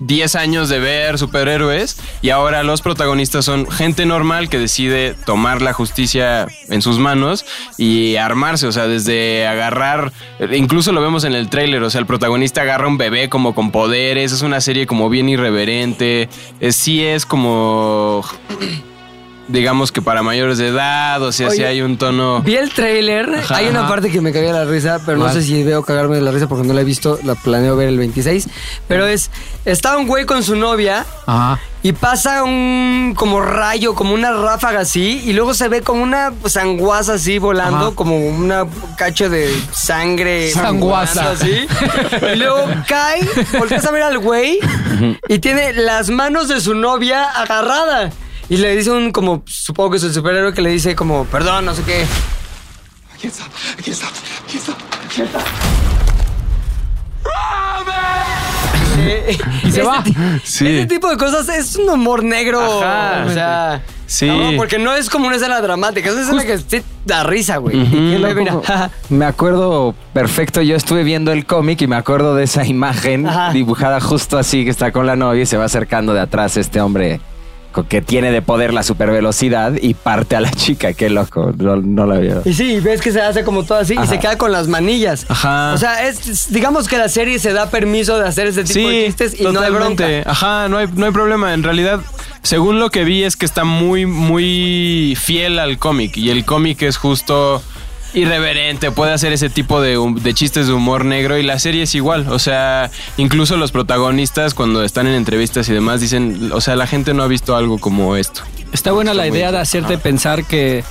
Speaker 5: 10 años de ver superhéroes y ahora los protagonistas son gente normal que decide tomar la justicia en sus manos y armarse. O sea, desde agarrar, incluso lo vemos en el tráiler. O sea, el protagonista agarra un bebé como con poderes. Es una serie como bien irreverente. Es- sí es como. Digamos que para mayores de edad, o sea, sí
Speaker 4: Oye,
Speaker 5: hay un tono.
Speaker 4: Vi el trailer,
Speaker 5: Ajá,
Speaker 4: hay una
Speaker 5: ajá.
Speaker 4: parte que me cagué de la risa, pero no
Speaker 5: ¿Cuál?
Speaker 4: sé si veo cagarme de la risa porque no la he visto, la planeo ver el 26. Pero es, está un güey con su novia
Speaker 2: Ajá.
Speaker 4: y pasa un como rayo, como una ráfaga así, y luego se ve como una sanguaza así volando,
Speaker 2: Ajá.
Speaker 4: como una cacho de sangre.
Speaker 2: Sanguaza.
Speaker 4: volando Así. Y luego cae, volteas a ver al güey y tiene las manos de su novia agarrada. Y le dice un como, supongo que es el superhéroe que le dice como, perdón, no sé qué.
Speaker 15: Aquí está, aquí está, aquí está, aquí está.
Speaker 4: Eh, y se va.
Speaker 5: Sí.
Speaker 4: Este tipo de cosas es un humor negro.
Speaker 5: Ajá.
Speaker 4: O sea.
Speaker 5: Sí.
Speaker 4: cabrón, porque no es como una escena dramática, es una escena que sí da risa, güey.
Speaker 1: Qué
Speaker 4: Ve,
Speaker 1: loco.
Speaker 4: mira, ajá.
Speaker 1: Me acuerdo perfecto, yo estuve viendo el cómic y me acuerdo de esa imagen
Speaker 4: Ajá.
Speaker 1: dibujada justo así que está con la novia y se va acercando de atrás este hombre co- que tiene de poder la supervelocidad y parte a la chica, qué loco, no, no la veo.
Speaker 4: Y sí, ves que se hace como todo así y
Speaker 1: Ajá.
Speaker 4: se queda con las manillas.
Speaker 5: Ajá.
Speaker 4: O sea, es- es, digamos que la serie se da permiso de hacer ese tipo de chistes y no hay
Speaker 5: totalmente.
Speaker 4: bronca.
Speaker 5: Ajá, no hay, no hay problema. En realidad, según lo que vi, es que está muy, muy fiel al cómic. Y el cómic es justo irreverente, puede hacer ese tipo de, hum- de chistes de humor negro y la serie es igual. O sea, incluso los protagonistas cuando están en entrevistas y demás dicen, o sea, la gente no ha visto algo como esto.
Speaker 6: Está buena la idea de hacerte pensar que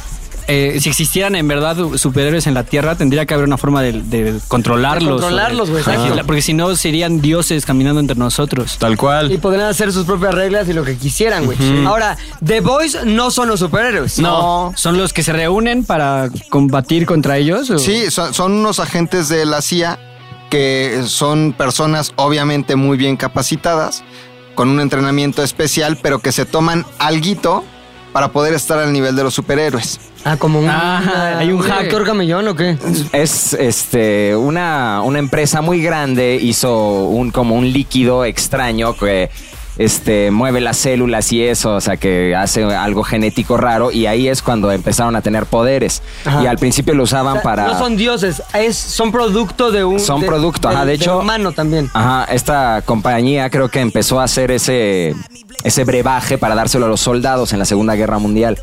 Speaker 6: eh, si existieran en verdad superhéroes en la Tierra, tendría que haber una forma de, de controlarlos.
Speaker 4: De controlarlos,
Speaker 6: o
Speaker 4: güey,
Speaker 6: de-
Speaker 4: exacto.
Speaker 6: Ajá. Porque si no, serían dioses caminando entre nosotros.
Speaker 5: Tal cual.
Speaker 4: Y podrían hacer sus propias reglas y lo que quisieran, güey.
Speaker 6: Ujú.
Speaker 4: Ahora, The Boys no son los superhéroes.
Speaker 6: No, son los que se reúnen para combatir contra ellos. ¿o?
Speaker 7: Sí, son, son unos agentes de la CIA que son personas obviamente muy bien capacitadas, con un entrenamiento especial, pero que se toman alguito para poder estar al nivel de los superhéroes.
Speaker 4: Ah, como un.
Speaker 7: hay un hack.
Speaker 4: ¿Héctor Camellón o qué?
Speaker 1: Es este una, una empresa muy grande hizo un como un líquido extraño que este mueve las células y eso, o sea que hace algo genético raro y ahí es cuando empezaron a tener poderes.
Speaker 4: Ajá.
Speaker 1: Y al principio lo usaban para
Speaker 4: No son dioses, es, son producto de un.
Speaker 1: Son
Speaker 4: de-
Speaker 1: producto, ajá, de
Speaker 4: del- del
Speaker 1: hecho-
Speaker 4: humano también.
Speaker 1: Ajá, esta compañía creo que empezó a hacer ese, ese brebaje para dárselo a los soldados en la Segunda Guerra Mundial.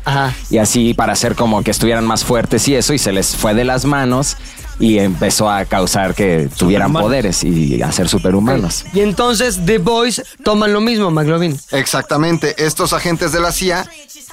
Speaker 1: Y así para hacer como que estuvieran más fuertes y eso, y se les fue de las manos y empezó a causar que tuvieran poderes y a ser superhumanos.
Speaker 4: Y entonces The Boys toman lo mismo, McLovin.
Speaker 7: Exactamente. Estos agentes de la CIA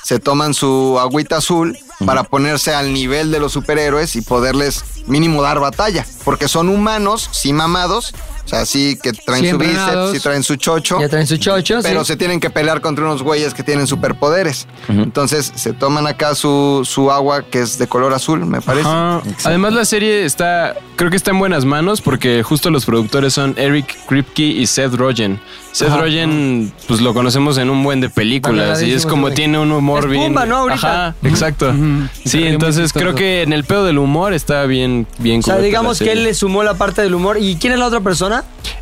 Speaker 7: se toman su agüita azul para ponerse al nivel de los superhéroes y poderles mínimo dar batalla. Porque son humanos, sí mamados. O sea, sí que traen
Speaker 4: Sí,
Speaker 7: su
Speaker 4: entrenados.
Speaker 7: bíceps, sí traen su chocho.
Speaker 4: Ya traen su chocho,
Speaker 7: Pero
Speaker 4: Ah, sí.
Speaker 7: se tienen que pelear contra unos güeyes que tienen superpoderes. Entonces se toman acá su, su agua que es de color azul, me parece.
Speaker 5: Ajá. Ah, Además la serie está, creo que está en buenas manos porque justo los productores son Eric Kripke y Seth Rogen. Seth
Speaker 7: Ajá.
Speaker 5: Rogen, pues lo conocemos en un buen de películas y es
Speaker 7: Valoradísimo,
Speaker 5: como
Speaker 7: sí.
Speaker 5: tiene un humor
Speaker 7: Es
Speaker 5: bien.
Speaker 7: Pumba, ¿no? Ahorita.
Speaker 5: Ajá, exacto. Sí, entonces creo que en el pedo del humor está bien, bien.
Speaker 4: O sea, digamos que él le sumó la parte del humor. ¿Y quién es la otra persona?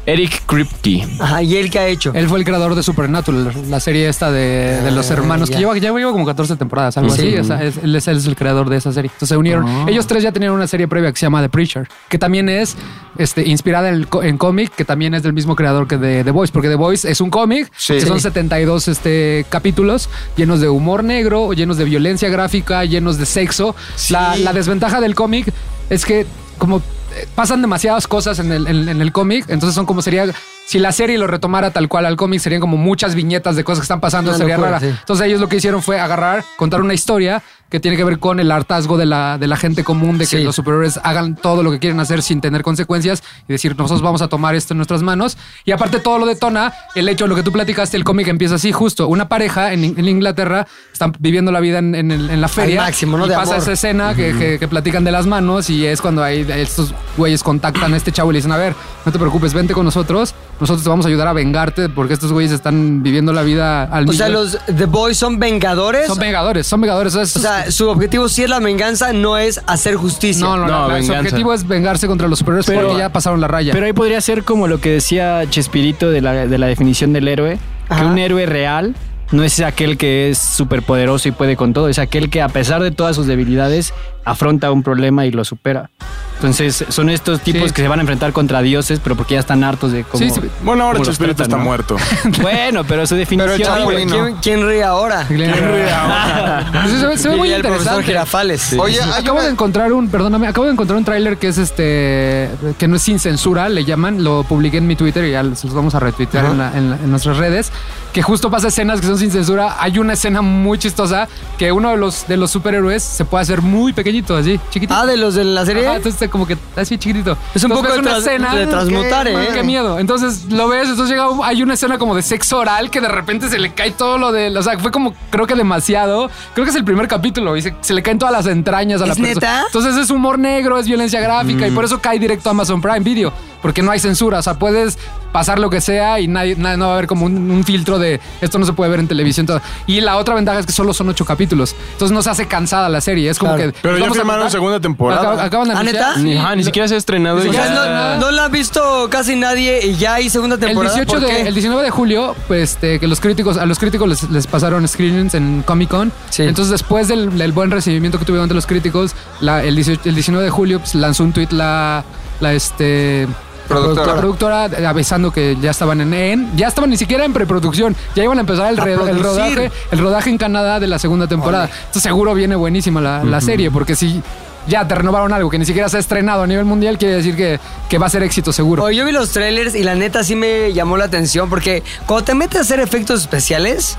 Speaker 5: Eric Kripke.
Speaker 4: Ajá, ¿y él qué ha hecho?
Speaker 2: Él fue el creador de Supernatural, la serie esta de, de los hermanos, que lleva, ya lleva como 14 temporadas, algo
Speaker 16: Sí.
Speaker 2: así. O sea, es- él, es, él es el creador de esa serie. Entonces se unieron.
Speaker 16: Ah.
Speaker 2: Ellos tres ya tenían una serie previa que se llama The Preacher, que también es este, inspirada en, el co- en cómic, que también es del mismo creador que de The Voice, porque The Voice es un cómic,
Speaker 7: Sí.
Speaker 2: que son
Speaker 7: Sí.
Speaker 2: 72 este, capítulos llenos de humor negro, llenos de violencia gráfica, llenos de sexo. La, la desventaja del cómic es que como eh, pasan demasiadas cosas en el, en- en el cómic, entonces son como sería... Si la serie lo retomara tal cual al cómic, serían como muchas viñetas de cosas que están pasando,
Speaker 4: Una
Speaker 2: sería
Speaker 4: locura,
Speaker 2: rara.
Speaker 4: sí.
Speaker 2: Entonces ellos lo que hicieron fue agarrar, contar una historia que tiene que ver con el hartazgo de la, de la gente común, de que
Speaker 4: Sí.
Speaker 2: los superiores hagan todo lo que quieren hacer sin tener consecuencias y decir, nosotros vamos a tomar esto en nuestras manos. Y aparte todo lo detona el hecho de lo que tú platicaste, el cómic empieza así, justo. Una pareja en, In- en Inglaterra están viviendo la vida en, en el- en la feria.
Speaker 4: máximo, ¿no?
Speaker 2: Y
Speaker 4: De
Speaker 2: pasa
Speaker 4: amor.
Speaker 2: esa escena que, que- que platican de las manos y es cuando ahí estos güeyes contactan a este chavo y le dicen, a ver, no te preocupes, vente con nosotros, nosotros te vamos a ayudar a vengarte porque estos güeyes están viviendo la vida al
Speaker 4: O sea,
Speaker 2: millón".
Speaker 4: los The Boys son vengadores.
Speaker 2: Son vengadores, son vengadores. O
Speaker 4: sea, su objetivo sí es la venganza, no es hacer justicia.
Speaker 2: No, no, no, no, su objetivo es vengarse contra los superiores
Speaker 4: Pero-
Speaker 2: porque ya pasaron la raya.
Speaker 6: Pero ahí podría ser como lo que decía Chespirito de la, de la definición del héroe, que un héroe real no es aquel que es superpoderoso y puede con todo, es aquel que a pesar de todas sus debilidades afronta un problema y lo supera. Entonces son estos tipos que se van a enfrentar contra dioses, pero porque ya están hartos de cómo...
Speaker 2: Sí, sí.
Speaker 9: Bueno, ahora
Speaker 6: cómo los
Speaker 9: Chespirito
Speaker 6: tratan,
Speaker 9: está
Speaker 6: ¿no?
Speaker 9: muerto.
Speaker 6: [LAUGHS] Bueno, pero su definición...
Speaker 4: Pero ¿quién, ¿quién ríe ahora?
Speaker 2: ¿Quién
Speaker 4: ríe ahora?
Speaker 2: Pues se ve- se ve muy interesante.
Speaker 4: Girafales.
Speaker 2: Sí, sí, sí. acabo de encontrar un, perdóname, acabo de encontrar un tráiler que es este, que no es sin censura, le llaman, lo publiqué en mi Twitter y ya se los vamos a retuitear en, la- en la- en nuestras redes, que justo pasa escenas que son sin censura. Hay una escena muy chistosa que uno de los, de los superhéroes se puede hacer muy pequeñito, así, chiquitito.
Speaker 4: Ah, de los de la serie.
Speaker 2: Ajá, entonces como que así chiquitito.
Speaker 4: Es
Speaker 2: Entonces,
Speaker 4: un poco
Speaker 2: ves
Speaker 4: de
Speaker 2: una
Speaker 4: tras-
Speaker 2: escena
Speaker 4: de transmutar,
Speaker 2: qué,
Speaker 4: ¿eh?
Speaker 2: Qué miedo. Entonces lo ves, entonces llega, un- hay una escena como de sexo oral que de repente se le cae todo lo de, o sea, fue como creo que demasiado. Creo que es el primer capítulo y se, se le caen todas las entrañas a la
Speaker 4: ¿Es
Speaker 2: persona.
Speaker 4: neta?
Speaker 2: Entonces es humor negro, es violencia gráfica
Speaker 9: Mm.
Speaker 2: y por eso cae directo a Amazon Prime Video, porque no hay censura, o sea, puedes pasar lo que sea y nadie, nadie- no va a haber como un, un filtro de esto no se puede ver en televisión. todo. Y la otra ventaja es que solo son ocho capítulos, entonces no se hace cansada la serie, es como
Speaker 9: Claro.
Speaker 2: que...
Speaker 9: Pero ya
Speaker 2: vamos a
Speaker 9: firmaron
Speaker 2: contar-
Speaker 9: segunda temporada.
Speaker 2: Acab- acaban de
Speaker 4: ¿Ah,
Speaker 2: anunciar-
Speaker 4: neta?
Speaker 2: Sí.
Speaker 5: Ni, ajá, ni siquiera se ha estrenado. y
Speaker 4: O sea,
Speaker 5: ya-
Speaker 4: no, no la ha visto casi nadie y ya hay segunda
Speaker 2: El
Speaker 4: temporada.
Speaker 2: 18
Speaker 4: ¿Por
Speaker 2: de,
Speaker 4: qué?
Speaker 2: el 19 de julio, pues, este, que los críticos, a los críticos les, les pasaron screenings en Comic Con. Entonces, después del, del buen recibimiento que tuvieron de los críticos, la- el, 18 el 19 de julio pues, lanzó un tweet la, la, este.
Speaker 7: Productora.
Speaker 2: La productora eh, avisando que ya estaban en, en- ya estaban ni siquiera en preproducción, ya iban a empezar el,
Speaker 4: A
Speaker 2: re- el
Speaker 4: producir.
Speaker 2: rodaje, el rodaje en Canadá de la segunda temporada. Entonces seguro viene buenísima la, la serie, porque si ya te renovaron algo que ni siquiera se ha estrenado a nivel mundial, quiere decir que, que va a ser éxito seguro.
Speaker 4: Oye, yo vi los trailers y la neta sí me llamó la atención porque cuando te metes a hacer efectos especiales,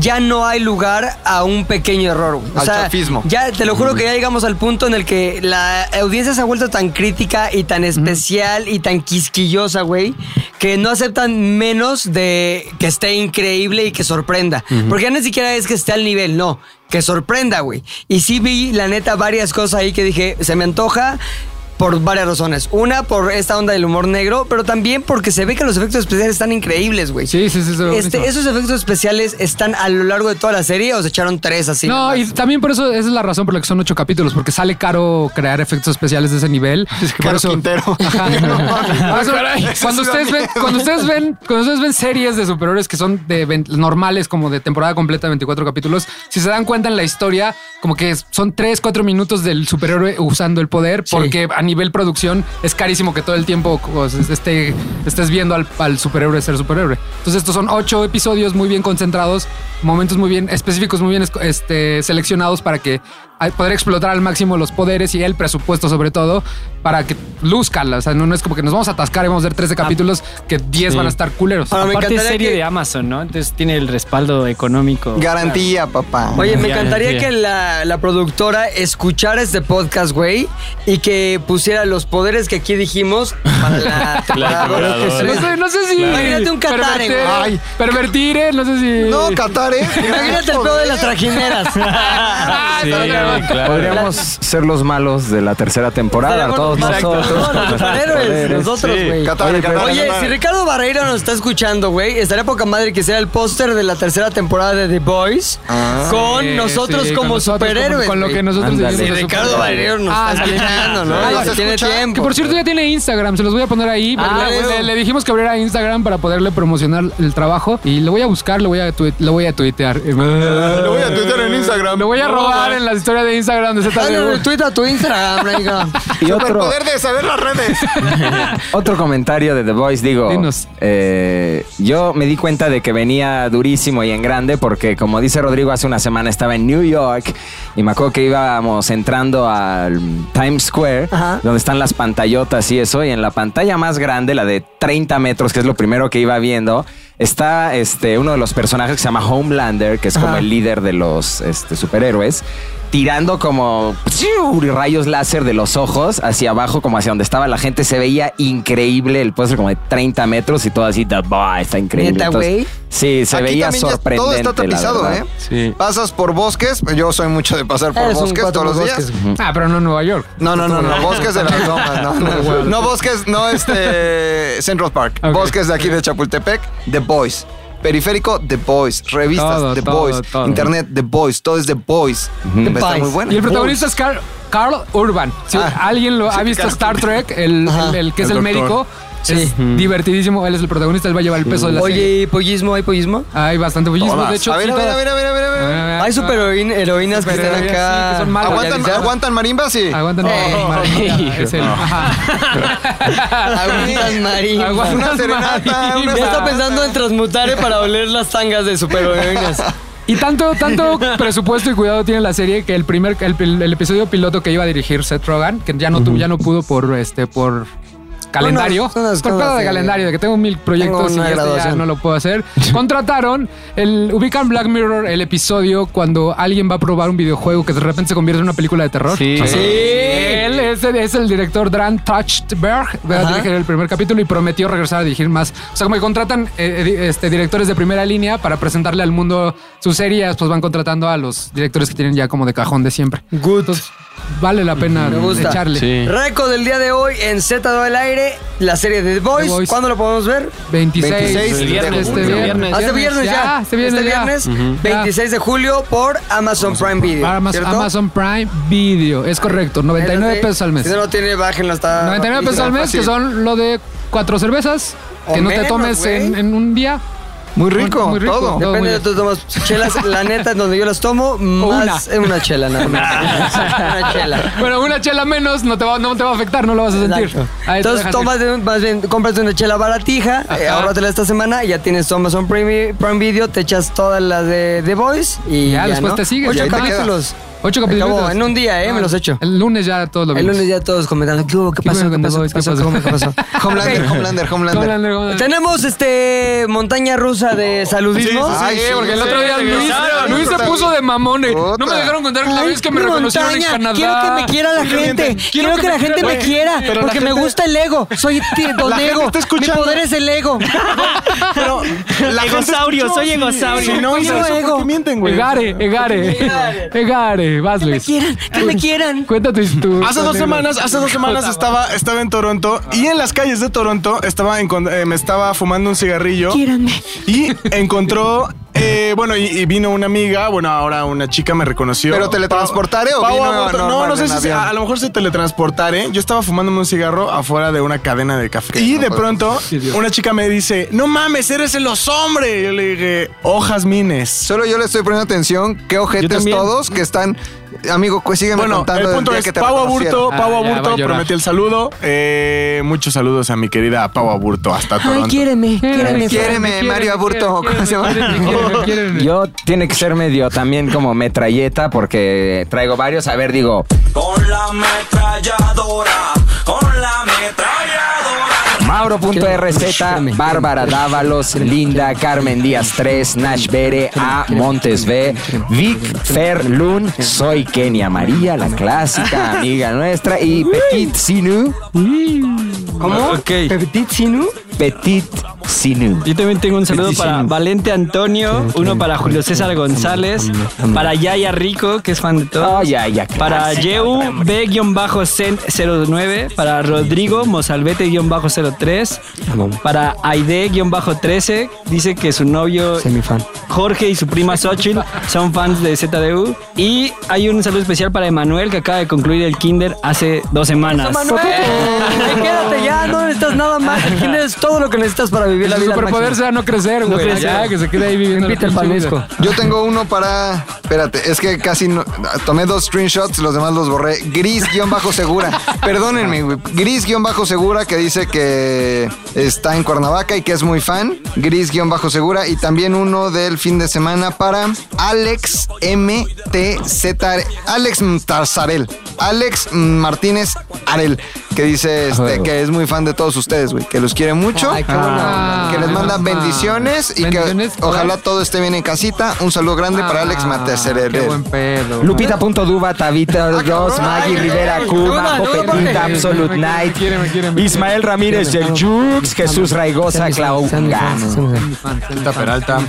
Speaker 4: ya no hay lugar a un pequeño error. güey. O
Speaker 7: Al chafismo.
Speaker 4: Ya te lo juro que ya llegamos al punto en el que la audiencia se ha vuelto tan crítica y tan especial y tan quisquillosa, güey, que no aceptan menos de que esté increíble y que sorprenda. Porque ya ni siquiera es que esté al nivel, no. Que sorprenda, güey. Y sí vi, la neta, varias cosas ahí que dije, se me antoja. por varias razones. Una, por esta onda del humor negro, pero también porque se ve que los efectos especiales están increíbles, güey.
Speaker 2: Sí, sí, sí. sí
Speaker 4: Este, esos efectos especiales están a lo largo de toda la serie o se echaron tres así.
Speaker 2: No,
Speaker 4: nomás?
Speaker 2: y también por eso esa es la razón por la que son ocho capítulos, porque sale caro crear efectos especiales de ese
Speaker 7: [LAUGHS]
Speaker 2: nivel. Por
Speaker 7: Caro
Speaker 2: eso-
Speaker 7: Quintero.
Speaker 2: [LAUGHS]
Speaker 7: [LAUGHS]
Speaker 2: Ajá. Por eso,
Speaker 7: Caray, ese
Speaker 2: cuando
Speaker 7: sí da
Speaker 2: ustedes ven,
Speaker 7: miedo.
Speaker 2: cuando ustedes
Speaker 7: [LAUGHS]
Speaker 2: ven, cuando ustedes ven series de superhéroes que son de ven- normales, como de temporada completa, 24 capítulos, si se dan cuenta en la historia, como que es- son 3, 4 minutos del superhéroe usando el poder, porque a nivel producción es carísimo que todo el tiempo pues, esté- estés viendo al, al superhéroe ser superhéroe. Entonces estos son 8 episodios muy bien concentrados, momentos muy bien específicos, muy bien esco- este, seleccionados para que a- poder explotar al máximo los poderes y el presupuesto sobre todo para que luzcan. O sea, no, no es como que nos vamos a atascar y vamos a ver
Speaker 4: Ah.
Speaker 2: 13 capítulos que 10
Speaker 6: Sí.
Speaker 2: van a estar culeros.
Speaker 6: Aparte es
Speaker 4: encantaría
Speaker 6: serie
Speaker 4: que-
Speaker 6: de Amazon, ¿no? Entonces tiene el respaldo económico.
Speaker 7: Garantía, papá.
Speaker 4: Oye, me
Speaker 6: Ya,
Speaker 4: encantaría
Speaker 6: ya.
Speaker 4: que la, la productora escuchara este podcast, güey, y que pusiera los poderes que aquí dijimos para la temporada.
Speaker 5: temporada
Speaker 4: dos.
Speaker 5: dos.
Speaker 2: No sé, no sé si.
Speaker 4: Imagínate un Catare,
Speaker 2: pervertir-
Speaker 4: güey.
Speaker 7: Ay.
Speaker 2: Pervertir, eh, no sé si.
Speaker 7: No, Qatar, ¿eh?
Speaker 4: Imagínate el pedo de las trajineras.
Speaker 2: Ah,
Speaker 5: Sí,
Speaker 2: está bien.
Speaker 5: claro.
Speaker 1: Podríamos ser los malos de la tercera temporada,
Speaker 4: Estaríamos
Speaker 1: todos
Speaker 4: los malos.
Speaker 1: nosotros.
Speaker 4: No, los
Speaker 1: con
Speaker 4: superhéroes,
Speaker 1: poderes.
Speaker 4: nosotros,
Speaker 1: Sí.
Speaker 4: güey.
Speaker 7: Qatar,
Speaker 1: Oye,
Speaker 7: Qatar,
Speaker 4: Oye,
Speaker 7: Qatar.
Speaker 4: si Ricardo Barreira nos está escuchando, güey, estaría poca madre que sea el póster de la tercera temporada de The Boys
Speaker 7: Ah.
Speaker 4: con
Speaker 2: Sí,
Speaker 4: nosotros
Speaker 2: sí, con
Speaker 4: como
Speaker 2: nosotros,
Speaker 4: superhéroes.
Speaker 2: Con, con lo
Speaker 4: güey.
Speaker 2: que nosotros
Speaker 1: Ándale.
Speaker 2: decimos
Speaker 1: Sí,
Speaker 2: Pues, de
Speaker 4: Ricardo
Speaker 2: superhéroes.
Speaker 4: Barreiro nos
Speaker 2: Ah,
Speaker 4: está
Speaker 2: sí.
Speaker 4: escuchando, ¿no?
Speaker 2: Ah,
Speaker 4: Ya
Speaker 2: ¿se
Speaker 4: tiene
Speaker 7: escucha?
Speaker 4: tiempo.
Speaker 2: Que por cierto ya tiene Instagram, se los voy a poner ahí.
Speaker 4: Ah,
Speaker 2: le,
Speaker 4: bueno.
Speaker 2: le- le dijimos que abriera Instagram para poderle promocionar el trabajo y lo voy a buscar, lo voy a, tui- lo voy a tuitear.
Speaker 7: [LAUGHS] Lo voy a tuitear en Instagram.
Speaker 2: Lo voy a robar en las historias de Instagram de
Speaker 4: Dale
Speaker 2: ZDU.
Speaker 4: retweet a tu Instagram, [LAUGHS] Ricardo.
Speaker 1: Y otro,
Speaker 7: Superpoder de saber las redes.
Speaker 1: [LAUGHS] otro comentario de The Voice, digo,
Speaker 2: Dinos.
Speaker 1: eh, yo me di cuenta de que venía durísimo y en grande porque, como dice Rodrigo, hace una semana estaba en New York y me acuerdo que íbamos entrando al Times Square,
Speaker 4: Ajá.
Speaker 1: donde están las pantallotas y eso, y en la pantalla más grande, la de 30 metros, que es lo primero que iba viendo, está este, uno de los personajes que se llama Homelander, que es como
Speaker 4: Ajá.
Speaker 1: el líder de los este, superhéroes, tirando como ¡psiu! rayos láser de los ojos hacia abajo, como hacia donde estaba la gente. Se veía increíble el póster, como de 30 metros y todo así, "The Boy", está increíble.
Speaker 4: ¿Neta,
Speaker 1: Entonces,
Speaker 4: güey?
Speaker 1: sí, se
Speaker 7: Aquí
Speaker 1: veía
Speaker 7: también ya
Speaker 1: sorprendente.
Speaker 7: Todo está
Speaker 1: la
Speaker 7: tapizado,
Speaker 1: verdad.
Speaker 7: ¿eh?
Speaker 5: Sí.
Speaker 7: Pasas por bosques. Yo soy mucho de pasar por
Speaker 4: Eres un
Speaker 7: bosques
Speaker 4: cuatro
Speaker 7: todos los
Speaker 4: por
Speaker 7: días.
Speaker 4: bosques, güey.
Speaker 2: Ah, pero no en Nueva York.
Speaker 7: No, no, no,
Speaker 2: [LAUGHS]
Speaker 7: no, bosques de las lomas, no, no, no, bosques, no este Central Park,
Speaker 2: Ok.
Speaker 7: bosques de aquí de Chapultepec, The Boys, periférico The Boys, revistas
Speaker 2: Todo,
Speaker 7: The
Speaker 2: todo,
Speaker 7: Boys,
Speaker 2: todo.
Speaker 7: internet The Boys, todo es The Boys, está
Speaker 4: Boys.
Speaker 7: muy bueno.
Speaker 2: Y el protagonista es Carl, Carl Urban. Si
Speaker 7: Ah.
Speaker 2: alguien lo ha
Speaker 7: Sí,
Speaker 2: visto
Speaker 7: Carl.
Speaker 2: Star Trek, el,
Speaker 4: Ajá.
Speaker 2: el- el que es el,
Speaker 9: El doctor.
Speaker 2: médico, es divertidísimo. Él es el protagonista, él va a llevar el peso de la serie.
Speaker 4: Oye, ¿y pollismo? ¿Hay pollismo?
Speaker 2: Hay bastante bullismo. De hecho,
Speaker 7: a ver,
Speaker 2: sí,
Speaker 7: a ver,
Speaker 2: todas-
Speaker 7: a ver, a ver, a ver, a ver.
Speaker 4: Hay super heroínas que
Speaker 2: Pero,
Speaker 4: están
Speaker 2: Ah, sí,
Speaker 4: acá.
Speaker 2: que son malas.
Speaker 7: ¿Aguantan,
Speaker 2: Aguantan-
Speaker 7: aguantan marimbas y
Speaker 2: Aguantan.
Speaker 7: [LAUGHS]
Speaker 2: es el- ajá.
Speaker 4: Aguantas, Marín.
Speaker 2: Aguantas
Speaker 7: una serenata,
Speaker 2: marimbas.
Speaker 7: una
Speaker 4: Ya está pensando en transmutare para oler las tangas de superheroínas.
Speaker 2: Y tanto, tanto
Speaker 4: [LAUGHS]
Speaker 2: presupuesto y cuidado tiene la serie que el primer el, pil- el episodio piloto que iba a dirigir Seth Rogen, que ya no tuvo, ya no pudo por este por calendario,
Speaker 4: Unas- unas
Speaker 2: por
Speaker 4: cosas,
Speaker 2: pedo de
Speaker 4: sí.
Speaker 2: calendario, de que tengo mil proyectos
Speaker 4: Tengo una
Speaker 2: y este ya
Speaker 4: graduación.
Speaker 2: no lo puedo
Speaker 4: [LAUGHS]
Speaker 2: hacer. Contrataron el ubican Black Mirror el episodio cuando alguien va a probar un videojuego que de repente se convierte en una película de terror.
Speaker 6: Sí.
Speaker 2: Ajá. Él es, es el director Dan Trachtenberg, va a
Speaker 4: Ajá.
Speaker 2: dirigir el primer capítulo y prometió regresar a dirigir más. O sea, como que contratan eh, di- este, directores de primera línea para presentarle al mundo sus series, pues van contratando a los directores que tienen ya como de cajón de siempre. Good. vale la pena
Speaker 4: Me gusta.
Speaker 2: echarle.
Speaker 5: Sí.
Speaker 4: Récord del día de hoy en Z2 al aire, la serie de The Boys.
Speaker 2: Boys.
Speaker 4: ¿Cuándo lo podemos ver?
Speaker 2: 26,
Speaker 7: 26 de
Speaker 2: este
Speaker 7: junio.
Speaker 2: viernes.
Speaker 4: Hace viernes ya.
Speaker 2: Este viernes
Speaker 4: Este
Speaker 2: ya.
Speaker 4: viernes,
Speaker 2: Ujú.
Speaker 4: 26 de julio por Amazon Prime Video.
Speaker 2: Para Amazon,
Speaker 4: ¿cierto?
Speaker 2: Amazon Prime Video. Es correcto. 99
Speaker 4: Entonces,
Speaker 2: pesos al mes.
Speaker 4: Si no lo tiene, bájenlo hasta.
Speaker 2: 99 pesos al mes, que son lo de cuatro cervezas
Speaker 4: O
Speaker 2: que no te
Speaker 4: menos,
Speaker 2: tomes
Speaker 4: güey.
Speaker 2: en, en un día.
Speaker 7: muy rico,
Speaker 2: Muy rico.
Speaker 7: todo.
Speaker 2: Todo muy
Speaker 4: Depende de
Speaker 2: bien.
Speaker 4: tus tomas
Speaker 2: [LAUGHS]
Speaker 4: chelas. La neta, en donde yo las tomo, más una. una chela,
Speaker 2: [LAUGHS]
Speaker 4: nada más. una chela.
Speaker 2: Bueno, una chela menos no te va, no te va a afectar, no lo vas a sentir.
Speaker 4: Exacto.
Speaker 2: Ahí te
Speaker 4: Entonces
Speaker 2: dejas
Speaker 4: tomas, de- más bien, cómprate una chela baratija, eh,
Speaker 2: Ajá.
Speaker 4: ahórratela esta semana y ya tienes tu Amazon Prime, Prime Video, te echas todas las de The Voice y
Speaker 2: Ya,
Speaker 4: ya,
Speaker 2: después
Speaker 4: ¿no?
Speaker 2: te sigues. Y
Speaker 4: Ocho
Speaker 2: ahí te
Speaker 4: capítulos.
Speaker 2: ir. Ocho capítulos.
Speaker 4: Acabó en un día, ¿eh? Me los echo.
Speaker 2: El lunes ya todos lo
Speaker 4: El
Speaker 2: vimos.
Speaker 4: lunes ya todos comentando, ¿qué hubo? ¿Qué
Speaker 2: ¿Qué
Speaker 4: pasó?
Speaker 2: hubo
Speaker 4: ¿Qué
Speaker 2: con
Speaker 4: pasó?
Speaker 2: The
Speaker 4: ¿Qué
Speaker 2: Voice?
Speaker 4: pasó? ¿Qué
Speaker 2: ¿Qué
Speaker 4: pasó?
Speaker 7: Homelander,
Speaker 4: Ok.
Speaker 2: [LAUGHS]
Speaker 7: Homelander,
Speaker 2: ¿Cómo
Speaker 7: Homelander.
Speaker 2: andan, cómo andan?
Speaker 4: Tenemos este montaña rusa de saludismo.
Speaker 7: Ah, Sí, sí, sí.
Speaker 2: Porque el otro día Luis, no, Luis se puso de mamón. eh. No me dejaron contar la
Speaker 5: Ay,
Speaker 2: vez que me
Speaker 5: mi
Speaker 2: reconocieron en
Speaker 5: montaña,
Speaker 2: Canadá.
Speaker 5: Quiero que me quiera la gente. Quiero, que, la gente me quiera.
Speaker 2: Pero la
Speaker 5: Porque me
Speaker 2: gente-
Speaker 5: gusta el ego.
Speaker 2: [LAUGHS]
Speaker 5: Soy [LAUGHS] t- don
Speaker 2: La gente
Speaker 5: ego.
Speaker 2: está
Speaker 5: Mi
Speaker 2: escuchando.
Speaker 5: poder es
Speaker 2: [LAUGHS]
Speaker 5: el ego.
Speaker 9: Pero
Speaker 5: Egosaurio, soy egosaurio.
Speaker 9: Si no,
Speaker 5: Soy
Speaker 9: hice
Speaker 5: un
Speaker 9: eso,
Speaker 5: ego.
Speaker 9: ¿por qué mienten, güey?
Speaker 2: Egare, egare. Egare, vas, Luis. Que me quieran, que me quieran. Cuéntate tú.
Speaker 9: Hace dos semanas, hace dos semanas estaba, estaba en Toronto y en las calles de Toronto estaba encon- eh, me estaba fumando un cigarrillo. Y encontró, eh, bueno, y, y vino una amiga, bueno, ahora una chica me reconoció.
Speaker 7: ¿Pero teletransportaré o vino
Speaker 9: Aborto- No,
Speaker 7: normal
Speaker 9: no sé
Speaker 7: en
Speaker 9: si
Speaker 7: avión?
Speaker 9: a, a lo mejor se teletransportaré. Yo estaba fumándome un cigarro afuera de una cadena de café. Y
Speaker 7: no
Speaker 9: de
Speaker 7: podemos.
Speaker 9: pronto una chica me dice, no mames, eres el los hombres. Yo le dije, hojas mines.
Speaker 7: Solo yo le estoy poniendo atención. Qué ojetes
Speaker 9: también.
Speaker 7: todos que están. Amigo, pues sígueme
Speaker 9: Bueno,
Speaker 7: contando.
Speaker 9: el punto
Speaker 7: del día
Speaker 9: es,
Speaker 7: que te
Speaker 9: Pau
Speaker 7: reconocieron.
Speaker 9: Aburto, Pau
Speaker 7: Ah, ya, va a
Speaker 9: Aburto,
Speaker 7: llorar.
Speaker 9: prometí el saludo. Eh, muchos saludos a mi querida Pau Aburto, hasta Toronto.
Speaker 5: Ay, quiéreme, quiéreme.
Speaker 7: Quiéreme, Mario Aburto. ¿Cómo se llama?
Speaker 1: [LAUGHS] Yo tiene que ser medio también como metralleta porque traigo varios. A ver, digo.
Speaker 17: Con la ametralladora, con la
Speaker 1: Mauro.rz, Bárbara Dávalos, Linda, Carmen Díaz 3, Nash Bere, A. Montes B, Vic Ferlun, Soy Kenia María, la
Speaker 6: [LAUGHS]
Speaker 1: clásica amiga nuestra, y Petit Sinu.
Speaker 18: ¿Cómo?
Speaker 1: ¿Petit Sinu? Petit Sinu.
Speaker 6: Yo también tengo un saludo
Speaker 1: Sí, sí,
Speaker 6: para
Speaker 1: sí.
Speaker 6: Valente Antonio, uno para Julio César González, para Yaya Rico, que es fan de todo. Para Yeu B-Sen09, para Rodrigo Mozalbete-03, para Aide-13, dice que su novio Jorge y su prima Xochitl son fans de ZDU. Y hay un saludo especial para Emanuel, que acaba de concluir el kinder hace dos semanas.
Speaker 4: Ay, Quédate ya, no necesitas nada más. Tienes todo lo que necesitas para vivir la
Speaker 2: Su
Speaker 4: vida. al
Speaker 2: superpoder
Speaker 4: máximo.
Speaker 2: sea no crecer, güey. Ya, que se quede ahí viviendo.
Speaker 4: Repite el panesco.
Speaker 7: Yo tengo uno para. Espérate, es que casi no- tomé dos screenshots, los demás los borré. Gris-segura. Perdónenme, güey. Gris-segura que dice que está en Cuernavaca y que es muy fan. Gris-segura. Y también uno del fin de semana para Alex MTZ. Alex Tarzarel. Alex Martínez Arel. Que dice este, que es muy fan de todos ustedes, güey. Que los quiere mucho.
Speaker 4: Ah, buena onda. Ah,
Speaker 7: que les manda bendiciones y
Speaker 2: Bendiciones,
Speaker 7: que ojalá todo esté bien en casita. Un saludo grande para Alex Matecerere.
Speaker 2: Qué buen pedo.
Speaker 1: Lupita.duba, Tabita 2, Maggie Rivera, Cuba,
Speaker 2: Duda, duda, porque-
Speaker 1: Popelita, Absolute Night, Ismael Ramírez, el Jux, Jesús Raigosa, Clauga.
Speaker 2: Quita Peralta.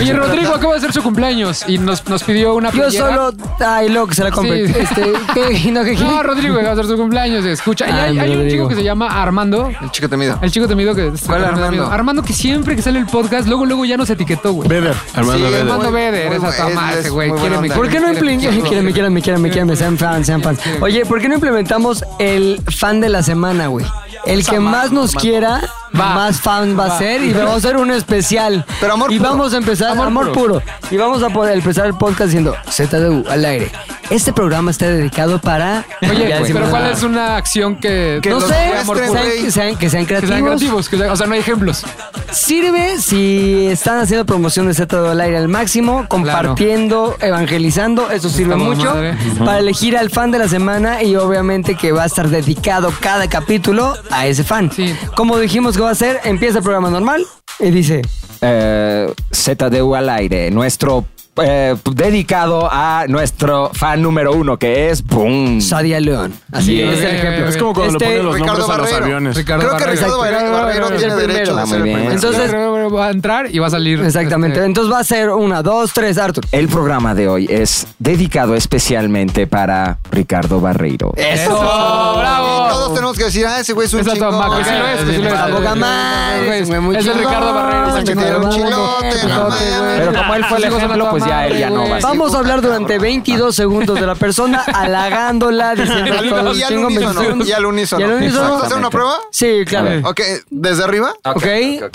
Speaker 2: Oye, Rodrigo acaba de hacer su cumpleaños y nos, nos pidió una
Speaker 4: Yo solo. Ay, loco, se la compré.
Speaker 2: Sí.
Speaker 5: [LAUGHS]
Speaker 4: Este, ¿qué? No, ¿qué?
Speaker 2: [LAUGHS] No, Rodrigo acaba de hacer su cumpleaños. Escucha, y
Speaker 4: Ay,
Speaker 2: hay,
Speaker 4: mi
Speaker 2: hay un
Speaker 4: Rodrigo.
Speaker 2: chico que se llama Armando.
Speaker 7: El chico temido.
Speaker 2: El chico temido que...
Speaker 7: ¿Cuál
Speaker 2: que me da
Speaker 7: Armando?
Speaker 2: miedo. Armando que siempre que sale el podcast, luego luego ya nos etiquetó, güey.
Speaker 9: Beder.
Speaker 2: Armando
Speaker 7: Sí,
Speaker 2: Beder. Armando
Speaker 7: muy-
Speaker 2: Beder,
Speaker 7: muy
Speaker 2: esa
Speaker 7: buen-
Speaker 2: toma
Speaker 7: es-
Speaker 2: ese güey.
Speaker 7: muy buena
Speaker 2: Quiéreme,
Speaker 7: onda.
Speaker 4: ¿Por qué no implementamos? Quierenme, quierenme, quierenme, quierenme, sean fans, sean fans. Oye, ¿por qué no implementamos el fan de la semana, güey? El que más nos quiera, más fan va a ser y vamos a hacer un especial.
Speaker 7: Pero amor
Speaker 4: Y
Speaker 7: puro.
Speaker 4: vamos a empezar, amor, puro. Y vamos a poder empezar el podcast diciendo ZDU al aire. Este programa está dedicado para.
Speaker 2: Oye,
Speaker 4: Ya decimos
Speaker 2: pero ¿cuál
Speaker 4: nada.
Speaker 2: es una acción que...
Speaker 4: no
Speaker 2: los-
Speaker 4: sé,
Speaker 2: de amor
Speaker 4: que
Speaker 2: puro?
Speaker 4: sean, que sean- que sean
Speaker 2: Que sean
Speaker 4: creativos.
Speaker 2: creativos. que sean- o sea, no hay ejemplos.
Speaker 4: Sirve si están haciendo promoción de Z al aire al máximo, compartiendo, evangelizando, eso sirve
Speaker 2: Está con
Speaker 4: mucho
Speaker 2: madre.
Speaker 4: para elegir al fan de la semana y obviamente que va a estar dedicado cada capítulo a ese fan. Como dijimos que va a ser, empieza el programa normal y dice,
Speaker 1: eh, ZDU al aire, nuestro eh, dedicado a nuestro fan número uno que es boom.
Speaker 4: Sadia León. Así
Speaker 1: Yeah.
Speaker 4: es el ejemplo.
Speaker 9: Es como cuando
Speaker 4: Este,
Speaker 9: le ponen los
Speaker 7: Ricardo
Speaker 9: nombres a los
Speaker 7: Barrero.
Speaker 9: aviones.
Speaker 2: Ricardo
Speaker 7: Creo que
Speaker 2: Barrera.
Speaker 7: Ricardo Barrero, Barrero
Speaker 4: Barrero
Speaker 7: tiene
Speaker 4: es el
Speaker 7: derecho
Speaker 4: primero.
Speaker 7: a
Speaker 1: Ah, muy
Speaker 7: ser el
Speaker 1: bien.
Speaker 7: primero.
Speaker 4: Entonces,
Speaker 2: Va a entrar y va a salir.
Speaker 4: exactamente.
Speaker 2: Este,
Speaker 4: Entonces va a ser una, dos, tres, Arthur.
Speaker 1: El programa de hoy es dedicado especialmente para Ricardo Barreiro.
Speaker 2: ¡Eso! este, ¡Bravo!
Speaker 7: Todos tenemos que decir, ah, ese güey es un
Speaker 2: Esa
Speaker 7: chingón.
Speaker 2: toma, que sí lo es, que sí lo es.
Speaker 7: Bravo,
Speaker 4: Gamán,
Speaker 2: Güey,
Speaker 4: se ve muy
Speaker 2: Es de
Speaker 4: chingón.
Speaker 2: Ricardo Barrera.
Speaker 7: que
Speaker 2: ese
Speaker 7: tiene un
Speaker 2: cabrón.
Speaker 7: chilote, no mames.
Speaker 1: Pero como él fue el
Speaker 2: Hijos de
Speaker 1: ejemplo,
Speaker 2: la
Speaker 1: pues ya él ya no va a ser.
Speaker 4: Vamos a hablar durante 22 segundos de la persona, halagándola, diciendo
Speaker 7: Y
Speaker 4: todo
Speaker 7: al
Speaker 4: el chingo
Speaker 7: unísono, y al unísono.
Speaker 4: ¿Y al unísono?
Speaker 7: ¿Vamos a hacer una prueba?
Speaker 4: Sí,
Speaker 1: A
Speaker 4: claro.
Speaker 1: ver.
Speaker 7: Ok, ¿desde arriba?
Speaker 4: Ok.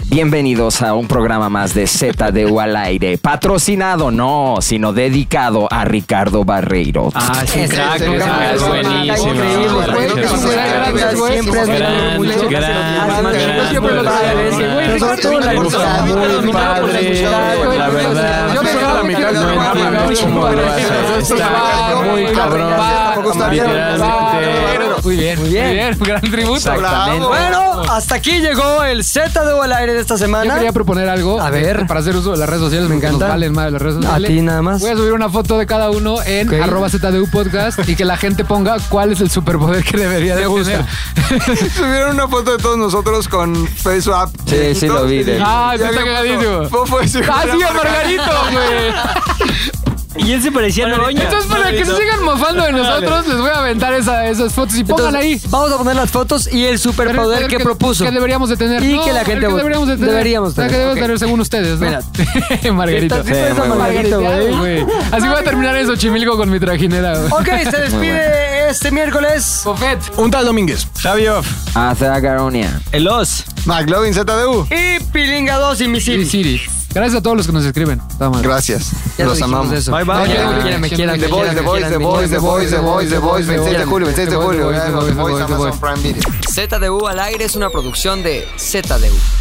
Speaker 1: Bienvenidos a un programa más de ZDU al aire. Patrocinado, no, sino dedicado a Ricardo Barreiro.
Speaker 6: Ah, sí,
Speaker 4: Ese
Speaker 6: exacto.
Speaker 4: es el
Speaker 6: exacto.
Speaker 4: gran
Speaker 6: es
Speaker 4: programa.
Speaker 6: buenísimo.
Speaker 4: Increíble,
Speaker 6: Sí,
Speaker 4: güey. Es
Speaker 6: sí,
Speaker 4: un
Speaker 6: sí,
Speaker 4: gran programa, siempre es muy
Speaker 6: sí, sí, sí, gran, gran,
Speaker 4: bueno.
Speaker 6: gran,
Speaker 4: Hace
Speaker 6: gran,
Speaker 4: un chingo de padre, ese güey.
Speaker 6: gran.
Speaker 4: Nosotros
Speaker 6: Nosotros
Speaker 4: la
Speaker 6: la
Speaker 4: gozamos,
Speaker 6: gozamos,
Speaker 4: la
Speaker 6: mi padre.
Speaker 4: gozamos.
Speaker 6: La verdad,
Speaker 2: Yo me
Speaker 9: Está la
Speaker 2: acuerdo que
Speaker 9: mitad,
Speaker 2: era
Speaker 9: no
Speaker 2: Ricardo
Speaker 9: entiendo
Speaker 2: Barrera,
Speaker 9: cómo
Speaker 2: chingo
Speaker 9: lo
Speaker 2: de
Speaker 9: hace.
Speaker 2: veces.
Speaker 9: Está
Speaker 2: Va,
Speaker 9: muy
Speaker 2: va,
Speaker 9: cabrón.
Speaker 2: va,
Speaker 7: Tampoco está
Speaker 2: va,
Speaker 7: bien.
Speaker 2: va,
Speaker 6: Literalmente.
Speaker 2: pero Muy bien, muy bien. gran tributo.
Speaker 4: Exactamente. Bueno, hasta aquí llegó el Z de O al aire de esta
Speaker 2: Yo
Speaker 4: semana.
Speaker 2: quería proponer algo.
Speaker 4: A ver.
Speaker 2: este, Para hacer uso de las redes sociales.
Speaker 4: Me
Speaker 2: porque nos
Speaker 4: encanta.
Speaker 2: valen madre las redes
Speaker 4: A
Speaker 2: sociales.
Speaker 4: ti nada más.
Speaker 2: Voy a subir una foto de cada uno en
Speaker 4: Ok.
Speaker 2: arroba ZDU Podcast y que la gente ponga cuál es el superpoder que debería de tener.
Speaker 7: Subieron una foto de todos nosotros con FaceApp.
Speaker 1: Sí, sí lo vi, de-
Speaker 2: Ah,
Speaker 7: Ya
Speaker 2: está
Speaker 7: había
Speaker 2: cagadísimo.
Speaker 7: puesto Fofo es igual
Speaker 2: Ah, sí,
Speaker 7: a
Speaker 2: a Margarito, güey.
Speaker 6: Y él se parecía a Noroña.
Speaker 2: Entonces, para que se sigan mofando de nosotros, les voy a aventar esa- esas fotos y pónganla ahí.
Speaker 4: Entonces, Vamos a poner las fotos y el superpoder que, propuso.
Speaker 2: Que deberíamos de tener.
Speaker 4: Y
Speaker 2: No,
Speaker 4: que la gente
Speaker 2: el
Speaker 4: vote.
Speaker 2: deberíamos de tener.
Speaker 4: Deberíamos
Speaker 2: La que
Speaker 4: tener,
Speaker 2: debe
Speaker 4: ok.
Speaker 2: tener según ustedes, ¿no?
Speaker 4: Mira.
Speaker 2: [LAUGHS] Margarito.
Speaker 4: Estás dispuesto a Margarito,
Speaker 2: Margariteado,
Speaker 4: güey.
Speaker 2: güey. Así voy a terminar en Xochimilco con mi trajinera, güey.
Speaker 4: Ok, se
Speaker 1: Muy
Speaker 4: despide este miércoles.
Speaker 2: Buffet.
Speaker 19: Un tal Domínguez.
Speaker 5: Javier.
Speaker 1: Hasta Garonia.
Speaker 5: El Oz.
Speaker 7: McLovin ZDU.
Speaker 4: Y Pilinga 2 y
Speaker 2: Sí,
Speaker 4: Misil.
Speaker 2: Siri. Gracias a todos los que nos escriben. Está mal.
Speaker 7: Gracias.
Speaker 4: Ya
Speaker 7: Los
Speaker 4: lo dijimos
Speaker 7: amamos.
Speaker 4: de eso.
Speaker 5: Bye, bye.
Speaker 4: Me
Speaker 5: Bye.
Speaker 4: quieran, me quieran, me quieran,
Speaker 7: The
Speaker 4: me
Speaker 7: Voice, The
Speaker 4: quieran,
Speaker 7: Voice,
Speaker 4: me
Speaker 7: The
Speaker 4: quieran,
Speaker 7: Voice,
Speaker 4: me
Speaker 7: The Voice,
Speaker 4: quieran,
Speaker 7: The
Speaker 4: me
Speaker 7: Voice, The
Speaker 4: quieran,
Speaker 7: Voice,
Speaker 4: me
Speaker 7: 26 de
Speaker 4: quieran.
Speaker 7: julio, 26 de
Speaker 2: The Voice,
Speaker 7: julio.
Speaker 2: The Voice, The
Speaker 7: The Voice,
Speaker 2: Voice, The
Speaker 7: Amazon
Speaker 2: Voice.
Speaker 7: Prime Video.
Speaker 20: ZDU al aire es una producción de ZDU.